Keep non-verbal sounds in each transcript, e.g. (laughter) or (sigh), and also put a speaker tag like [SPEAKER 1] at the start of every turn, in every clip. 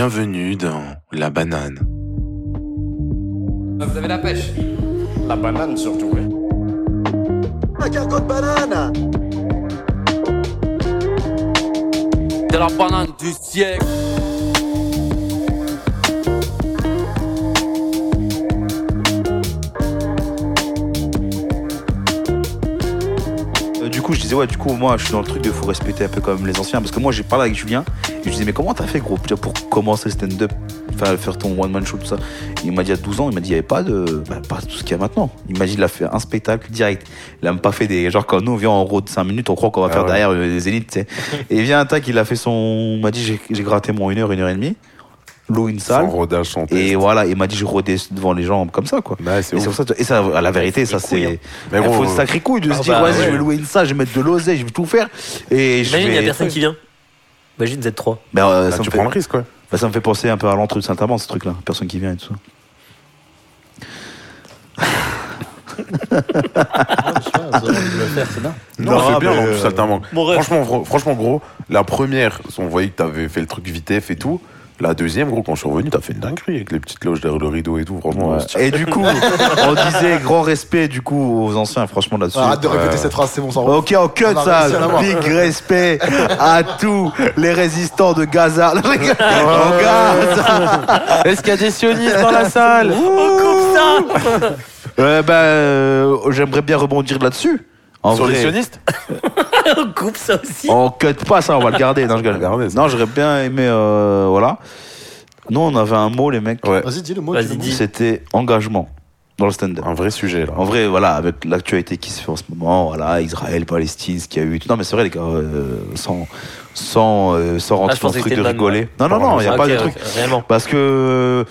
[SPEAKER 1] Bienvenue dans La Banane.
[SPEAKER 2] Vous avez la pêche.
[SPEAKER 3] La banane surtout, oui.
[SPEAKER 2] De la banane du siècle.
[SPEAKER 4] Euh, du coup, je disais, ouais, du coup, moi, je suis dans le truc de faut respecter un peu quand même les anciens. Parce que moi, j'ai parlé avec Julien. Et je disais, mais comment t'as fait, gros, putain, pour commencer le stand-up Enfin, faire ton one-man show, tout ça. Il m'a dit, à 12 ans, il m'a dit, il n'y avait pas de. bah, pas tout ce qu'il y a maintenant. Il m'a dit, il a fait un spectacle direct. Il a même pas fait des. Genre, quand nous, on vient en road de 5 minutes, on croit qu'on va
[SPEAKER 3] Ah
[SPEAKER 4] faire
[SPEAKER 3] ouais.
[SPEAKER 4] derrière euh, des
[SPEAKER 3] (laughs)
[SPEAKER 4] élites, tu sais. Et vient un tac, il a fait son. Il m'a dit, j'ai j'ai gratté mon 1 heure, 1 heure et demie. L'eau, une
[SPEAKER 3] Sans
[SPEAKER 4] salle.
[SPEAKER 3] rodage, sans test.
[SPEAKER 4] Et voilà, il m'a dit, je rodais devant les gens comme ça, quoi.
[SPEAKER 3] Ouais, c'est
[SPEAKER 4] Et c'est
[SPEAKER 3] ouf.
[SPEAKER 4] pour ça, et ça, à la vérité, ça c'est.
[SPEAKER 3] Mais
[SPEAKER 4] Il
[SPEAKER 3] gros,
[SPEAKER 4] faut une
[SPEAKER 3] euh,
[SPEAKER 4] sacrée couille de
[SPEAKER 5] hein. ah
[SPEAKER 4] se dire,
[SPEAKER 5] bah
[SPEAKER 4] vas-y, je
[SPEAKER 5] ouais.
[SPEAKER 4] vais louer une salle, je vais mettre de l'oseille, je vais tout faire. Et je
[SPEAKER 5] Imagine, il
[SPEAKER 4] vais.
[SPEAKER 5] y a personne qui vient. Imagine, vous êtes trois.
[SPEAKER 4] Ben, euh,
[SPEAKER 3] Là,
[SPEAKER 4] ça, me
[SPEAKER 3] tu
[SPEAKER 4] fait...
[SPEAKER 3] prends le risque, quoi.
[SPEAKER 4] bah, ça me fait penser un peu à l'entrée de Saint-Amand, ce truc-là. Personne qui vient et tout ça.
[SPEAKER 3] Non,
[SPEAKER 4] Non,
[SPEAKER 3] c'est
[SPEAKER 4] mais,
[SPEAKER 3] bien, en
[SPEAKER 4] euh,
[SPEAKER 3] plus, ça t'invente.
[SPEAKER 5] mon rêve.
[SPEAKER 3] Franchement, gros- franchement, gros, la première, on voyait que t'avais fait le truc vitef et tout. La deuxième, gros, quand je suis revenu, t'as fait une dinguerie avec les petites loges derrière le rideau et tout. Franchement, euh,
[SPEAKER 4] Ouais.
[SPEAKER 3] c'est-
[SPEAKER 4] Et du coup, on disait grand respect du coup aux anciens, franchement là-dessus.
[SPEAKER 6] Arrête de répéter
[SPEAKER 3] Ouais.
[SPEAKER 6] cette phrase, c'est bon, ça rend.
[SPEAKER 4] Ok, on cut
[SPEAKER 6] Ah, On a
[SPEAKER 4] ça.
[SPEAKER 6] réussi à l'avoir.
[SPEAKER 4] Big respect à tous les résistants de Gaza. Non, je rigole. Oh, Gaza.
[SPEAKER 7] Est-ce qu'il y a des sionistes dans la salle
[SPEAKER 4] Euh, bah, euh, j'aimerais bien rebondir là-dessus. En
[SPEAKER 7] Sur les
[SPEAKER 4] vrai,
[SPEAKER 7] sionistes
[SPEAKER 5] On (laughs) coupe ça aussi.
[SPEAKER 4] On cut pas ça, on va le garder. Non, je rigole.
[SPEAKER 3] Regardez, ça.
[SPEAKER 4] Non, j'aurais bien aimé. euh, voilà. Nous, on avait un mot, les mecs.
[SPEAKER 3] Ouais.
[SPEAKER 6] Vas-y, dis le mot.
[SPEAKER 5] Vas-y,
[SPEAKER 6] dis le mot.
[SPEAKER 5] dis.
[SPEAKER 4] C'était engagement dans le stand-up.
[SPEAKER 6] Ah.
[SPEAKER 3] un vrai sujet, là.
[SPEAKER 4] En vrai, voilà, avec l'actualité qui se fait en ce moment, voilà, Israël, Palestine, ce qu'il y a eu. et tout. Non, mais c'est vrai, les gars, euh, sans, sans, euh, sans
[SPEAKER 5] Ah,
[SPEAKER 4] rentrer
[SPEAKER 5] je
[SPEAKER 4] dans le
[SPEAKER 5] pensais
[SPEAKER 4] truc
[SPEAKER 5] que
[SPEAKER 4] de
[SPEAKER 5] c'était une
[SPEAKER 4] rigoler. Non, non, non, il n'y a
[SPEAKER 5] Ah,
[SPEAKER 4] pas
[SPEAKER 5] ok,
[SPEAKER 4] de truc.
[SPEAKER 5] ouais, Vraiment.
[SPEAKER 4] Parce que. euh,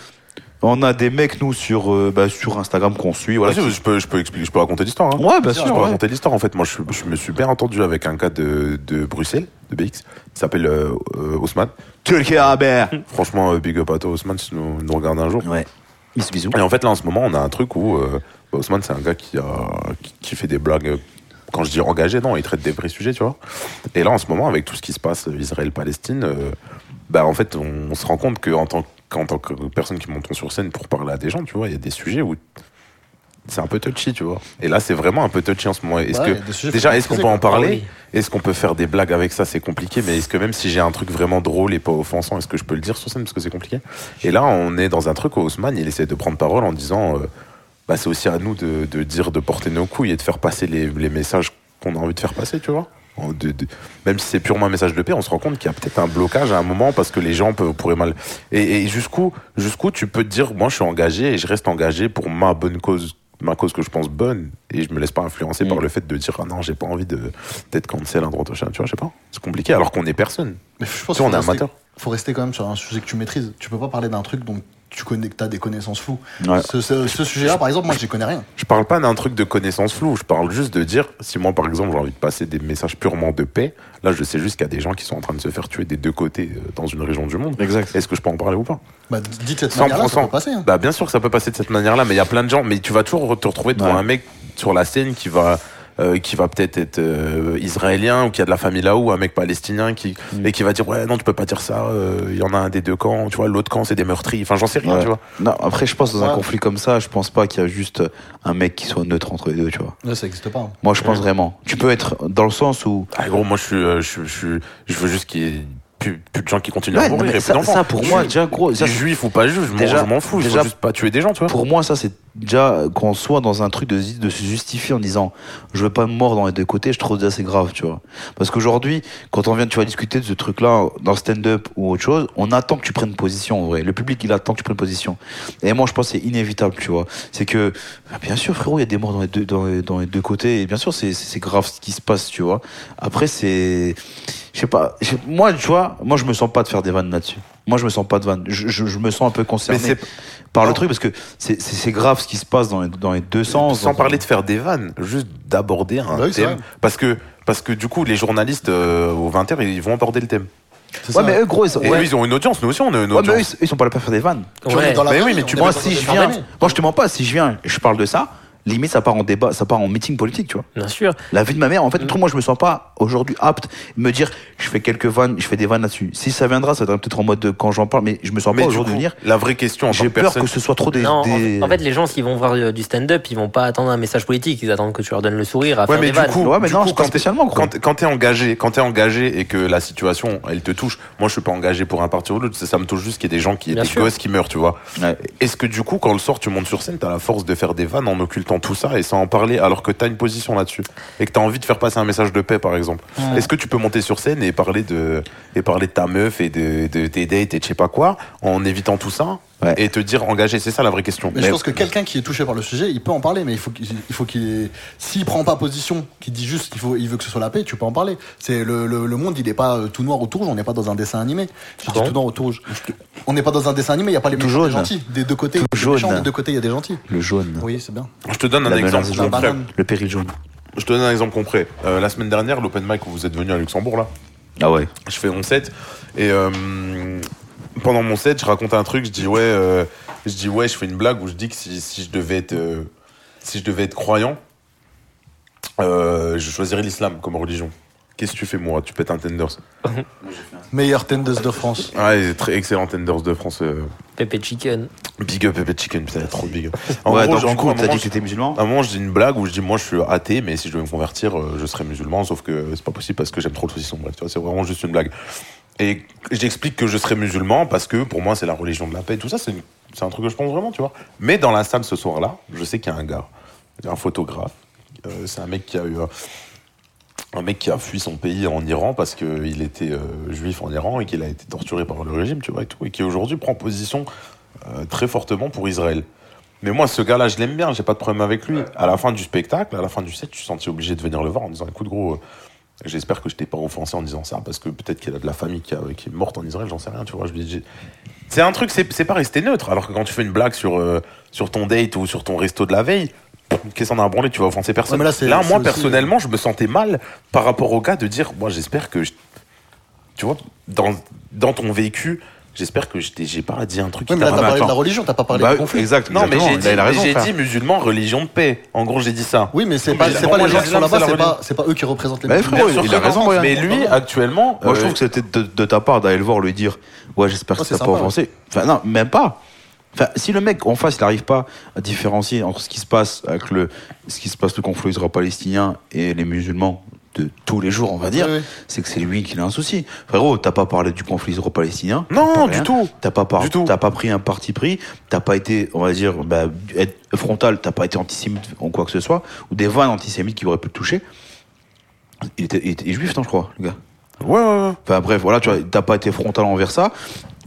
[SPEAKER 4] On a des mecs, nous, sur, euh, bah, sur Instagram qu'on suit. Voilà,
[SPEAKER 6] Ah,
[SPEAKER 3] Vas-y, je peux, je peux expliquer, je peux raconter l'histoire. hein.
[SPEAKER 4] Ouais, bien
[SPEAKER 3] Je
[SPEAKER 4] sûr.
[SPEAKER 3] peux
[SPEAKER 4] ouais.
[SPEAKER 3] raconter l'histoire en fait. Moi, je, je me suis bien entendu avec un gars de, de Bruxelles, de BX, qui s'appelle euh, euh, Haussmann.
[SPEAKER 4] Turquie Haber.
[SPEAKER 3] Franchement, euh, big up à toi, Haussmann, si tu nous, nous regardes un jour.
[SPEAKER 4] Ouais. Bisous, bisous.
[SPEAKER 3] Et en fait, là, en ce moment, on a un truc où euh, bah, Haussmann, c'est un gars qui, a, qui, qui fait des blagues. euh, Quand je dis engagé, non, il traite des vrais sujets, tu vois. Et là, en ce moment, avec tout ce qui se passe, euh, Israël-Palestine, euh, bah, en fait, on, on se rend compte qu'en tant, qu'en tant que personne qui monte sur scène pour parler à des gens, tu vois, il y a des sujets où c'est un peu touchy, tu vois. Et là, c'est vraiment un peu touchy en ce moment. Est-ce
[SPEAKER 6] Ouais, il y a des
[SPEAKER 3] que,
[SPEAKER 6] sujets
[SPEAKER 3] déjà,
[SPEAKER 6] faut
[SPEAKER 3] est-ce qu'on peut
[SPEAKER 6] maîtriser,
[SPEAKER 3] en
[SPEAKER 6] quoi.
[SPEAKER 3] parler
[SPEAKER 5] Ah
[SPEAKER 3] Est-ce qu'on peut faire des blagues avec ça C'est compliqué, mais est-ce que même si j'ai un truc vraiment drôle et pas offensant, est-ce que je peux le dire sur scène Parce que c'est compliqué. Et là, on est dans un truc où Haussmann, il essaie de prendre parole en disant euh, bah, c'est aussi à nous de, de dire, de porter nos couilles et de faire passer les, les messages qu'on a envie de faire passer, tu vois En- de- de- même si c'est purement un message de paix, on se rend compte qu'il y a peut-être un blocage à un moment parce que les gens peuvent, pourraient mal. Et, et jusqu'où jusqu'où tu peux te dire, moi je suis engagé et je reste engagé pour ma bonne cause, ma cause que je pense bonne, et je me laisse pas influencer
[SPEAKER 4] Mm.
[SPEAKER 3] par le fait de dire, ah non, j'ai pas envie de- d'être cancel à droite au chat, tu vois, je sais pas. C'est compliqué alors qu'on est personne.
[SPEAKER 6] Mais je
[SPEAKER 4] Oh,
[SPEAKER 6] pense
[SPEAKER 3] Tu vois, on
[SPEAKER 6] qu'il
[SPEAKER 3] est
[SPEAKER 6] faut rester-
[SPEAKER 3] amateur.
[SPEAKER 6] Faut rester quand même sur un sujet que tu maîtrises. Tu peux pas parler d'un truc dont tu connais que t'as des connaissances floues.
[SPEAKER 4] Ouais.
[SPEAKER 6] Ce, ce- ce sujet-là, par exemple, moi, j'y connais rien.
[SPEAKER 3] Je parle pas d'un truc de connaissance floue, je parle juste de dire, si moi par exemple j'ai envie de passer des messages purement de paix, là je sais juste qu'il y a des gens qui sont en train de se faire tuer des deux côtés euh, dans une région du monde.
[SPEAKER 4] Exact.
[SPEAKER 3] Est-ce que je peux en parler ou pas
[SPEAKER 6] Bah, dites de cette
[SPEAKER 3] 100%.
[SPEAKER 6] manière-là, ça peut passer. hein.
[SPEAKER 3] Bah bien sûr que ça peut passer de cette manière-là, mais il y a plein de gens, mais tu vas toujours re- te retrouver devant
[SPEAKER 4] Ouais.
[SPEAKER 3] un mec sur la scène qui va euh, qui va peut-être être euh, israélien ou qui a de la famille là ou un mec palestinien qui
[SPEAKER 4] Mm.
[SPEAKER 3] et qui va dire ouais non tu peux pas dire ça, euh, il y en a un des deux camps, tu vois l'autre camp c'est des meurtriers, enfin j'en sais rien,
[SPEAKER 4] Ouais.
[SPEAKER 3] tu vois.
[SPEAKER 4] Non, après, je pense dans un
[SPEAKER 6] Ouais.
[SPEAKER 4] conflit comme ça, je pense pas qu'il y a juste un mec qui soit neutre entre les deux, tu vois.
[SPEAKER 6] Là, ça existe pas. hein.
[SPEAKER 4] Moi, je pense vraiment. Tu peux être dans le sens où.
[SPEAKER 3] Ah, gros moi je suis euh, je, suis- je, suis- je veux juste qu'il y ait plus, plus de gens qui continuent
[SPEAKER 4] Ouais,
[SPEAKER 3] à
[SPEAKER 4] non,
[SPEAKER 3] mourir
[SPEAKER 4] mais
[SPEAKER 3] et plus
[SPEAKER 4] ça,
[SPEAKER 3] d'enfants.
[SPEAKER 4] ça, pour
[SPEAKER 3] Je
[SPEAKER 4] moi,
[SPEAKER 3] suis
[SPEAKER 4] déjà, gros. ça,
[SPEAKER 3] juif ou pas juif, je m'en-
[SPEAKER 4] Déjà-
[SPEAKER 3] je m'en fous, il faut
[SPEAKER 4] déjà-
[SPEAKER 3] juste pas tuer des gens, tu vois.
[SPEAKER 4] pour moi, ça, c'est déjà qu'on soit dans un truc de, se- de se justifier en disant je veux pas me mordre dans les deux côtés, je trouve ça c'est grave, tu vois. Parce qu'aujourd'hui, quand on vient, tu vas discuter de ce truc-là dans le stand-up ou autre chose, on attend que tu prennes position, en vrai. Le public, il attend que tu prennes position. Et moi, je pense que c'est inévitable, tu vois. C'est que, bah, bien sûr, frérot, il y a des morts dans les deux, dans les, dans les deux côtés, et bien sûr, c'est- c'est c'est grave ce qui se passe, tu vois. Après, c'est. Je sais pas. je sais- Moi, tu vois, moi, je me sens pas de faire des vannes là-dessus. Moi, je me sens pas de vannes. Je, je- je me sens un peu concerné
[SPEAKER 3] c'est-
[SPEAKER 4] par
[SPEAKER 3] Non.
[SPEAKER 4] le truc parce que c'est- c'est c'est grave ce qui se passe dans les, dans les deux sens.
[SPEAKER 3] sans
[SPEAKER 4] Dans-
[SPEAKER 3] parler de faire des vannes, juste d'aborder un
[SPEAKER 6] Bah oui, c'est
[SPEAKER 3] thème.
[SPEAKER 6] vrai.
[SPEAKER 3] Parce que, parce que du coup, les journalistes euh, aux 20h, ils vont aborder le thème.
[SPEAKER 6] C'est ça.
[SPEAKER 4] Ouais, mais eux, gros, ils sont,
[SPEAKER 3] Et
[SPEAKER 4] ouais.
[SPEAKER 3] eux, ils ont une audience, nous aussi, on a une
[SPEAKER 4] Ouais, mais eux, ils
[SPEAKER 3] audience.
[SPEAKER 4] sont- Eh ben, ils sont pas là pour faire des vannes.
[SPEAKER 6] Tu vois, on est
[SPEAKER 5] Ouais.
[SPEAKER 6] dans la
[SPEAKER 3] Mais
[SPEAKER 6] vraie
[SPEAKER 3] oui,
[SPEAKER 6] vie,
[SPEAKER 3] mais
[SPEAKER 6] on
[SPEAKER 3] tu
[SPEAKER 6] est
[SPEAKER 4] Moi,
[SPEAKER 6] dans
[SPEAKER 4] si
[SPEAKER 6] une
[SPEAKER 4] je
[SPEAKER 6] vraie
[SPEAKER 4] viens,
[SPEAKER 6] vie.
[SPEAKER 4] moi, je te mens pas, si je viens, je parle de ça. limite ça part en débat, ça part en meeting politique, tu vois.
[SPEAKER 5] Bien sûr.
[SPEAKER 4] La vie de ma mère, en fait,
[SPEAKER 3] Mm.
[SPEAKER 4] tout moi, je me sens pas aujourd'hui apte de me dire, je fais quelques vannes, je fais des vannes là-dessus. Si ça viendra, ça viendra peut-être en mode de- quand j'en parle, mais je me sens
[SPEAKER 3] Mais
[SPEAKER 4] pas
[SPEAKER 3] du
[SPEAKER 4] aujourd'hui
[SPEAKER 3] coup,
[SPEAKER 4] venir.
[SPEAKER 3] la vraie question en tant
[SPEAKER 4] J'ai
[SPEAKER 3] que
[SPEAKER 4] peur
[SPEAKER 3] personne,
[SPEAKER 4] que ce soit trop des.
[SPEAKER 5] non, en-
[SPEAKER 4] des-
[SPEAKER 5] en, fait, les gens, s'ils vont voir euh, du stand-up, ils vont pas attendre un message politique. Ils attendent que tu leur donnes le sourire à
[SPEAKER 3] Ouais,
[SPEAKER 5] faire
[SPEAKER 3] mais
[SPEAKER 5] des
[SPEAKER 3] du
[SPEAKER 5] vannes.
[SPEAKER 3] coup,
[SPEAKER 4] ouais, mais
[SPEAKER 3] du
[SPEAKER 4] non,
[SPEAKER 3] coup,
[SPEAKER 4] je pas
[SPEAKER 3] quand t'es-
[SPEAKER 4] spécialement, gros.
[SPEAKER 3] quand, quand t'es engagé, quand t'es engagé et que la situation, elle te touche. Moi, je suis pas engagé pour un parti ou l'autre. Ça, ça me touche juste qu'il y ait des gens qui,
[SPEAKER 5] Bien
[SPEAKER 3] des
[SPEAKER 5] sûr.
[SPEAKER 3] gosses qui meurent, tu vois.
[SPEAKER 4] Ouais.
[SPEAKER 3] Est-ce que du coup, quand le soir, tu montes sur scène, t'as la force de faire des vannes en occultant tout ça et sans en parler, alors que t'as une position là-dessus et que t'as envie de faire passer un message de paix, par exemple. Est-ce que tu peux monter sur scène et parler de, et parler de ta meuf et de, de tes dates et de je sais pas quoi, en évitant tout ça
[SPEAKER 4] Ouais.
[SPEAKER 3] et te dire engagé C'est ça la vraie question.
[SPEAKER 6] Mais, je pense que quelqu'un qui est touché par le sujet, il peut en parler, mais il faut qu'il il faut qu'il ait- s'il prend pas position, qu'il dit juste qu'il faut il veut que ce soit la paix, tu peux en parler. C'est le, le, le monde, il n'est pas euh, tout noir ou tout rouge, on n'est pas dans un dessin animé. Je dis
[SPEAKER 5] Pardon
[SPEAKER 6] tout noir ou tout rouge. On n'est pas dans un dessin animé, il n'y a pas les
[SPEAKER 4] Tout
[SPEAKER 6] méchants et les
[SPEAKER 4] jaune.
[SPEAKER 6] gentils. Des deux côtés,
[SPEAKER 4] Tout
[SPEAKER 6] il y a des
[SPEAKER 4] jaune.
[SPEAKER 6] méchants, des deux côtés, il y a des gentils.
[SPEAKER 4] Le jaune.
[SPEAKER 6] Oui, c'est bien.
[SPEAKER 3] Je te donne un
[SPEAKER 4] La
[SPEAKER 3] exemple.
[SPEAKER 4] menace
[SPEAKER 6] La
[SPEAKER 3] concret.
[SPEAKER 6] banane.
[SPEAKER 4] Le péril jaune.
[SPEAKER 3] Je te donne un exemple concret. Euh, la semaine dernière, l'open mic où vous êtes venu à Luxembourg, là,
[SPEAKER 4] Ah ouais.
[SPEAKER 3] je fais mon set. Et euh, pendant mon set, je raconte un truc. Je dis, ouais, euh, je dis, ouais, je fais une blague où je dis que si, si je, devais être, euh, si je devais être croyant, euh, je choisirais l'islam comme religion. Qu'est-ce que tu fais, moi Tu pètes un tenders.
[SPEAKER 6] Meilleur tenders de France.
[SPEAKER 3] Ah, et très excellent tenders de France. euh,
[SPEAKER 5] Pépé Chicken.
[SPEAKER 3] Big up, Pepe Chicken, putain, trop big up.
[SPEAKER 4] ouais,
[SPEAKER 3] gros,
[SPEAKER 4] donc
[SPEAKER 3] je-
[SPEAKER 4] du coup,
[SPEAKER 3] à un
[SPEAKER 4] t'as
[SPEAKER 3] moment,
[SPEAKER 4] dit que t'étais musulman
[SPEAKER 3] À un moment, je dis une blague où je dis moi je suis athée, mais si je devais me convertir, euh, je serais musulman, sauf que c'est pas possible parce que j'aime trop le saucisson. Bref, tu vois, c'est vraiment juste une blague. Et j'explique que je serais musulman parce que pour moi c'est la religion de la paix. Tout ça, c'est une- c'est un truc que je pense vraiment, tu vois. Mais dans la salle ce soir-là, je sais qu'il y a un gars, un photographe. euh, c'est un mec qui a eu. euh, un mec qui a fui son pays en Iran parce qu'il était euh, juif en Iran et qu'il a été torturé par le régime, tu vois, et tout, et qui aujourd'hui prend position euh, très fortement pour Israël. Mais moi, ce gars-là, je l'aime bien, j'ai pas de problème avec lui. À la fin du spectacle, à la fin du set, je suis senti obligé de venir le voir en disant écoute, gros, euh, j'espère que je t'ai pas offensé en disant ça parce que peut-être qu'il y a de la famille qui, a- qui est morte en Israël, j'en sais rien, tu vois. Je lui dis, j'ai- c'est un truc, c'est c'est pas rester neutre. Alors que quand tu fais une blague sur, euh, sur ton date ou sur ton resto de la veille, qu'est-ce qu'on a à branler Tu vas offenser personne.
[SPEAKER 6] Ouais, mais là, c'est-
[SPEAKER 3] là,
[SPEAKER 6] c'est
[SPEAKER 3] moi,
[SPEAKER 6] aussi- euh,
[SPEAKER 3] personnellement, je me sentais mal par rapport au gars de dire moi, j'espère que. je- Tu vois, dans, dans ton vécu, j'espère que je t'ai- j'ai pas dit un truc
[SPEAKER 6] Oui,
[SPEAKER 3] qui
[SPEAKER 6] mais
[SPEAKER 3] t'a
[SPEAKER 6] là, t'as
[SPEAKER 3] mal-
[SPEAKER 6] parlé de
[SPEAKER 3] Attends.
[SPEAKER 6] la religion, t'as pas parlé
[SPEAKER 4] ah, Bah,
[SPEAKER 6] du conflit.
[SPEAKER 4] Exact.
[SPEAKER 3] Non, mais
[SPEAKER 4] exactement. Bah,
[SPEAKER 3] j'ai
[SPEAKER 4] Il a- il a raison,
[SPEAKER 3] dit, j'ai
[SPEAKER 4] frère.
[SPEAKER 3] dit musulman, religion de paix. En gros, j'ai dit ça.
[SPEAKER 6] Oui, mais c'est
[SPEAKER 3] Mais
[SPEAKER 6] pas,
[SPEAKER 3] la-
[SPEAKER 6] c'est
[SPEAKER 3] pour
[SPEAKER 6] pas les
[SPEAKER 3] moi,
[SPEAKER 6] gens qui sont
[SPEAKER 3] l'islam, c'est
[SPEAKER 6] là-bas,
[SPEAKER 3] la
[SPEAKER 6] c'est pas,
[SPEAKER 3] religion.
[SPEAKER 6] c'est pas eux qui représentent les
[SPEAKER 4] Mais
[SPEAKER 6] musulmans.
[SPEAKER 4] frère,
[SPEAKER 3] Bien sûr
[SPEAKER 4] il a
[SPEAKER 3] que
[SPEAKER 4] raison,
[SPEAKER 3] non.
[SPEAKER 4] Brian.
[SPEAKER 3] Mais lui, actuellement.
[SPEAKER 4] Moi, je
[SPEAKER 3] euh,
[SPEAKER 4] trouve que c'était de, de ta part d'aller le voir, lui dire Ouais, j'espère que
[SPEAKER 6] Oh,
[SPEAKER 4] ça
[SPEAKER 6] c'est
[SPEAKER 4] t'a pas
[SPEAKER 6] sympa,
[SPEAKER 4] offensé. Enfin, non, même pas. Enfin, si le mec en face, il n'arrive pas à différencier entre ce qui se passe avec le, ce qui se passe, le conflit israélo-palestinien et les musulmans de tous les jours, on va dire,
[SPEAKER 6] Oui, oui.
[SPEAKER 4] c'est que c'est lui qui a un souci. Frérot, t'as pas parlé du conflit israélo-palestinien.
[SPEAKER 3] Non,
[SPEAKER 4] t'as pas
[SPEAKER 3] du
[SPEAKER 4] rien,
[SPEAKER 3] tout.
[SPEAKER 4] T'as pas, par-
[SPEAKER 3] Du tout.
[SPEAKER 4] t'as pas pris un parti pris, t'as pas été, on va dire, bah, être frontal, t'as pas été antisémite en quoi que ce soit, ou des vannes antisémites qui auraient pu le toucher. Il était, il était juif, non, je crois, le gars.
[SPEAKER 3] Ouais, ouais, ouais.
[SPEAKER 4] Enfin bref, voilà, tu vois, t'as pas été frontal envers ça.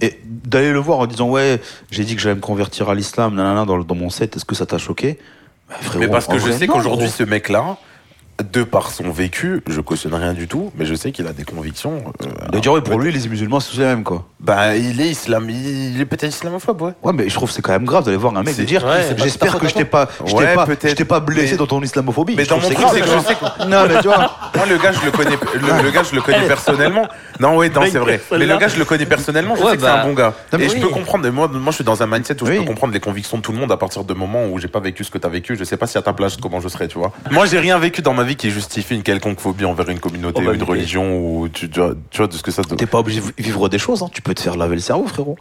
[SPEAKER 4] Et d'aller le voir en disant ouais, j'ai dit que j'allais me convertir à l'islam, nanana, dans, le- dans mon set, est-ce que ça t'a choqué Bah, frérot,
[SPEAKER 3] Mais parce
[SPEAKER 4] en
[SPEAKER 3] que je
[SPEAKER 4] vrai,
[SPEAKER 3] sais
[SPEAKER 4] non,
[SPEAKER 3] qu'aujourd'hui,
[SPEAKER 4] gros.
[SPEAKER 3] ce mec-là, de par son vécu, je cautionne rien du tout, mais je sais qu'il a des convictions. euh,
[SPEAKER 4] De dire ouais, pour lui, les musulmans, c'est tous les mêmes quoi.
[SPEAKER 3] Bah, il est islam, il est peut-être islamophobe, ouais.
[SPEAKER 4] Ouais, mais je trouve que c'est quand même grave d'aller voir un mec
[SPEAKER 3] C'est-
[SPEAKER 4] et dire
[SPEAKER 5] ouais, c'est pas-
[SPEAKER 4] j'espère que je t'ai pas, je t'ai
[SPEAKER 3] Ouais,
[SPEAKER 4] pas,
[SPEAKER 3] peut-être.
[SPEAKER 4] je t'ai pas blessé
[SPEAKER 3] Mais-
[SPEAKER 4] dans ton islamophobie.
[SPEAKER 3] Mais
[SPEAKER 4] Je
[SPEAKER 3] dans
[SPEAKER 4] trouve
[SPEAKER 3] mon
[SPEAKER 4] c'est
[SPEAKER 3] cas, c'est que
[SPEAKER 4] grave.
[SPEAKER 3] je sais que.
[SPEAKER 4] Non, mais tu vois.
[SPEAKER 3] Moi, le gars, je le connais, le, le gars, je le connais personnellement. Non, ouais, non, c'est vrai. Mais le gars, je le connais personnellement. Je
[SPEAKER 5] Ouais,
[SPEAKER 3] sais que c'est
[SPEAKER 5] bah.
[SPEAKER 3] un bon gars.
[SPEAKER 4] Non, mais
[SPEAKER 3] Et
[SPEAKER 4] oui.
[SPEAKER 3] je peux comprendre. Et moi, moi, je suis dans un mindset où je
[SPEAKER 4] Oui.
[SPEAKER 3] peux comprendre les convictions de tout le monde à partir du moment où j'ai pas vécu ce que t'as vécu. Je sais pas si à ta place comment je serais, tu vois. Moi, j'ai rien vécu dans ma vie qui justifie une quelconque phobie envers une communauté
[SPEAKER 5] Oh, bah,
[SPEAKER 3] ou une
[SPEAKER 5] nickel.
[SPEAKER 3] religion ou tu, tu vois, tu vois de ce que ça te...
[SPEAKER 4] T'es pas obligé de vivre des choses, hein. tu peux te faire laver le cerveau, frérot.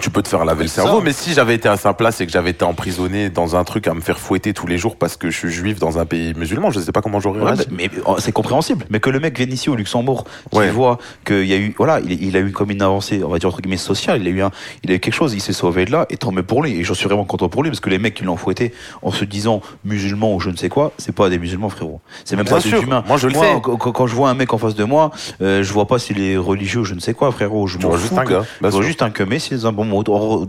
[SPEAKER 3] Tu peux te faire laver le
[SPEAKER 6] C'est
[SPEAKER 3] cerveau,
[SPEAKER 6] ça.
[SPEAKER 3] mais si j'avais été à sa place et que j'avais été emprisonné dans un truc à me faire fouetter tous les jours parce que je suis juif dans un pays musulman, je sais pas comment j'aurais
[SPEAKER 4] Ouais,
[SPEAKER 3] réagi.
[SPEAKER 4] mais, mais, oh, c'est compréhensible. Mais que le mec vienne ici au Luxembourg, qu'il
[SPEAKER 3] Ouais.
[SPEAKER 4] voit qu'il y a eu, voilà, il, il a eu comme une avancée, on va dire entre guillemets sociale. Il a eu un- il a eu quelque chose. Il s'est sauvé de là. Et tant mieux pour lui. Et j'en suis vraiment content pour lui parce que les mecs qui l'ont fouetté en se disant musulman ou je ne sais quoi, c'est pas des musulmans, frérot. C'est même
[SPEAKER 3] Bien
[SPEAKER 4] pas des
[SPEAKER 3] sûr.
[SPEAKER 4] humains.
[SPEAKER 3] Moi, je le sais.
[SPEAKER 4] Quand, quand- quand je vois un mec en face de moi, euh, je vois pas s'il est religieux ou je ne sais quoi, frérot. Je
[SPEAKER 3] Tu
[SPEAKER 4] m'en
[SPEAKER 3] vois juste
[SPEAKER 4] fous
[SPEAKER 3] un
[SPEAKER 4] que-
[SPEAKER 3] gars. Bah,
[SPEAKER 4] Je
[SPEAKER 3] Bien
[SPEAKER 4] vois
[SPEAKER 3] sûr.
[SPEAKER 4] juste un que mais c'est un bon mot. Or,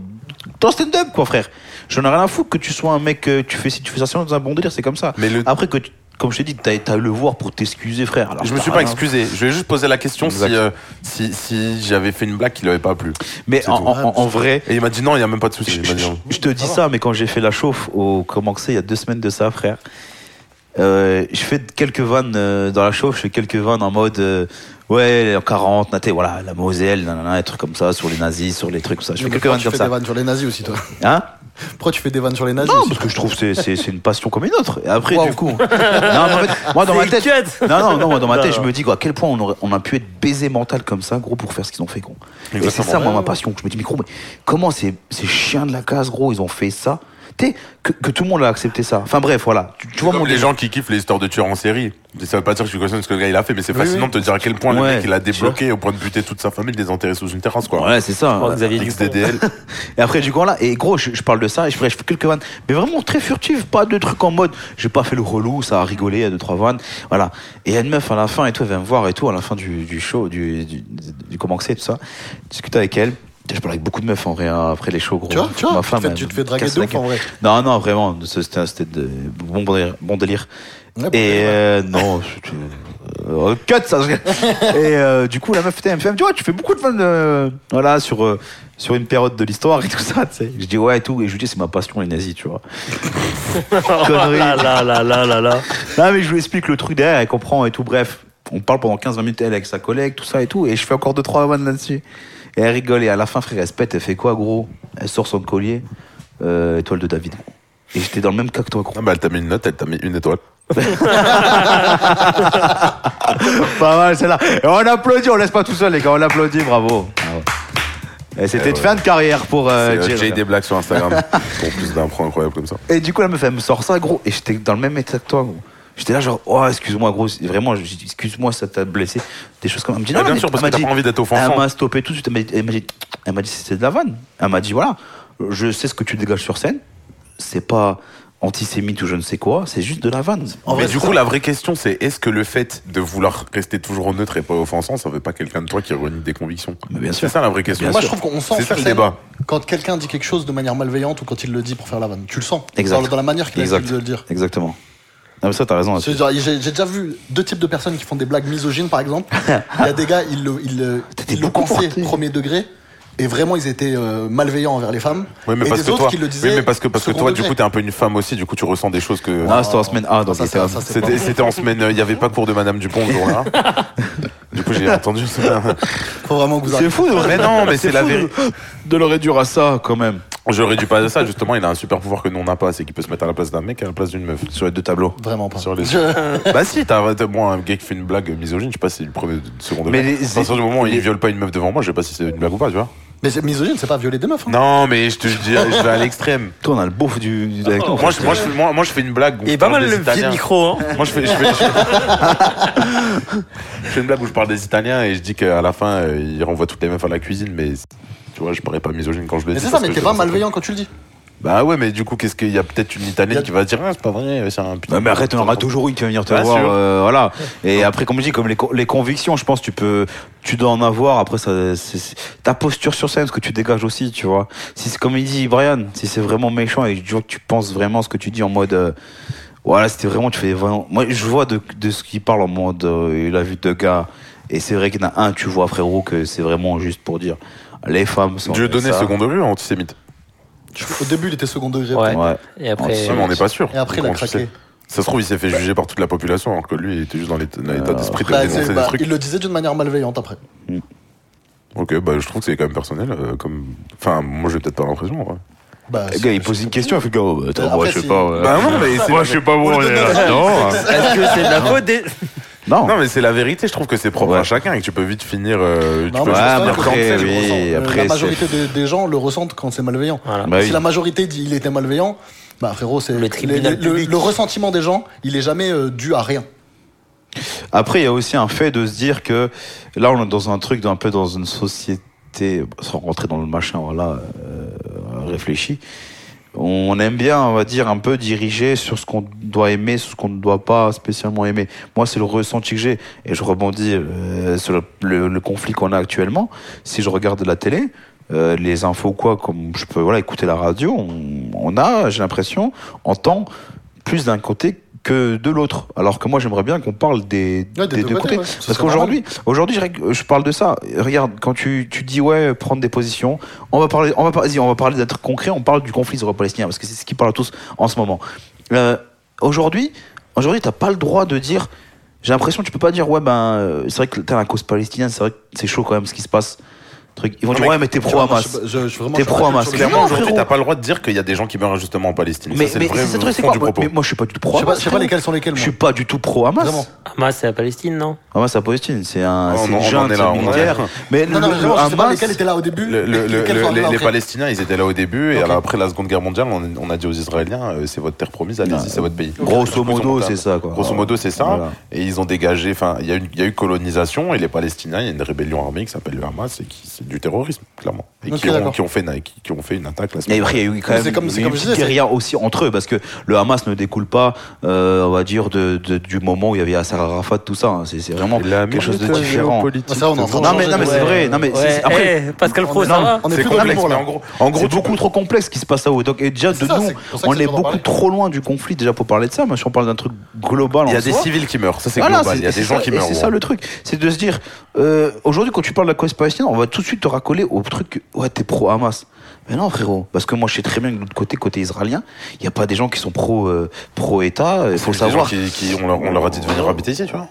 [SPEAKER 4] Dans stand-up, quoi, frère. J'en ai rien à foutre que tu sois un mec, euh, tu fais si tu fais ça, c'est dans un bon délire, c'est comme ça.
[SPEAKER 3] Mais le,
[SPEAKER 4] Après que, tu- comme je t'ai dit, t'as t'as eu le voir pour t'excuser, frère. Alors,
[SPEAKER 3] Je me
[SPEAKER 4] t'as
[SPEAKER 3] suis pas
[SPEAKER 4] rien-
[SPEAKER 3] excusé. Je vais juste poser la question si,
[SPEAKER 4] Exact.
[SPEAKER 3] euh, si, si j'avais fait une blague qui lui avait pas plu.
[SPEAKER 4] Mais
[SPEAKER 3] C'est
[SPEAKER 4] en,
[SPEAKER 3] tout.
[SPEAKER 4] en- en- en vrai,
[SPEAKER 3] Et il m'a dit non, il y a même pas de souci.
[SPEAKER 4] je,
[SPEAKER 3] Il m'a dit
[SPEAKER 4] je-
[SPEAKER 3] non.
[SPEAKER 4] je te dis ça, mais quand j'ai fait la chauffe au comment que c'est, il y a deux semaines de ça, frère. euh, je fais quelques vannes euh, dans la chauffe, je fais quelques vannes en mode euh, ouais en 40, naté, voilà la Moselle, nanana, des trucs comme ça sur les nazis, sur les trucs comme ça. Je fais
[SPEAKER 6] Mais
[SPEAKER 4] quelques vannes
[SPEAKER 6] tu
[SPEAKER 4] comme
[SPEAKER 6] fais
[SPEAKER 4] ça.
[SPEAKER 6] des vannes sur les nazis aussi, toi.
[SPEAKER 4] Hein
[SPEAKER 6] Pourquoi tu fais des vannes sur les nazis
[SPEAKER 4] Non,
[SPEAKER 6] aussi
[SPEAKER 4] parce que je trouve que c'est- c'est c'est une passion comme une autre. Et après,
[SPEAKER 6] Wow.
[SPEAKER 4] du coup. non, mais en fait, moi, dans ma
[SPEAKER 5] C'est
[SPEAKER 4] tête.
[SPEAKER 5] cut.
[SPEAKER 4] Non, non, non, moi, dans ma
[SPEAKER 5] Non,
[SPEAKER 4] tête, je
[SPEAKER 5] non.
[SPEAKER 4] me dis quoi, à quel point on, aurait- on a pu être baisé mental comme ça, gros, pour faire ce qu'ils ont fait, gros. Et c'est
[SPEAKER 3] Exactement.
[SPEAKER 4] ça, moi, ma passion. que Je me dis, mais gros, mais comment ces, ces chiens de la case, gros, ils ont fait ça Tu sais, que, que tout le monde a accepté ça. Enfin, bref, voilà. Tu, tu vois
[SPEAKER 3] Comme
[SPEAKER 4] mon
[SPEAKER 3] les gens qui kiffent les histoires de tueurs en série. Ça veut pas dire que je questionne ce que le gars il a fait, mais c'est fascinant de te dire à quel point le
[SPEAKER 4] Ouais,
[SPEAKER 3] mec il a
[SPEAKER 4] tu
[SPEAKER 3] débloqué au point de buter toute sa famille, des enterrer sous une terrasse quoi.
[SPEAKER 4] Ouais, c'est ça. hein.
[SPEAKER 5] Oh, Xavier Dupont.
[SPEAKER 3] XDDL.
[SPEAKER 4] Et après, du coup, là, et gros, je, je parle de ça, et je fais, je fais quelques vannes, mais vraiment très furtives, pas de trucs en mode, j'ai pas fait le relou, ça a rigolé, il y a deux, trois vannes, voilà. Et il y a une meuf à la fin, et tout, elle vient me voir, et tout, à la fin du, du show, du, du, du comment que c'est, tout ça, discute avec elle. Putain, Je parle avec beaucoup de meufs en vrai, hein, après les shows, gros.
[SPEAKER 6] Tu vois, tu vois,
[SPEAKER 4] Ma
[SPEAKER 6] tu te
[SPEAKER 4] femme,
[SPEAKER 6] fais-
[SPEAKER 4] elle
[SPEAKER 6] tu te
[SPEAKER 4] me
[SPEAKER 6] fais draguer
[SPEAKER 4] casse
[SPEAKER 6] de
[SPEAKER 4] la
[SPEAKER 6] ouf,
[SPEAKER 4] gueule.
[SPEAKER 6] en vrai.
[SPEAKER 4] Non, non, vraiment, ce- c'était c'était de bon délire. Bon délire.
[SPEAKER 6] Ouais, bon
[SPEAKER 4] et
[SPEAKER 6] délire,
[SPEAKER 4] euh, non, je- je- euh, cut ça.
[SPEAKER 6] (laughs)
[SPEAKER 4] je- et euh, du coup, la meuf était elle me fait, tu vois, tu fais beaucoup de fans euh, voilà, sur, euh, sur une période de l'histoire et tout ça, tu sais. Je dis ouais et tout, et je lui dis c'est ma passion les
[SPEAKER 6] (laughs)
[SPEAKER 4] nazis, tu vois. Connerie.
[SPEAKER 5] là Ah là là là là là.
[SPEAKER 4] Non, mais je lui explique le truc derrière, elle comprend et tout, bref. On parle pendant 15-20 minutes, elle avec sa collègue, tout ça et tout, et je fais encore 2-3 vannes là-dessus. Et elle rigole, et à la fin, frère, elle se pète, elle fait quoi, gros Elle sort son collier, euh, étoile de David. Et j'étais dans le même cas que toi, gros.
[SPEAKER 3] Ah bah elle t'a mis une note, elle t'a mis une étoile. Ah
[SPEAKER 4] Pas mal celle-là. Et on applaudit, on laisse pas tout seul les gars, on applaudit, bravo. Et c'était
[SPEAKER 3] Eh
[SPEAKER 4] de
[SPEAKER 3] Ah ouais.
[SPEAKER 4] fin de carrière pour euh,
[SPEAKER 3] C'est, euh,
[SPEAKER 4] Jill.
[SPEAKER 3] J'ai des blagues sur (laughs) Instagram pour plus d'impro incroyable comme ça.
[SPEAKER 4] Et du coup la meuf elle me sort ça gros et j'étais dans le même état que toi gros. J'étais là genre oh excuse-moi gros c'est- vraiment je dis, excuse-moi ça t'a blessé des choses comme elle me dit
[SPEAKER 3] Ah,
[SPEAKER 4] non
[SPEAKER 3] bien
[SPEAKER 4] mais
[SPEAKER 3] sûr, parce
[SPEAKER 4] elle
[SPEAKER 3] que t'as
[SPEAKER 4] m'a dit-
[SPEAKER 3] pas envie d'être
[SPEAKER 4] elle
[SPEAKER 3] offensant.
[SPEAKER 4] m'a stoppé tout de suite elle m'a dit- elle m'a dit elle m'a dit c'était de la vanne elle m'a dit voilà je sais ce que tu dégages sur scène c'est pas antisémite ou je ne sais quoi c'est juste de la vanne En
[SPEAKER 3] Mais
[SPEAKER 4] vrai,
[SPEAKER 3] du
[SPEAKER 4] c'est
[SPEAKER 3] coup,
[SPEAKER 4] ça.
[SPEAKER 3] la vraie question, c'est est-ce que le fait de vouloir rester toujours neutre et pas offensant, ça veut pas quelqu'un de toi qui renie des convictions
[SPEAKER 4] Ah, Mais bien sûr.
[SPEAKER 3] C'est ça la vraie question.
[SPEAKER 6] Moi, je trouve qu'on sent
[SPEAKER 3] C'est ça
[SPEAKER 6] sur
[SPEAKER 3] le
[SPEAKER 6] scène
[SPEAKER 3] débat.
[SPEAKER 6] quand quelqu'un dit quelque chose de manière malveillante ou quand il le dit pour faire la vanne. Tu le sens.
[SPEAKER 4] Exact.
[SPEAKER 6] Dans, dans la manière qu'il a
[SPEAKER 4] Exact.
[SPEAKER 6] de le dire.
[SPEAKER 4] exactement non mais ça t'as raison hein. là-dessus.
[SPEAKER 6] C'est genre, J'ai j'ai déjà vu deux types de personnes qui font des blagues misogynes,
[SPEAKER 3] (laughs)
[SPEAKER 6] par exemple. Il y a des gars, ils le, ils le,
[SPEAKER 4] T'étais
[SPEAKER 6] ils le
[SPEAKER 4] beaucoup
[SPEAKER 6] pensaient
[SPEAKER 4] porté.
[SPEAKER 6] premier degré. Et vraiment, ils étaient euh, malveillants envers les femmes.
[SPEAKER 3] Oui, mais
[SPEAKER 6] et
[SPEAKER 3] parce
[SPEAKER 6] des
[SPEAKER 3] que
[SPEAKER 6] autres
[SPEAKER 3] toi,
[SPEAKER 6] qui le
[SPEAKER 3] oui,
[SPEAKER 6] disaient.
[SPEAKER 3] mais parce que, parce que
[SPEAKER 6] second
[SPEAKER 3] toi, du
[SPEAKER 6] degré.
[SPEAKER 3] coup, t'es un peu une femme aussi, du coup, tu ressens des choses que.
[SPEAKER 4] Ah, c'était en semaine A, donc
[SPEAKER 6] Ça,
[SPEAKER 4] c'était
[SPEAKER 6] c'est- ça, c'est pas
[SPEAKER 3] C'était, c'était en semaine, euh, il n'y avait pas cours de Madame Dupont le jour-là.
[SPEAKER 4] (laughs)
[SPEAKER 3] du coup, j'ai entendu ça.
[SPEAKER 6] Faut vraiment que vous arrêtiez.
[SPEAKER 4] fou,
[SPEAKER 3] Mais non, mais c'est la vérité.
[SPEAKER 4] de le réduire à ça quand même.
[SPEAKER 3] Je réduis pas à ça, justement, il a un super pouvoir que nous on n'a pas, c'est qu'il peut se mettre à la place d'un mec et à la place d'une meuf.
[SPEAKER 4] Sur les deux tableaux.
[SPEAKER 6] Vraiment
[SPEAKER 3] (laughs)
[SPEAKER 6] pas.
[SPEAKER 3] Sur les-
[SPEAKER 6] Je-
[SPEAKER 3] bah si, t'as t'as- moi un gars qui fait une blague misogyne, je sais pas si c'est le premier le second degré.
[SPEAKER 4] Mais les-
[SPEAKER 3] à partir du moment où il viole pas une meuf devant moi, je sais pas si c'est une blague ou pas, tu vois.
[SPEAKER 6] Mais c'est- misogyne, c'est pas violer des meufs. hein.
[SPEAKER 3] Non, mais je te je dis, je vais à (laughs) l'extrême.
[SPEAKER 4] Toi, on a le beauf du. du- avec nous.
[SPEAKER 3] Moi je, moi, je, moi, moi, je fais une blague. où
[SPEAKER 5] Il
[SPEAKER 3] je
[SPEAKER 5] est pas
[SPEAKER 3] parle
[SPEAKER 5] mal
[SPEAKER 3] des
[SPEAKER 5] le vieux
[SPEAKER 3] Italiens.
[SPEAKER 5] micro, hein.
[SPEAKER 3] Moi je fais, je, fais, (laughs) je, fais, je fais une blague où je parle des Italiens et je dis qu'à la fin euh, ils renvoient toutes les meufs à la cuisine, mais c'est- tu vois, je parais pas misogyne quand je le
[SPEAKER 6] Mais
[SPEAKER 3] dis.
[SPEAKER 6] c'est ça,
[SPEAKER 3] parce
[SPEAKER 6] mais
[SPEAKER 3] que
[SPEAKER 6] t'es
[SPEAKER 3] je
[SPEAKER 6] pas
[SPEAKER 3] pense à-
[SPEAKER 6] malveillant quand tu le dis.
[SPEAKER 3] Bah ouais, mais du coup, qu'est-ce qu'il y a peut-être une
[SPEAKER 6] Y
[SPEAKER 3] Italienne
[SPEAKER 6] a-
[SPEAKER 3] qui va dire, ah, c'est pas vrai, c'est un putain.
[SPEAKER 4] Non, mais arrête, on en aura toujours une qui va venir te
[SPEAKER 3] Bien
[SPEAKER 4] voir.
[SPEAKER 3] sûr.
[SPEAKER 4] euh, voilà. Et après, comme je dis, comme les, co- les convictions, je pense, tu peux, tu dois en avoir. Après, ça, c'est- c'est- ta posture sur scène, ce que tu dégages aussi, tu vois. Si c'est comme il dit Brian, si c'est vraiment méchant et que tu vois que tu penses vraiment ce que tu dis en mode, euh, voilà, c'était vraiment, tu fais vraiment. Moi, je vois de, de ce qu'il parle en mode, euh, il a vu deux gars. Et c'est vrai qu'il y en a un, tu vois, frérot, que c'est vraiment juste pour dire, les femmes sont.
[SPEAKER 3] Dieu donné
[SPEAKER 4] ça.
[SPEAKER 3] second degré ou antisémite
[SPEAKER 6] Au début, il était second degré.
[SPEAKER 5] Ouais.
[SPEAKER 4] Ouais.
[SPEAKER 5] Et après.
[SPEAKER 3] Ouais, Ah, mais on n'est pas sûr.
[SPEAKER 6] Et après, il a
[SPEAKER 3] Comment tu
[SPEAKER 6] craqué.
[SPEAKER 3] sais Ça se trouve, il s'est fait juger par toute la population, alors que lui, il était juste dans l'état dans l'état d'esprit de
[SPEAKER 6] Bah, c'est-
[SPEAKER 3] dénoncer
[SPEAKER 6] bah,
[SPEAKER 3] des trucs.
[SPEAKER 6] il le disait d'une manière malveillante après.
[SPEAKER 3] Ok, bah je trouve que c'est quand même personnel. euh, comme... Enfin, moi, j'ai peut-être pas l'impression. ouais.
[SPEAKER 6] Bah,
[SPEAKER 4] Le gars, il pose une question, il fait le gars, oh, bah, attends,
[SPEAKER 6] Après,
[SPEAKER 4] moi, je sais
[SPEAKER 6] si-
[SPEAKER 4] pas. ouais.
[SPEAKER 3] Bah non, mais c'est.
[SPEAKER 7] Euh, Moi, je suis pas bon,
[SPEAKER 6] le
[SPEAKER 7] on est là. Non.
[SPEAKER 5] (laughs)
[SPEAKER 7] hein.
[SPEAKER 5] Est-ce que c'est de la faute des.
[SPEAKER 4] Non.
[SPEAKER 3] Non mais c'est la vérité, je trouve que c'est propre
[SPEAKER 4] Ouais.
[SPEAKER 3] à chacun et que tu peux vite finir. euh, tu
[SPEAKER 6] Non,
[SPEAKER 3] peux
[SPEAKER 6] mais
[SPEAKER 4] ouais,
[SPEAKER 3] juste
[SPEAKER 6] c'est
[SPEAKER 4] mais
[SPEAKER 6] vrai
[SPEAKER 3] finir
[SPEAKER 6] que
[SPEAKER 3] comme
[SPEAKER 4] après,
[SPEAKER 3] ça, je
[SPEAKER 6] je
[SPEAKER 4] oui.
[SPEAKER 3] ressens.
[SPEAKER 6] ressens. Le-
[SPEAKER 4] après,
[SPEAKER 6] la majorité des, des gens le ressentent quand c'est malveillant.
[SPEAKER 5] Voilà.
[SPEAKER 4] Bah oui.
[SPEAKER 6] Si la majorité dit il était malveillant, bah frérot, c'est
[SPEAKER 5] Le tribunal
[SPEAKER 6] le- le-
[SPEAKER 5] public.
[SPEAKER 6] le ressentiment des gens, il est jamais euh, dû à rien.
[SPEAKER 4] Après, il y a aussi un fait de se dire que là, on est dans un truc, d'un- un peu dans une société, sans rentrer dans le machin, voilà, euh, réfléchi. On aime bien, on va dire, un peu diriger sur ce qu'on doit aimer, sur ce qu'on ne doit pas spécialement aimer. Moi, c'est le ressenti que j'ai. Et je rebondis euh, sur le, le- le conflit qu'on a actuellement. Si je regarde la télé, euh, les infos, quoi, comme je peux voilà, écouter la radio, on, on a, j'ai l'impression, on entend plus d'un côté que de l'autre. Alors que moi, j'aimerais bien qu'on parle des,
[SPEAKER 6] Ouais,
[SPEAKER 4] des deux côtés.
[SPEAKER 6] ouais. Ce
[SPEAKER 4] Parce
[SPEAKER 6] serait
[SPEAKER 4] qu'aujourd'hui, aujourd'hui, je règle- je parle de ça. Regarde, quand tu, tu dis ouais, prendre des positions, on va parler, on va par- vas-y, on va parler d'être concret. On parle du conflit israélo-palestinien parce que c'est ce qui parle à tous en ce moment. Euh, aujourd'hui, aujourd'hui, t'as pas le droit de dire. J'ai l'impression que tu peux pas dire ouais ben euh, c'est vrai que t'as la cause palestinienne, c'est vrai que c'est chaud quand même ce qui se passe. Truc. Ils vont
[SPEAKER 3] Non,
[SPEAKER 4] dire,
[SPEAKER 3] mais-
[SPEAKER 4] ouais, mais t'es pro
[SPEAKER 6] Moi,
[SPEAKER 4] Hamas.
[SPEAKER 6] je- je- je- vraiment,
[SPEAKER 4] T'es
[SPEAKER 6] je suis
[SPEAKER 4] pro
[SPEAKER 6] pas
[SPEAKER 4] Hamas,
[SPEAKER 6] culture-
[SPEAKER 4] clairement.
[SPEAKER 3] Clairement, aujourd'hui,
[SPEAKER 4] frérot.
[SPEAKER 3] t'as pas le droit de dire qu'il y a des gens qui meurent injustement en Palestine.
[SPEAKER 4] Mais,
[SPEAKER 3] ça, c'est
[SPEAKER 4] mais
[SPEAKER 3] le vrai
[SPEAKER 4] c'est ça le truc, c'est
[SPEAKER 3] fond
[SPEAKER 4] quoi
[SPEAKER 3] du
[SPEAKER 4] moi,
[SPEAKER 3] propos.
[SPEAKER 4] mais moi, je suis pas du tout pro
[SPEAKER 6] Je sais pas,
[SPEAKER 4] Hamas.
[SPEAKER 6] je sais pas
[SPEAKER 4] frérot.
[SPEAKER 6] lesquels sont lesquels.
[SPEAKER 4] Je
[SPEAKER 6] moi.
[SPEAKER 4] suis pas du tout pro Hamas.
[SPEAKER 6] Vraiment.
[SPEAKER 5] Hamas, c'est la Palestine, non
[SPEAKER 4] Hamas, c'est la Palestine. C'est un
[SPEAKER 3] Ah, on
[SPEAKER 4] c'est
[SPEAKER 3] en-
[SPEAKER 4] une
[SPEAKER 3] on en
[SPEAKER 4] junte,
[SPEAKER 3] est là,
[SPEAKER 4] c'est
[SPEAKER 3] on en est
[SPEAKER 4] militaire.
[SPEAKER 3] là.
[SPEAKER 6] Non,
[SPEAKER 4] Mais le-
[SPEAKER 6] non, mais
[SPEAKER 4] le
[SPEAKER 6] vraiment, je sais pas
[SPEAKER 4] Hamas.
[SPEAKER 6] lesquels étaient là au début.
[SPEAKER 3] Le- le- le-
[SPEAKER 6] lesquels
[SPEAKER 3] le-
[SPEAKER 6] sont arrivés
[SPEAKER 3] les, les
[SPEAKER 6] après.
[SPEAKER 3] Palestiniens, ils étaient là au début, et
[SPEAKER 6] Ok.
[SPEAKER 3] alors après la Seconde Guerre mondiale, on, on a dit aux Israéliens, euh, c'est votre terre promise, allez-y,
[SPEAKER 4] Ouais.
[SPEAKER 3] c'est votre pays.
[SPEAKER 4] Grosso
[SPEAKER 3] Du coup, ils ont
[SPEAKER 4] modo,
[SPEAKER 3] monté un-
[SPEAKER 4] c'est ça. quoi.
[SPEAKER 3] Grosso modo, c'est ça.
[SPEAKER 4] Voilà.
[SPEAKER 3] Et ils ont dégagé, enfin, il y, a une- il y a eu colonisation, et les Palestiniens, il y a une rébellion armée qui s'appelle le Hamas, et qui c'est du terrorisme, clairement. Et
[SPEAKER 6] Ok,
[SPEAKER 3] qui, ont,
[SPEAKER 6] d'accord.
[SPEAKER 3] qui ont fait, une- qui, qui ont fait une attaque la
[SPEAKER 4] Et
[SPEAKER 3] semaine
[SPEAKER 4] après, il y a eu quand
[SPEAKER 6] Mais
[SPEAKER 4] même
[SPEAKER 6] c'est comme- c'est
[SPEAKER 4] il y a eu
[SPEAKER 6] comme
[SPEAKER 4] une
[SPEAKER 6] je
[SPEAKER 4] petite
[SPEAKER 6] disais,
[SPEAKER 4] guérilla aussi entre eux, parce que le Hamas ne découle pas, euh, on va dire, de, de- du moment où il y avait Yasser Arafat, tout ça. hein. C'est c'est vraiment quelque chose de différent.
[SPEAKER 6] Ah, ça, on est en train de
[SPEAKER 4] Non, mais,
[SPEAKER 6] changer
[SPEAKER 4] non, mais
[SPEAKER 6] de-
[SPEAKER 4] c'est vrai. Non, mais c'est-
[SPEAKER 5] Ouais,
[SPEAKER 4] après,
[SPEAKER 5] eh, Pascal Pro,
[SPEAKER 6] on est-
[SPEAKER 5] ça va
[SPEAKER 6] on est
[SPEAKER 3] C'est
[SPEAKER 6] plus dans
[SPEAKER 3] complexe,
[SPEAKER 6] l'humour,
[SPEAKER 3] mais
[SPEAKER 5] hein.
[SPEAKER 6] là.
[SPEAKER 3] en gros, en gros
[SPEAKER 4] c'est
[SPEAKER 3] tu-
[SPEAKER 4] beaucoup trop complexe ce qui se passe là-haut. Donc, et déjà,
[SPEAKER 6] C'est
[SPEAKER 4] de
[SPEAKER 6] ça,
[SPEAKER 4] nous,
[SPEAKER 6] c'est pour ça que
[SPEAKER 4] on
[SPEAKER 6] c'est
[SPEAKER 4] est
[SPEAKER 6] bon d'en
[SPEAKER 4] beaucoup
[SPEAKER 6] parler.
[SPEAKER 4] trop loin du conflit déjà pour parler de ça. Mais si on parle d'un truc global,
[SPEAKER 3] il y
[SPEAKER 4] en
[SPEAKER 3] a des
[SPEAKER 4] soi,
[SPEAKER 3] civils qui meurent, ça c'est
[SPEAKER 4] Voilà,
[SPEAKER 3] global, il y a
[SPEAKER 4] c'est-
[SPEAKER 3] des
[SPEAKER 4] c'est
[SPEAKER 3] gens
[SPEAKER 4] ça-
[SPEAKER 3] qui
[SPEAKER 4] et
[SPEAKER 3] meurent.
[SPEAKER 4] C'est ça le truc, c'est de se dire, euh, aujourd'hui quand tu parles de la cause palestinienne, on va tout de suite te racoler au truc, que, ouais t'es pro Hamas. Mais non frérot, parce que moi je sais très bien que de l'autre côté, côté israélien, il n'y a pas des gens qui sont pro, euh, pro État, il faut le
[SPEAKER 3] Des gens
[SPEAKER 4] savoir.
[SPEAKER 3] qui- qui- on, leur, on leur a dit de venir habiter ici, tu vois.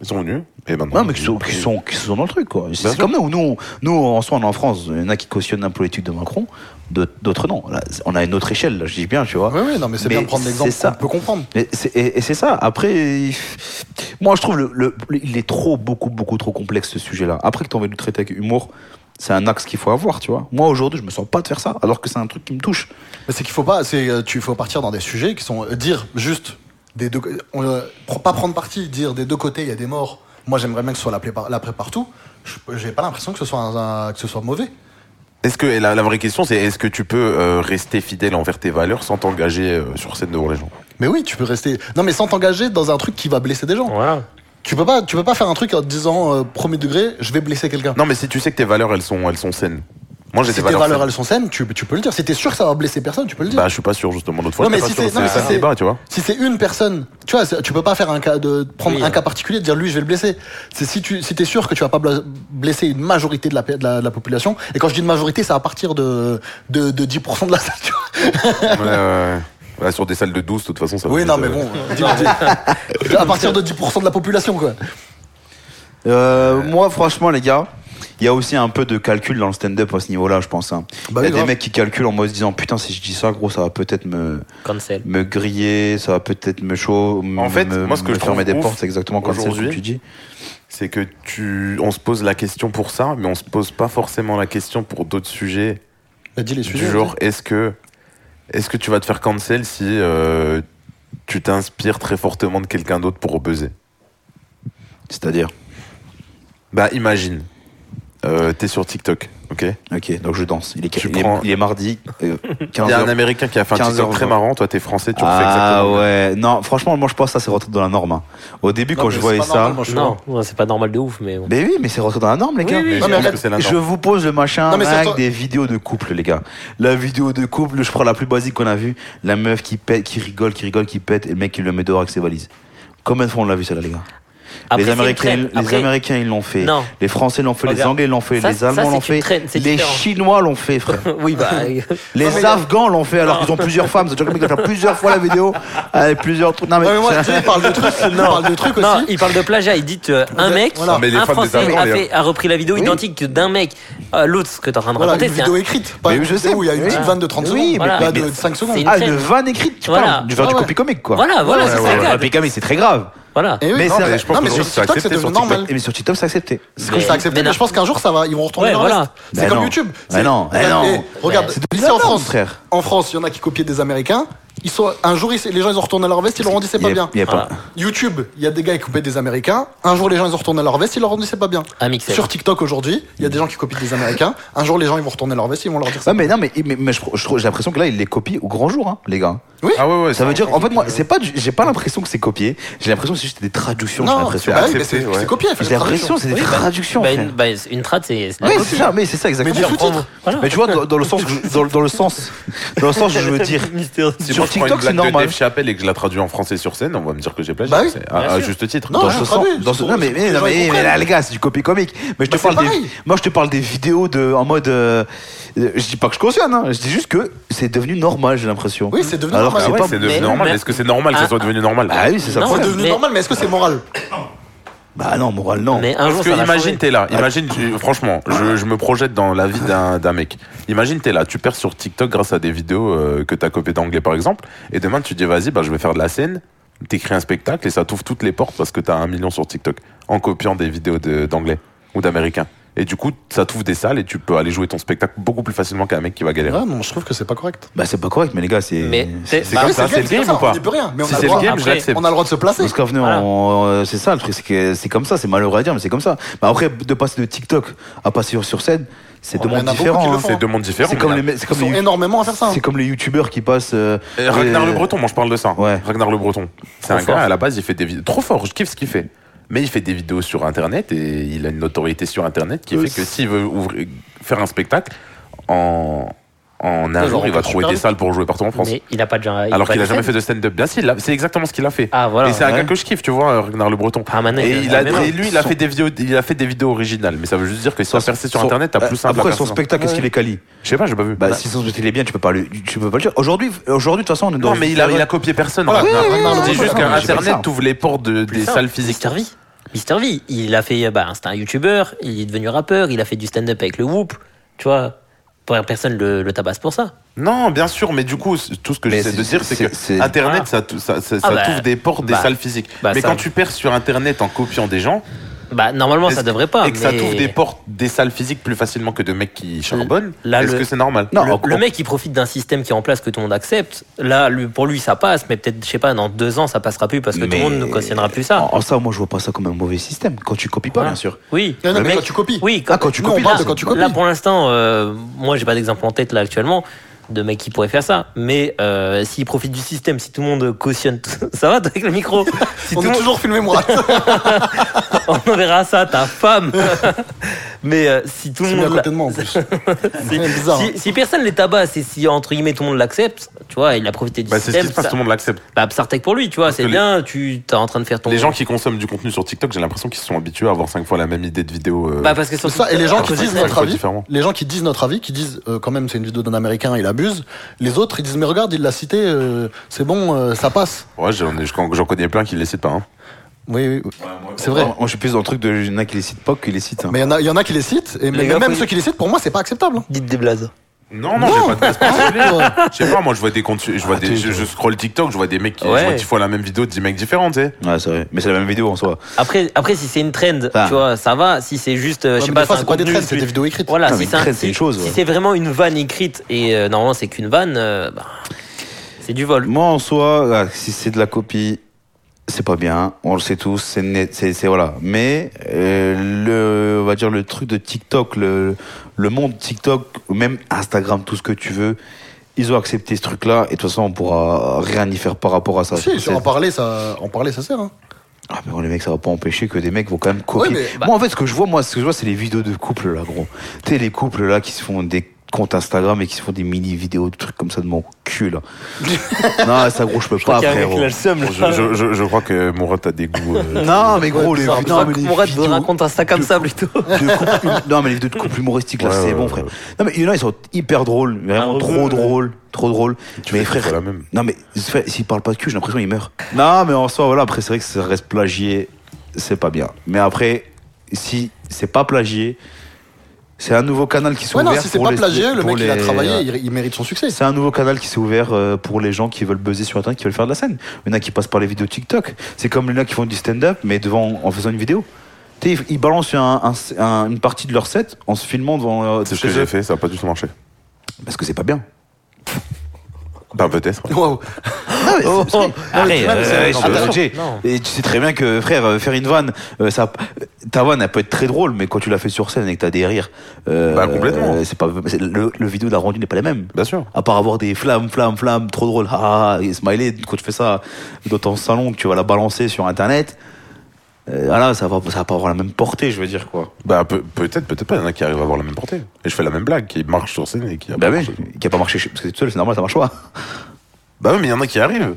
[SPEAKER 3] Ils sont venus, et maintenant.
[SPEAKER 4] Non mais qui sont, qui sont, qui sont dans le truc quoi. C'est
[SPEAKER 3] sûr.
[SPEAKER 4] comme nous, nous, nous en soi on est en France, il y en a qui cautionnent la politique de Macron, d'autres d'autres non. Là, on a une autre échelle, là, je dis bien tu vois.
[SPEAKER 6] Oui, oui, non, mais c'est
[SPEAKER 4] Mais
[SPEAKER 6] bien de prendre l'exemple.
[SPEAKER 4] c'est ça.
[SPEAKER 6] On peut comprendre.
[SPEAKER 4] Mais c'est- et et c'est ça. Après, il- moi, je trouve le, le- il est trop, beaucoup, beaucoup trop complexe ce sujet-là. Après que tu envie de le traiter avec humour, c'est un axe qu'il faut avoir, tu vois. Moi, aujourd'hui, je me sens pas de faire ça, alors que c'est un truc qui me touche.
[SPEAKER 6] Mais c'est qu'il faut pas, c'est euh, tu faut partir dans des sujets qui sont euh, dire juste des deux, on, euh, pr- pas prendre parti, dire des deux côtés il y a des morts. Moi j'aimerais bien que ce soit la plaie par- la plaie partout. Je- J'ai pas l'impression que ce soit un- un- que ce soit mauvais.
[SPEAKER 3] Est-ce que et la, la vraie question c'est est-ce que tu peux euh, rester fidèle envers tes valeurs sans t'engager euh, sur scène devant les gens
[SPEAKER 6] Mais oui, tu peux rester. Non, mais sans t'engager dans un truc qui va blesser des gens.
[SPEAKER 5] Voilà.
[SPEAKER 6] Tu peux pas, tu peux pas faire un truc en te disant euh, premier degré, je vais blesser quelqu'un.
[SPEAKER 3] Non mais si tu sais que tes valeurs elles sont elles sont saines. Moi j'ai
[SPEAKER 6] Si
[SPEAKER 3] des
[SPEAKER 6] tes
[SPEAKER 3] valeurs.
[SPEAKER 6] valeurs
[SPEAKER 3] saines.
[SPEAKER 6] elles sont saines, tu, tu peux le dire. Si t'es sûr que ça va blesser personne, tu peux le dire.
[SPEAKER 3] Bah je suis pas sûr justement l'autre fois.
[SPEAKER 6] Non, mais
[SPEAKER 3] j'étais
[SPEAKER 6] si
[SPEAKER 3] pas sûr,
[SPEAKER 6] c'est- non, mais
[SPEAKER 3] c'est
[SPEAKER 6] si
[SPEAKER 3] un
[SPEAKER 6] c'est-
[SPEAKER 3] débat
[SPEAKER 6] (laughs)
[SPEAKER 3] tu vois.
[SPEAKER 6] Si c'est une personne, tu vois, c'est- tu peux pas faire un cas de prendre
[SPEAKER 5] Oui,
[SPEAKER 6] un
[SPEAKER 5] hein.
[SPEAKER 6] cas particulier et de dire lui je vais le blesser. C'est si tu si t'es sûr que tu vas pas bla- blesser une majorité de la, pe- de la, de la population. Et quand je dis une majorité, c'est à partir de de, de 10% de la salle. tu vois.
[SPEAKER 3] Ouais, ouais, ouais. Ouais, sur des salles de 12 de toute façon ça. va
[SPEAKER 6] Oui,
[SPEAKER 3] vite,
[SPEAKER 6] non, mais
[SPEAKER 3] euh,
[SPEAKER 6] bon, dis- dis- à partir de 10% de la population quoi.
[SPEAKER 4] Euh, Moi, franchement, les gars, il y a aussi un peu de calcul dans le stand-up à ce niveau-là, je pense. hein. Il
[SPEAKER 6] Bah
[SPEAKER 4] y a
[SPEAKER 6] oui,
[SPEAKER 4] des
[SPEAKER 6] grave.
[SPEAKER 4] mecs qui calculent en moi se disant putain, si je dis ça, gros, ça va peut-être me,
[SPEAKER 5] Cancel.
[SPEAKER 4] me griller, ça va peut-être me chaud.
[SPEAKER 3] En fait, moi, ce que je trouve
[SPEAKER 4] fermer des
[SPEAKER 3] ouf
[SPEAKER 4] portes, c'est exactement comme ça que
[SPEAKER 3] aujourd'hui,
[SPEAKER 4] tu dis.
[SPEAKER 3] C'est que tu on se pose la question pour ça mais on se pose pas forcément la question pour d'autres sujets
[SPEAKER 6] Bah, dis les
[SPEAKER 3] du
[SPEAKER 6] sujets,
[SPEAKER 3] genre est-ce que est-ce que tu vas te faire cancel si euh, tu t'inspires très fortement de quelqu'un d'autre pour buzzer
[SPEAKER 4] C'est-à-dire,
[SPEAKER 3] Bah imagine, euh, t'es sur TikTok, ok
[SPEAKER 4] ok, donc je danse. Il est,
[SPEAKER 3] Tu
[SPEAKER 4] il est-
[SPEAKER 3] prends-
[SPEAKER 4] il est mardi, euh,
[SPEAKER 3] (laughs) Il y a
[SPEAKER 4] 15h.
[SPEAKER 3] un Américain qui a fait un
[SPEAKER 4] 15
[SPEAKER 3] TikTok
[SPEAKER 4] heures,
[SPEAKER 3] très
[SPEAKER 4] ouais.
[SPEAKER 3] marrant, toi t'es français, tu refais
[SPEAKER 4] Ah
[SPEAKER 3] exactement le même.
[SPEAKER 4] ouais, non, franchement, moi je pense que ça c'est rentré dans la norme. hein. Au début,
[SPEAKER 6] Non,
[SPEAKER 4] quand
[SPEAKER 6] mais
[SPEAKER 4] je
[SPEAKER 6] c'est
[SPEAKER 4] voyais
[SPEAKER 6] pas
[SPEAKER 4] ça.
[SPEAKER 6] normal, moi, je
[SPEAKER 5] Non,
[SPEAKER 6] trouve.
[SPEAKER 5] ouais, c'est pas normal de ouf, mais bon.
[SPEAKER 4] Mais oui, mais c'est rentré dans la norme, les gars.
[SPEAKER 3] Mais je
[SPEAKER 6] Non, mais
[SPEAKER 3] pense
[SPEAKER 6] en
[SPEAKER 3] que
[SPEAKER 6] fait,
[SPEAKER 3] c'est la
[SPEAKER 4] Je
[SPEAKER 3] norme.
[SPEAKER 4] vous pose le machin
[SPEAKER 6] Non, mais c'est
[SPEAKER 4] avec
[SPEAKER 6] surtout-
[SPEAKER 4] des vidéos de couple, les gars. La vidéo de couple, je prends la plus basique qu'on a vue. La meuf qui pète, qui rigole, qui rigole, qui pète, et le mec qui le met dehors avec ses valises. Combien de fois on l'a vu celle-là, les gars
[SPEAKER 5] Après,
[SPEAKER 4] les,
[SPEAKER 5] c'est une
[SPEAKER 4] Américains,
[SPEAKER 5] traîne.
[SPEAKER 4] les
[SPEAKER 5] Après-
[SPEAKER 4] Américains, ils l'ont fait.
[SPEAKER 5] Non.
[SPEAKER 4] Les Français l'ont fait, les
[SPEAKER 5] Regarde.
[SPEAKER 4] Anglais l'ont fait,
[SPEAKER 5] Ça,
[SPEAKER 4] les
[SPEAKER 5] ça,
[SPEAKER 4] Allemands
[SPEAKER 5] c'est
[SPEAKER 4] l'ont
[SPEAKER 5] une
[SPEAKER 4] fait,
[SPEAKER 5] traîne, c'est
[SPEAKER 4] les
[SPEAKER 5] différent.
[SPEAKER 4] Chinois l'ont fait, frère.
[SPEAKER 5] (laughs) Oui, bah.
[SPEAKER 4] (laughs) Les Afghans l'ont fait alors qu'ils ont plusieurs femmes. C'est-à-dire que le mec a fait plusieurs fois la vidéo avec plusieurs trucs. Non, mais
[SPEAKER 6] Non, mais moi,
[SPEAKER 4] c'est-
[SPEAKER 6] tu sais, il parle de trucs, il parle de trucs
[SPEAKER 5] Non,
[SPEAKER 6] aussi.
[SPEAKER 5] il parle de plagiat. Il dit euh, un
[SPEAKER 6] Voilà.
[SPEAKER 5] mec,
[SPEAKER 6] Non,
[SPEAKER 3] mais les
[SPEAKER 5] un
[SPEAKER 3] femmes des
[SPEAKER 5] Français
[SPEAKER 3] Allemands,
[SPEAKER 5] a,
[SPEAKER 3] les-
[SPEAKER 5] fait- a repris la vidéo identique d'un mec. à L'autre, ce que t'es en train de
[SPEAKER 6] Voilà,
[SPEAKER 5] raconter,
[SPEAKER 6] une
[SPEAKER 5] c'est un-
[SPEAKER 6] vidéo écrite. Pas
[SPEAKER 4] Mais
[SPEAKER 6] une
[SPEAKER 4] je sais,
[SPEAKER 6] vidéo où il y a une
[SPEAKER 4] oui.
[SPEAKER 6] petite vanne de 30
[SPEAKER 4] Oui,
[SPEAKER 6] secondes,
[SPEAKER 4] mais-
[SPEAKER 6] pas
[SPEAKER 4] mais-
[SPEAKER 6] de 5
[SPEAKER 5] c'est
[SPEAKER 6] secondes.
[SPEAKER 5] une
[SPEAKER 4] Ah,
[SPEAKER 5] traîne.
[SPEAKER 4] une vanne écrite, tu
[SPEAKER 5] Voilà.
[SPEAKER 4] parles. Du faire
[SPEAKER 6] Ah
[SPEAKER 4] du
[SPEAKER 6] ouais.
[SPEAKER 4] copy-comique, quoi. Ah
[SPEAKER 5] Voilà, voilà, c'est ça. le
[SPEAKER 4] Le
[SPEAKER 5] gag.
[SPEAKER 4] copy-comique, c'est très grave.
[SPEAKER 5] Voilà.
[SPEAKER 6] Eh oui,
[SPEAKER 4] Mais
[SPEAKER 6] non,
[SPEAKER 4] c'est-
[SPEAKER 6] mais
[SPEAKER 3] je pense
[SPEAKER 6] non, mais
[SPEAKER 3] que
[SPEAKER 6] sur
[SPEAKER 3] c'est
[SPEAKER 6] TikTok,
[SPEAKER 3] accepté
[SPEAKER 6] c'est
[SPEAKER 3] sur
[SPEAKER 6] devenu
[SPEAKER 3] TikTok.
[SPEAKER 6] normal.
[SPEAKER 4] Mais sur TikTok, c'est accepté.
[SPEAKER 6] C'est que
[SPEAKER 5] Mais-
[SPEAKER 6] c'est accepté,
[SPEAKER 5] mais
[SPEAKER 6] mais,
[SPEAKER 5] non.
[SPEAKER 6] je pense qu'un jour ça va, ils vont retourner
[SPEAKER 5] Ouais,
[SPEAKER 6] vers
[SPEAKER 5] voilà.
[SPEAKER 6] l'Est. C'est
[SPEAKER 4] Bah
[SPEAKER 6] comme
[SPEAKER 4] non.
[SPEAKER 6] YouTube.
[SPEAKER 4] Bah
[SPEAKER 6] C'est-
[SPEAKER 4] non, bah
[SPEAKER 6] Eh,
[SPEAKER 4] non.
[SPEAKER 6] regarde,
[SPEAKER 5] Bah,
[SPEAKER 4] c'est devenu
[SPEAKER 6] ici
[SPEAKER 4] la
[SPEAKER 6] en
[SPEAKER 4] norme,
[SPEAKER 6] France,
[SPEAKER 4] frère.
[SPEAKER 6] en France, il y en a qui copiaient des Américains. Ils sont, un jour, ils- les gens ils ont retourné à leur veste, ils leur ont dit c'est
[SPEAKER 4] Il y
[SPEAKER 6] pas
[SPEAKER 4] a-
[SPEAKER 6] bien.
[SPEAKER 4] il y a pas-
[SPEAKER 6] YouTube, il y a des gars qui copiaient des Américains. Un jour, les gens ils ont retourné à leur veste, ils leur ont dit c'est pas bien.
[SPEAKER 5] Un mixel.
[SPEAKER 6] Sur TikTok aujourd'hui, il y a des gens qui copient des Américains. Un jour, les gens ils vont retourner à leur veste, ils vont leur dire ça.
[SPEAKER 4] Ouais, mais non, mais, mais, mais je trouve- je trouve- j'ai l'impression que là, il les copie au grand jour, hein, les gars.
[SPEAKER 6] Oui.
[SPEAKER 3] Ah ouais, ouais,
[SPEAKER 4] Ça veut dire, en fait, moi, c'est pas, du- j'ai pas l'impression que c'est copié. J'ai l'impression que c'est juste des traductions. J'ai
[SPEAKER 6] non,
[SPEAKER 4] l'impression. Ah,
[SPEAKER 6] bah oui,
[SPEAKER 3] accepté,
[SPEAKER 6] mais c'est
[SPEAKER 3] ouais.
[SPEAKER 6] c'est copié.
[SPEAKER 4] J'ai l'impression, c'est des
[SPEAKER 5] Oui, bah,
[SPEAKER 4] traductions.
[SPEAKER 5] bah,
[SPEAKER 4] frère.
[SPEAKER 5] une, bah, une trad, c'est. c'est-
[SPEAKER 4] Oui, c'est ça, mais c'est ça exactement.
[SPEAKER 6] Mais des sous-titres.
[SPEAKER 5] Voilà.
[SPEAKER 4] Mais tu vois, dans, dans le sens, que je- dans, dans le sens, dans le sens, où je
[SPEAKER 6] (laughs)
[SPEAKER 4] veux dire,
[SPEAKER 3] Si
[SPEAKER 4] sur
[SPEAKER 3] moi je prends une
[SPEAKER 4] TikTok, c'est
[SPEAKER 3] blague de
[SPEAKER 4] normal.
[SPEAKER 3] Dave Chappelle et que je la traduis en français sur scène, on va me dire que j'ai plagié.
[SPEAKER 6] Bah oui.
[SPEAKER 3] C'est- à,
[SPEAKER 5] Bien
[SPEAKER 3] à
[SPEAKER 5] sûr.
[SPEAKER 3] juste titre. Bah
[SPEAKER 6] Non,
[SPEAKER 4] dans
[SPEAKER 6] je
[SPEAKER 4] ce sens,
[SPEAKER 6] traduis,
[SPEAKER 4] dans ce-
[SPEAKER 6] c'est
[SPEAKER 4] non
[SPEAKER 6] pour-
[SPEAKER 4] mais,
[SPEAKER 6] c'est
[SPEAKER 4] mais,
[SPEAKER 6] pour
[SPEAKER 4] non,
[SPEAKER 6] que les gens
[SPEAKER 4] mais-
[SPEAKER 6] comprennent.
[SPEAKER 4] mais là les gars c'est du copy comique mais je te
[SPEAKER 6] Bah, c'est
[SPEAKER 4] parle des,
[SPEAKER 6] pareil.
[SPEAKER 4] moi je te parle des vidéos de en mode euh, euh, je dis pas que je cautionne hein, je dis juste que c'est devenu normal j'ai l'impression
[SPEAKER 6] Oui, c'est devenu
[SPEAKER 4] alors
[SPEAKER 6] normal.
[SPEAKER 4] que
[SPEAKER 3] Ah
[SPEAKER 4] c'est
[SPEAKER 3] ouais,
[SPEAKER 4] pas
[SPEAKER 3] c'est devenu
[SPEAKER 5] mais-
[SPEAKER 3] normal.
[SPEAKER 5] mais-
[SPEAKER 3] Est-ce que c'est normal que ça
[SPEAKER 5] Ah,
[SPEAKER 3] soit devenu normal
[SPEAKER 4] ah oui c'est ça le
[SPEAKER 5] Non,
[SPEAKER 6] C'est
[SPEAKER 4] problème
[SPEAKER 6] devenu
[SPEAKER 5] Mais-
[SPEAKER 6] normal, mais est-ce que c'est moral
[SPEAKER 4] Bah non, moral, non.
[SPEAKER 5] Mais un jour,
[SPEAKER 3] Parce que
[SPEAKER 5] ça va
[SPEAKER 3] imagine,
[SPEAKER 5] changer.
[SPEAKER 3] t'es là. Imagine, tu- franchement, je, je me projette dans la vie d'un d'un mec. Imagine, t'es là. Tu perds sur TikTok grâce à des vidéos euh, que t'as copiées d'anglais, par exemple. Et demain, tu dis, vas-y, bah, je vais faire de la scène. T'écris un spectacle et ça t'ouvre toutes les portes parce que t'as un million sur TikTok en copiant des vidéos de- d'anglais ou d'américains. Et du coup, ça t'ouvre des salles et tu peux aller jouer ton spectacle beaucoup plus facilement qu'un mec qui va galérer.
[SPEAKER 6] Ouais, non, je trouve que c'est pas correct.
[SPEAKER 4] Bah c'est pas correct, mais les gars, c'est.
[SPEAKER 5] Mais
[SPEAKER 4] c'est-
[SPEAKER 5] t'es-
[SPEAKER 3] C'est comme
[SPEAKER 6] Bah oui,
[SPEAKER 3] ça, c'est le
[SPEAKER 6] comme
[SPEAKER 3] game
[SPEAKER 6] ça,
[SPEAKER 3] ou pas
[SPEAKER 6] On n'y peut rien, mais on
[SPEAKER 3] Si
[SPEAKER 6] a,
[SPEAKER 3] c'est
[SPEAKER 6] le
[SPEAKER 3] le
[SPEAKER 6] droit,
[SPEAKER 3] game, je
[SPEAKER 5] après,
[SPEAKER 3] l'accepte.
[SPEAKER 6] on a le droit de se placer.
[SPEAKER 4] Parce qu'à venir,
[SPEAKER 5] Voilà.
[SPEAKER 4] on- euh, c'est ça le truc, c'est que c'est comme ça, c'est malheureux à dire, mais c'est comme ça. Bah après, de passer de TikTok à passer sur, sur scène, c'est
[SPEAKER 6] Oh,
[SPEAKER 4] deux
[SPEAKER 6] il y en a
[SPEAKER 4] mondes
[SPEAKER 6] beaucoup qui
[SPEAKER 4] différents.
[SPEAKER 6] le
[SPEAKER 4] hein.
[SPEAKER 6] font.
[SPEAKER 3] C'est deux mondes différents.
[SPEAKER 4] C'est comme
[SPEAKER 3] mais
[SPEAKER 4] les, c'est
[SPEAKER 6] Ils
[SPEAKER 4] comme
[SPEAKER 6] sont
[SPEAKER 4] les,
[SPEAKER 6] énormément à faire ça. hein.
[SPEAKER 4] c'est comme les youtubeurs qui passent. euh,
[SPEAKER 3] Euh, Ragnar
[SPEAKER 4] euh,
[SPEAKER 3] le Breton, moi je parle de ça.
[SPEAKER 4] Ouais.
[SPEAKER 3] Ragnar le Breton. C'est
[SPEAKER 4] Trop
[SPEAKER 3] un
[SPEAKER 4] fort.
[SPEAKER 3] gars, à la base, il fait des vidéos. Trop fort, je kiffe ce qu'il fait. Mais il fait des vidéos sur Internet et il a une notoriété sur Internet qui fait que s'il veut ouvrir- faire un spectacle, en, en un
[SPEAKER 6] Genre,
[SPEAKER 3] jour, il
[SPEAKER 6] on
[SPEAKER 3] va
[SPEAKER 6] peut
[SPEAKER 3] trouver
[SPEAKER 6] super
[SPEAKER 3] des
[SPEAKER 6] vite.
[SPEAKER 3] salles pour jouer partout en France.
[SPEAKER 5] Mais il a pas déjà. il
[SPEAKER 3] Alors
[SPEAKER 5] a
[SPEAKER 3] qu'il
[SPEAKER 5] pas
[SPEAKER 3] a
[SPEAKER 5] de
[SPEAKER 3] jamais fait
[SPEAKER 5] scène.
[SPEAKER 3] de stand-up. Bien si, il l'a- c'est exactement ce qu'il a fait.
[SPEAKER 5] Ah voilà.
[SPEAKER 3] et c'est un
[SPEAKER 4] ouais.
[SPEAKER 3] gars que je kiffe, tu vois, Ragnar le Breton.
[SPEAKER 5] Ah, maintenant,
[SPEAKER 3] Et,
[SPEAKER 5] il
[SPEAKER 3] il a,
[SPEAKER 5] fait la
[SPEAKER 3] et
[SPEAKER 5] même
[SPEAKER 3] lui, il a fait des vidéos, il a fait des vidéos originales, mais ça veut juste dire que si t'as percé sur
[SPEAKER 4] son-
[SPEAKER 3] internet, t'as
[SPEAKER 4] euh,
[SPEAKER 3] plus simple. à
[SPEAKER 4] Après,
[SPEAKER 3] percer
[SPEAKER 4] son
[SPEAKER 3] sur-
[SPEAKER 4] spectacle, est-ce qu'il est quali
[SPEAKER 3] Je sais pas, j'ai pas vu.
[SPEAKER 4] Bah si son spectacle est bien, tu peux pas le, tu peux pas le dire. Aujourd'hui, aujourd'hui, de toute façon, on est dans.
[SPEAKER 3] non, mais il a, il a copié personne.
[SPEAKER 6] Voilà,
[SPEAKER 3] Ragnar.
[SPEAKER 6] Ragnar,
[SPEAKER 3] On
[SPEAKER 6] le
[SPEAKER 3] dit
[SPEAKER 6] Breton,
[SPEAKER 3] juste
[SPEAKER 4] mais j'ai pas ça.
[SPEAKER 3] qu'Internet t'ouvre les portes de- des
[SPEAKER 5] Putain,
[SPEAKER 3] salles physiques.
[SPEAKER 5] Mr. V. Mr. V, il a fait. Bah, c'était un YouTuber, il est devenu rappeur, il a fait du stand-up avec le Whoop. Tu vois, personne le, le tabasse pour ça.
[SPEAKER 3] Non, bien sûr, mais du coup, c- tout ce que
[SPEAKER 4] Mais
[SPEAKER 3] j'essaie
[SPEAKER 4] c'est-
[SPEAKER 3] de dire, c'est
[SPEAKER 4] c'est-
[SPEAKER 3] que
[SPEAKER 4] c'est-
[SPEAKER 3] Internet, ça, tou- ça, ça,
[SPEAKER 5] Ah
[SPEAKER 3] ça
[SPEAKER 5] bah,
[SPEAKER 3] t'ouvre des portes des
[SPEAKER 5] bah,
[SPEAKER 3] salles physiques.
[SPEAKER 5] bah,
[SPEAKER 3] mais
[SPEAKER 5] ça-
[SPEAKER 3] quand tu perds sur Internet en copiant des gens,
[SPEAKER 5] Bah, normalement,
[SPEAKER 3] est-ce-
[SPEAKER 5] ça devrait pas.
[SPEAKER 3] et que ça
[SPEAKER 5] mais-
[SPEAKER 3] t'ouvre des portes des salles physiques plus facilement que de mecs qui charbonnent,
[SPEAKER 5] là,
[SPEAKER 3] est-ce
[SPEAKER 5] le-
[SPEAKER 3] que c'est normal
[SPEAKER 4] Non,
[SPEAKER 5] le,
[SPEAKER 4] en-
[SPEAKER 5] le
[SPEAKER 4] en-
[SPEAKER 5] mec, il profite d'un système qui est en place que tout le monde accepte. Là, lui- pour lui, ça passe, mais peut-être, je sais pas, dans deux ans, ça passera plus parce que tout
[SPEAKER 4] mais-
[SPEAKER 5] le monde ne cautionnera plus ça.
[SPEAKER 4] En, en ça, moi, je vois pas ça comme un mauvais système. Quand tu copies pas,
[SPEAKER 5] Voilà.
[SPEAKER 4] bien sûr.
[SPEAKER 5] Oui.
[SPEAKER 6] Non, non,
[SPEAKER 5] le
[SPEAKER 6] mais quand tu copies.
[SPEAKER 5] Oui,
[SPEAKER 4] Ah, quand tu
[SPEAKER 6] Nous,
[SPEAKER 4] copies,
[SPEAKER 6] on parle
[SPEAKER 5] là,
[SPEAKER 6] de quand tu copies.
[SPEAKER 5] là, pour l'instant, euh, moi, j'ai pas d'exemple en tête là actuellement de mec qui pourrait faire ça. Mais euh, s'il profite du système, si tout le monde cautionne, tout- ça va t'as avec le micro. Si
[SPEAKER 6] on
[SPEAKER 5] tout
[SPEAKER 6] est
[SPEAKER 5] le monde-
[SPEAKER 6] toujours filmé moi.
[SPEAKER 5] (laughs) on verra ça, ta femme. (laughs) mais euh, si tout le
[SPEAKER 6] C'est mis à
[SPEAKER 5] monde,
[SPEAKER 6] côté de moi en plus. C'est bizarre. hein.
[SPEAKER 5] si, si personne les tabasse et si entre guillemets tout le monde l'accepte, tu vois, il a profité du
[SPEAKER 3] Bah, C'est ce
[SPEAKER 5] système.
[SPEAKER 3] qui se passe,
[SPEAKER 5] ça-
[SPEAKER 3] tout le monde l'accepte.
[SPEAKER 5] bah, Psartec pour lui, tu vois, c'est
[SPEAKER 3] que les-
[SPEAKER 5] bien. Tu t'es en train de faire ton.
[SPEAKER 3] Les gens qui consomment du contenu sur TikTok, j'ai l'impression qu'ils se sont habitués à avoir cinq fois la même idée de vidéo. euh,
[SPEAKER 5] Bah, parce que sur
[SPEAKER 6] ça, et les gens qui
[SPEAKER 5] Twitter,
[SPEAKER 6] disent
[SPEAKER 3] c'est
[SPEAKER 6] notre
[SPEAKER 3] quoi
[SPEAKER 6] avis,
[SPEAKER 3] différent
[SPEAKER 6] les gens qui disent notre avis, qui disent euh, quand même c'est une vidéo d'un américain, il abuse. Les autres ils disent mais regarde, il l'a cité, euh, c'est bon, euh, ça passe.
[SPEAKER 3] Ouais, j'en ai- j'en j'en connais plein qui ne les citent pas. hein.
[SPEAKER 6] Oui, oui, oui. c'est vrai.
[SPEAKER 4] Moi, je suis plus dans le truc de il y en a qui les citent pas que les citent. hein.
[SPEAKER 6] Mais il y en a- il y, en a qui les citent, et mais
[SPEAKER 5] gars,
[SPEAKER 6] même
[SPEAKER 5] faut-
[SPEAKER 6] ceux qui les citent, pour moi c'est pas acceptable. hein.
[SPEAKER 5] Dites des blazes.
[SPEAKER 3] Non, non, j'ai pas de Je sais pas, moi je vois des comptes, je vois des, je, je scroll TikTok, je vois des mecs qui je
[SPEAKER 5] Ouais.
[SPEAKER 3] vois dix fois la même vidéo, de dix mecs différents, tu sais.
[SPEAKER 4] Ouais, c'est vrai. Mais c'est la même vidéo en soi.
[SPEAKER 5] Après, après si c'est une trend,
[SPEAKER 4] Ah.
[SPEAKER 5] tu vois, ça va. Si c'est juste, euh, je
[SPEAKER 6] Ouais,
[SPEAKER 5] sais
[SPEAKER 6] mais
[SPEAKER 5] pas,
[SPEAKER 6] des fois,
[SPEAKER 5] un
[SPEAKER 6] c'est pas des
[SPEAKER 5] contenu
[SPEAKER 6] trends, c'est
[SPEAKER 5] que-
[SPEAKER 6] des vidéos écrites.
[SPEAKER 5] Voilà,
[SPEAKER 4] Non,
[SPEAKER 5] si
[SPEAKER 4] mais
[SPEAKER 5] c'est
[SPEAKER 4] une
[SPEAKER 5] un-
[SPEAKER 4] trend, c'est
[SPEAKER 5] si-
[SPEAKER 4] une chose,
[SPEAKER 5] Si
[SPEAKER 4] ouais.
[SPEAKER 5] c'est vraiment une vanne écrite et euh, normalement c'est qu'une vanne, euh, bah, c'est du vol.
[SPEAKER 4] Moi, en soi, là, si c'est de la copie, c'est pas bien. On le sait tous. C'est net. C'est c'est- voilà. Mais euh, le, on va dire le truc de TikTok, le, le monde TikTok, ou même Instagram, tout ce que tu veux, ils ont accepté ce truc-là. Et de toute façon, on pourra rien y faire par rapport à ça.
[SPEAKER 6] Si,
[SPEAKER 4] C'est-
[SPEAKER 6] en parler, ça, en parler, ça sert. hein.
[SPEAKER 4] Ah, mais bon, les mecs, ça va pas empêcher que des mecs vont quand même copier.
[SPEAKER 6] Ouais, mais- bah-
[SPEAKER 4] Moi, en fait, ce que je vois, moi, ce que je vois, c'est les vidéos de couples, là, gros. Tu sais, les couples, là, qui se font des comptes Instagram et qui se font des mini vidéos de trucs comme ça de mon cul,
[SPEAKER 6] (laughs)
[SPEAKER 4] là. non, ça, gros, je peux pas, frérot.
[SPEAKER 5] somme.
[SPEAKER 3] Je, je- je- je crois que Mourad a des goûts. euh,
[SPEAKER 4] Non, mais gros, les,
[SPEAKER 6] bizarre.
[SPEAKER 4] non, mais les
[SPEAKER 5] Mon rêve
[SPEAKER 4] vidéos
[SPEAKER 5] me raconte un ça comme
[SPEAKER 4] de-
[SPEAKER 5] ça plutôt. (laughs)
[SPEAKER 4] de couple- non, mais les vidéos de couples humoristiques, là,
[SPEAKER 3] Ouais,
[SPEAKER 4] c'est
[SPEAKER 3] ouais,
[SPEAKER 4] bon,
[SPEAKER 3] ouais,
[SPEAKER 4] frère. Non, mais il y en a, ils sont hyper drôles, vraiment
[SPEAKER 5] Ah,
[SPEAKER 4] trop
[SPEAKER 5] ouais.
[SPEAKER 4] drôles, trop drôles.
[SPEAKER 3] Tu
[SPEAKER 4] mais
[SPEAKER 3] fais
[SPEAKER 4] frère,
[SPEAKER 3] toujours la même.
[SPEAKER 4] non, mais frère, s'ils parlent pas de cul, j'ai l'impression qu'ils meurent. Non, mais en soi, voilà, après, c'est vrai que ça reste plagié, c'est pas bien. Mais après, si c'est pas plagié, c'est un nouveau canal qui s'est
[SPEAKER 6] Ouais, non,
[SPEAKER 4] ouvert.
[SPEAKER 6] si c'est
[SPEAKER 4] pour
[SPEAKER 6] pas
[SPEAKER 4] les-
[SPEAKER 6] plagié, le
[SPEAKER 4] pour
[SPEAKER 6] mec il a
[SPEAKER 4] les-
[SPEAKER 6] travaillé, il, il mérite son succès. (laughs)
[SPEAKER 4] c'est un nouveau canal qui s'est ouvert euh, pour les gens qui veulent buzzer sur internet, qui veulent faire de la scène. Il y en a qui passent par les vidéos TikTok. C'est comme les gens qui font du stand-up, mais devant en faisant une vidéo. Tu sais, Ils ils balancent un- un- un- une partie de leur set en se filmant devant. euh,
[SPEAKER 3] C'est ce
[SPEAKER 4] chez
[SPEAKER 3] que
[SPEAKER 4] eux.
[SPEAKER 3] j'ai fait, ça n'a pas du tout marché.
[SPEAKER 4] Parce que c'est pas bien.
[SPEAKER 3] Ben peut-être. ouais.
[SPEAKER 6] Waouh.
[SPEAKER 5] Oh, oh, arrête,
[SPEAKER 6] même, c'est-
[SPEAKER 5] euh,
[SPEAKER 4] Euh,
[SPEAKER 5] non,
[SPEAKER 4] je-
[SPEAKER 5] mais-
[SPEAKER 4] j'ai-
[SPEAKER 5] non.
[SPEAKER 4] Et tu sais très bien que frère, euh, faire une vanne, euh, ça, ta vanne, elle peut être très drôle, mais quand tu l'as fait sur scène et que t'as des rires, euh,
[SPEAKER 3] Bah, complètement.
[SPEAKER 4] euh, c'est pas c'est- le, le vidéo de la rendu n'est pas la même.
[SPEAKER 3] Bien sûr.
[SPEAKER 4] À part avoir des flammes, flammes, flammes, trop drôle, ah, ah, et smiley, quand tu fais ça dans ton salon, que tu vas la balancer sur internet, euh, voilà, ça va, ça va pas avoir la même portée, je veux dire, quoi.
[SPEAKER 3] Bah peut- peut-être, peut-être pas. Il y en a qui arrivent à avoir la même portée. Et je fais la même blague, qui marche sur scène et qui. a
[SPEAKER 4] Bah
[SPEAKER 3] pas
[SPEAKER 4] oui,
[SPEAKER 3] marché.
[SPEAKER 4] qui a pas marché, chez- parce que c'est tout seul, c'est normal, ça marche pas.
[SPEAKER 3] Bah oui, mais il y en a qui arrivent.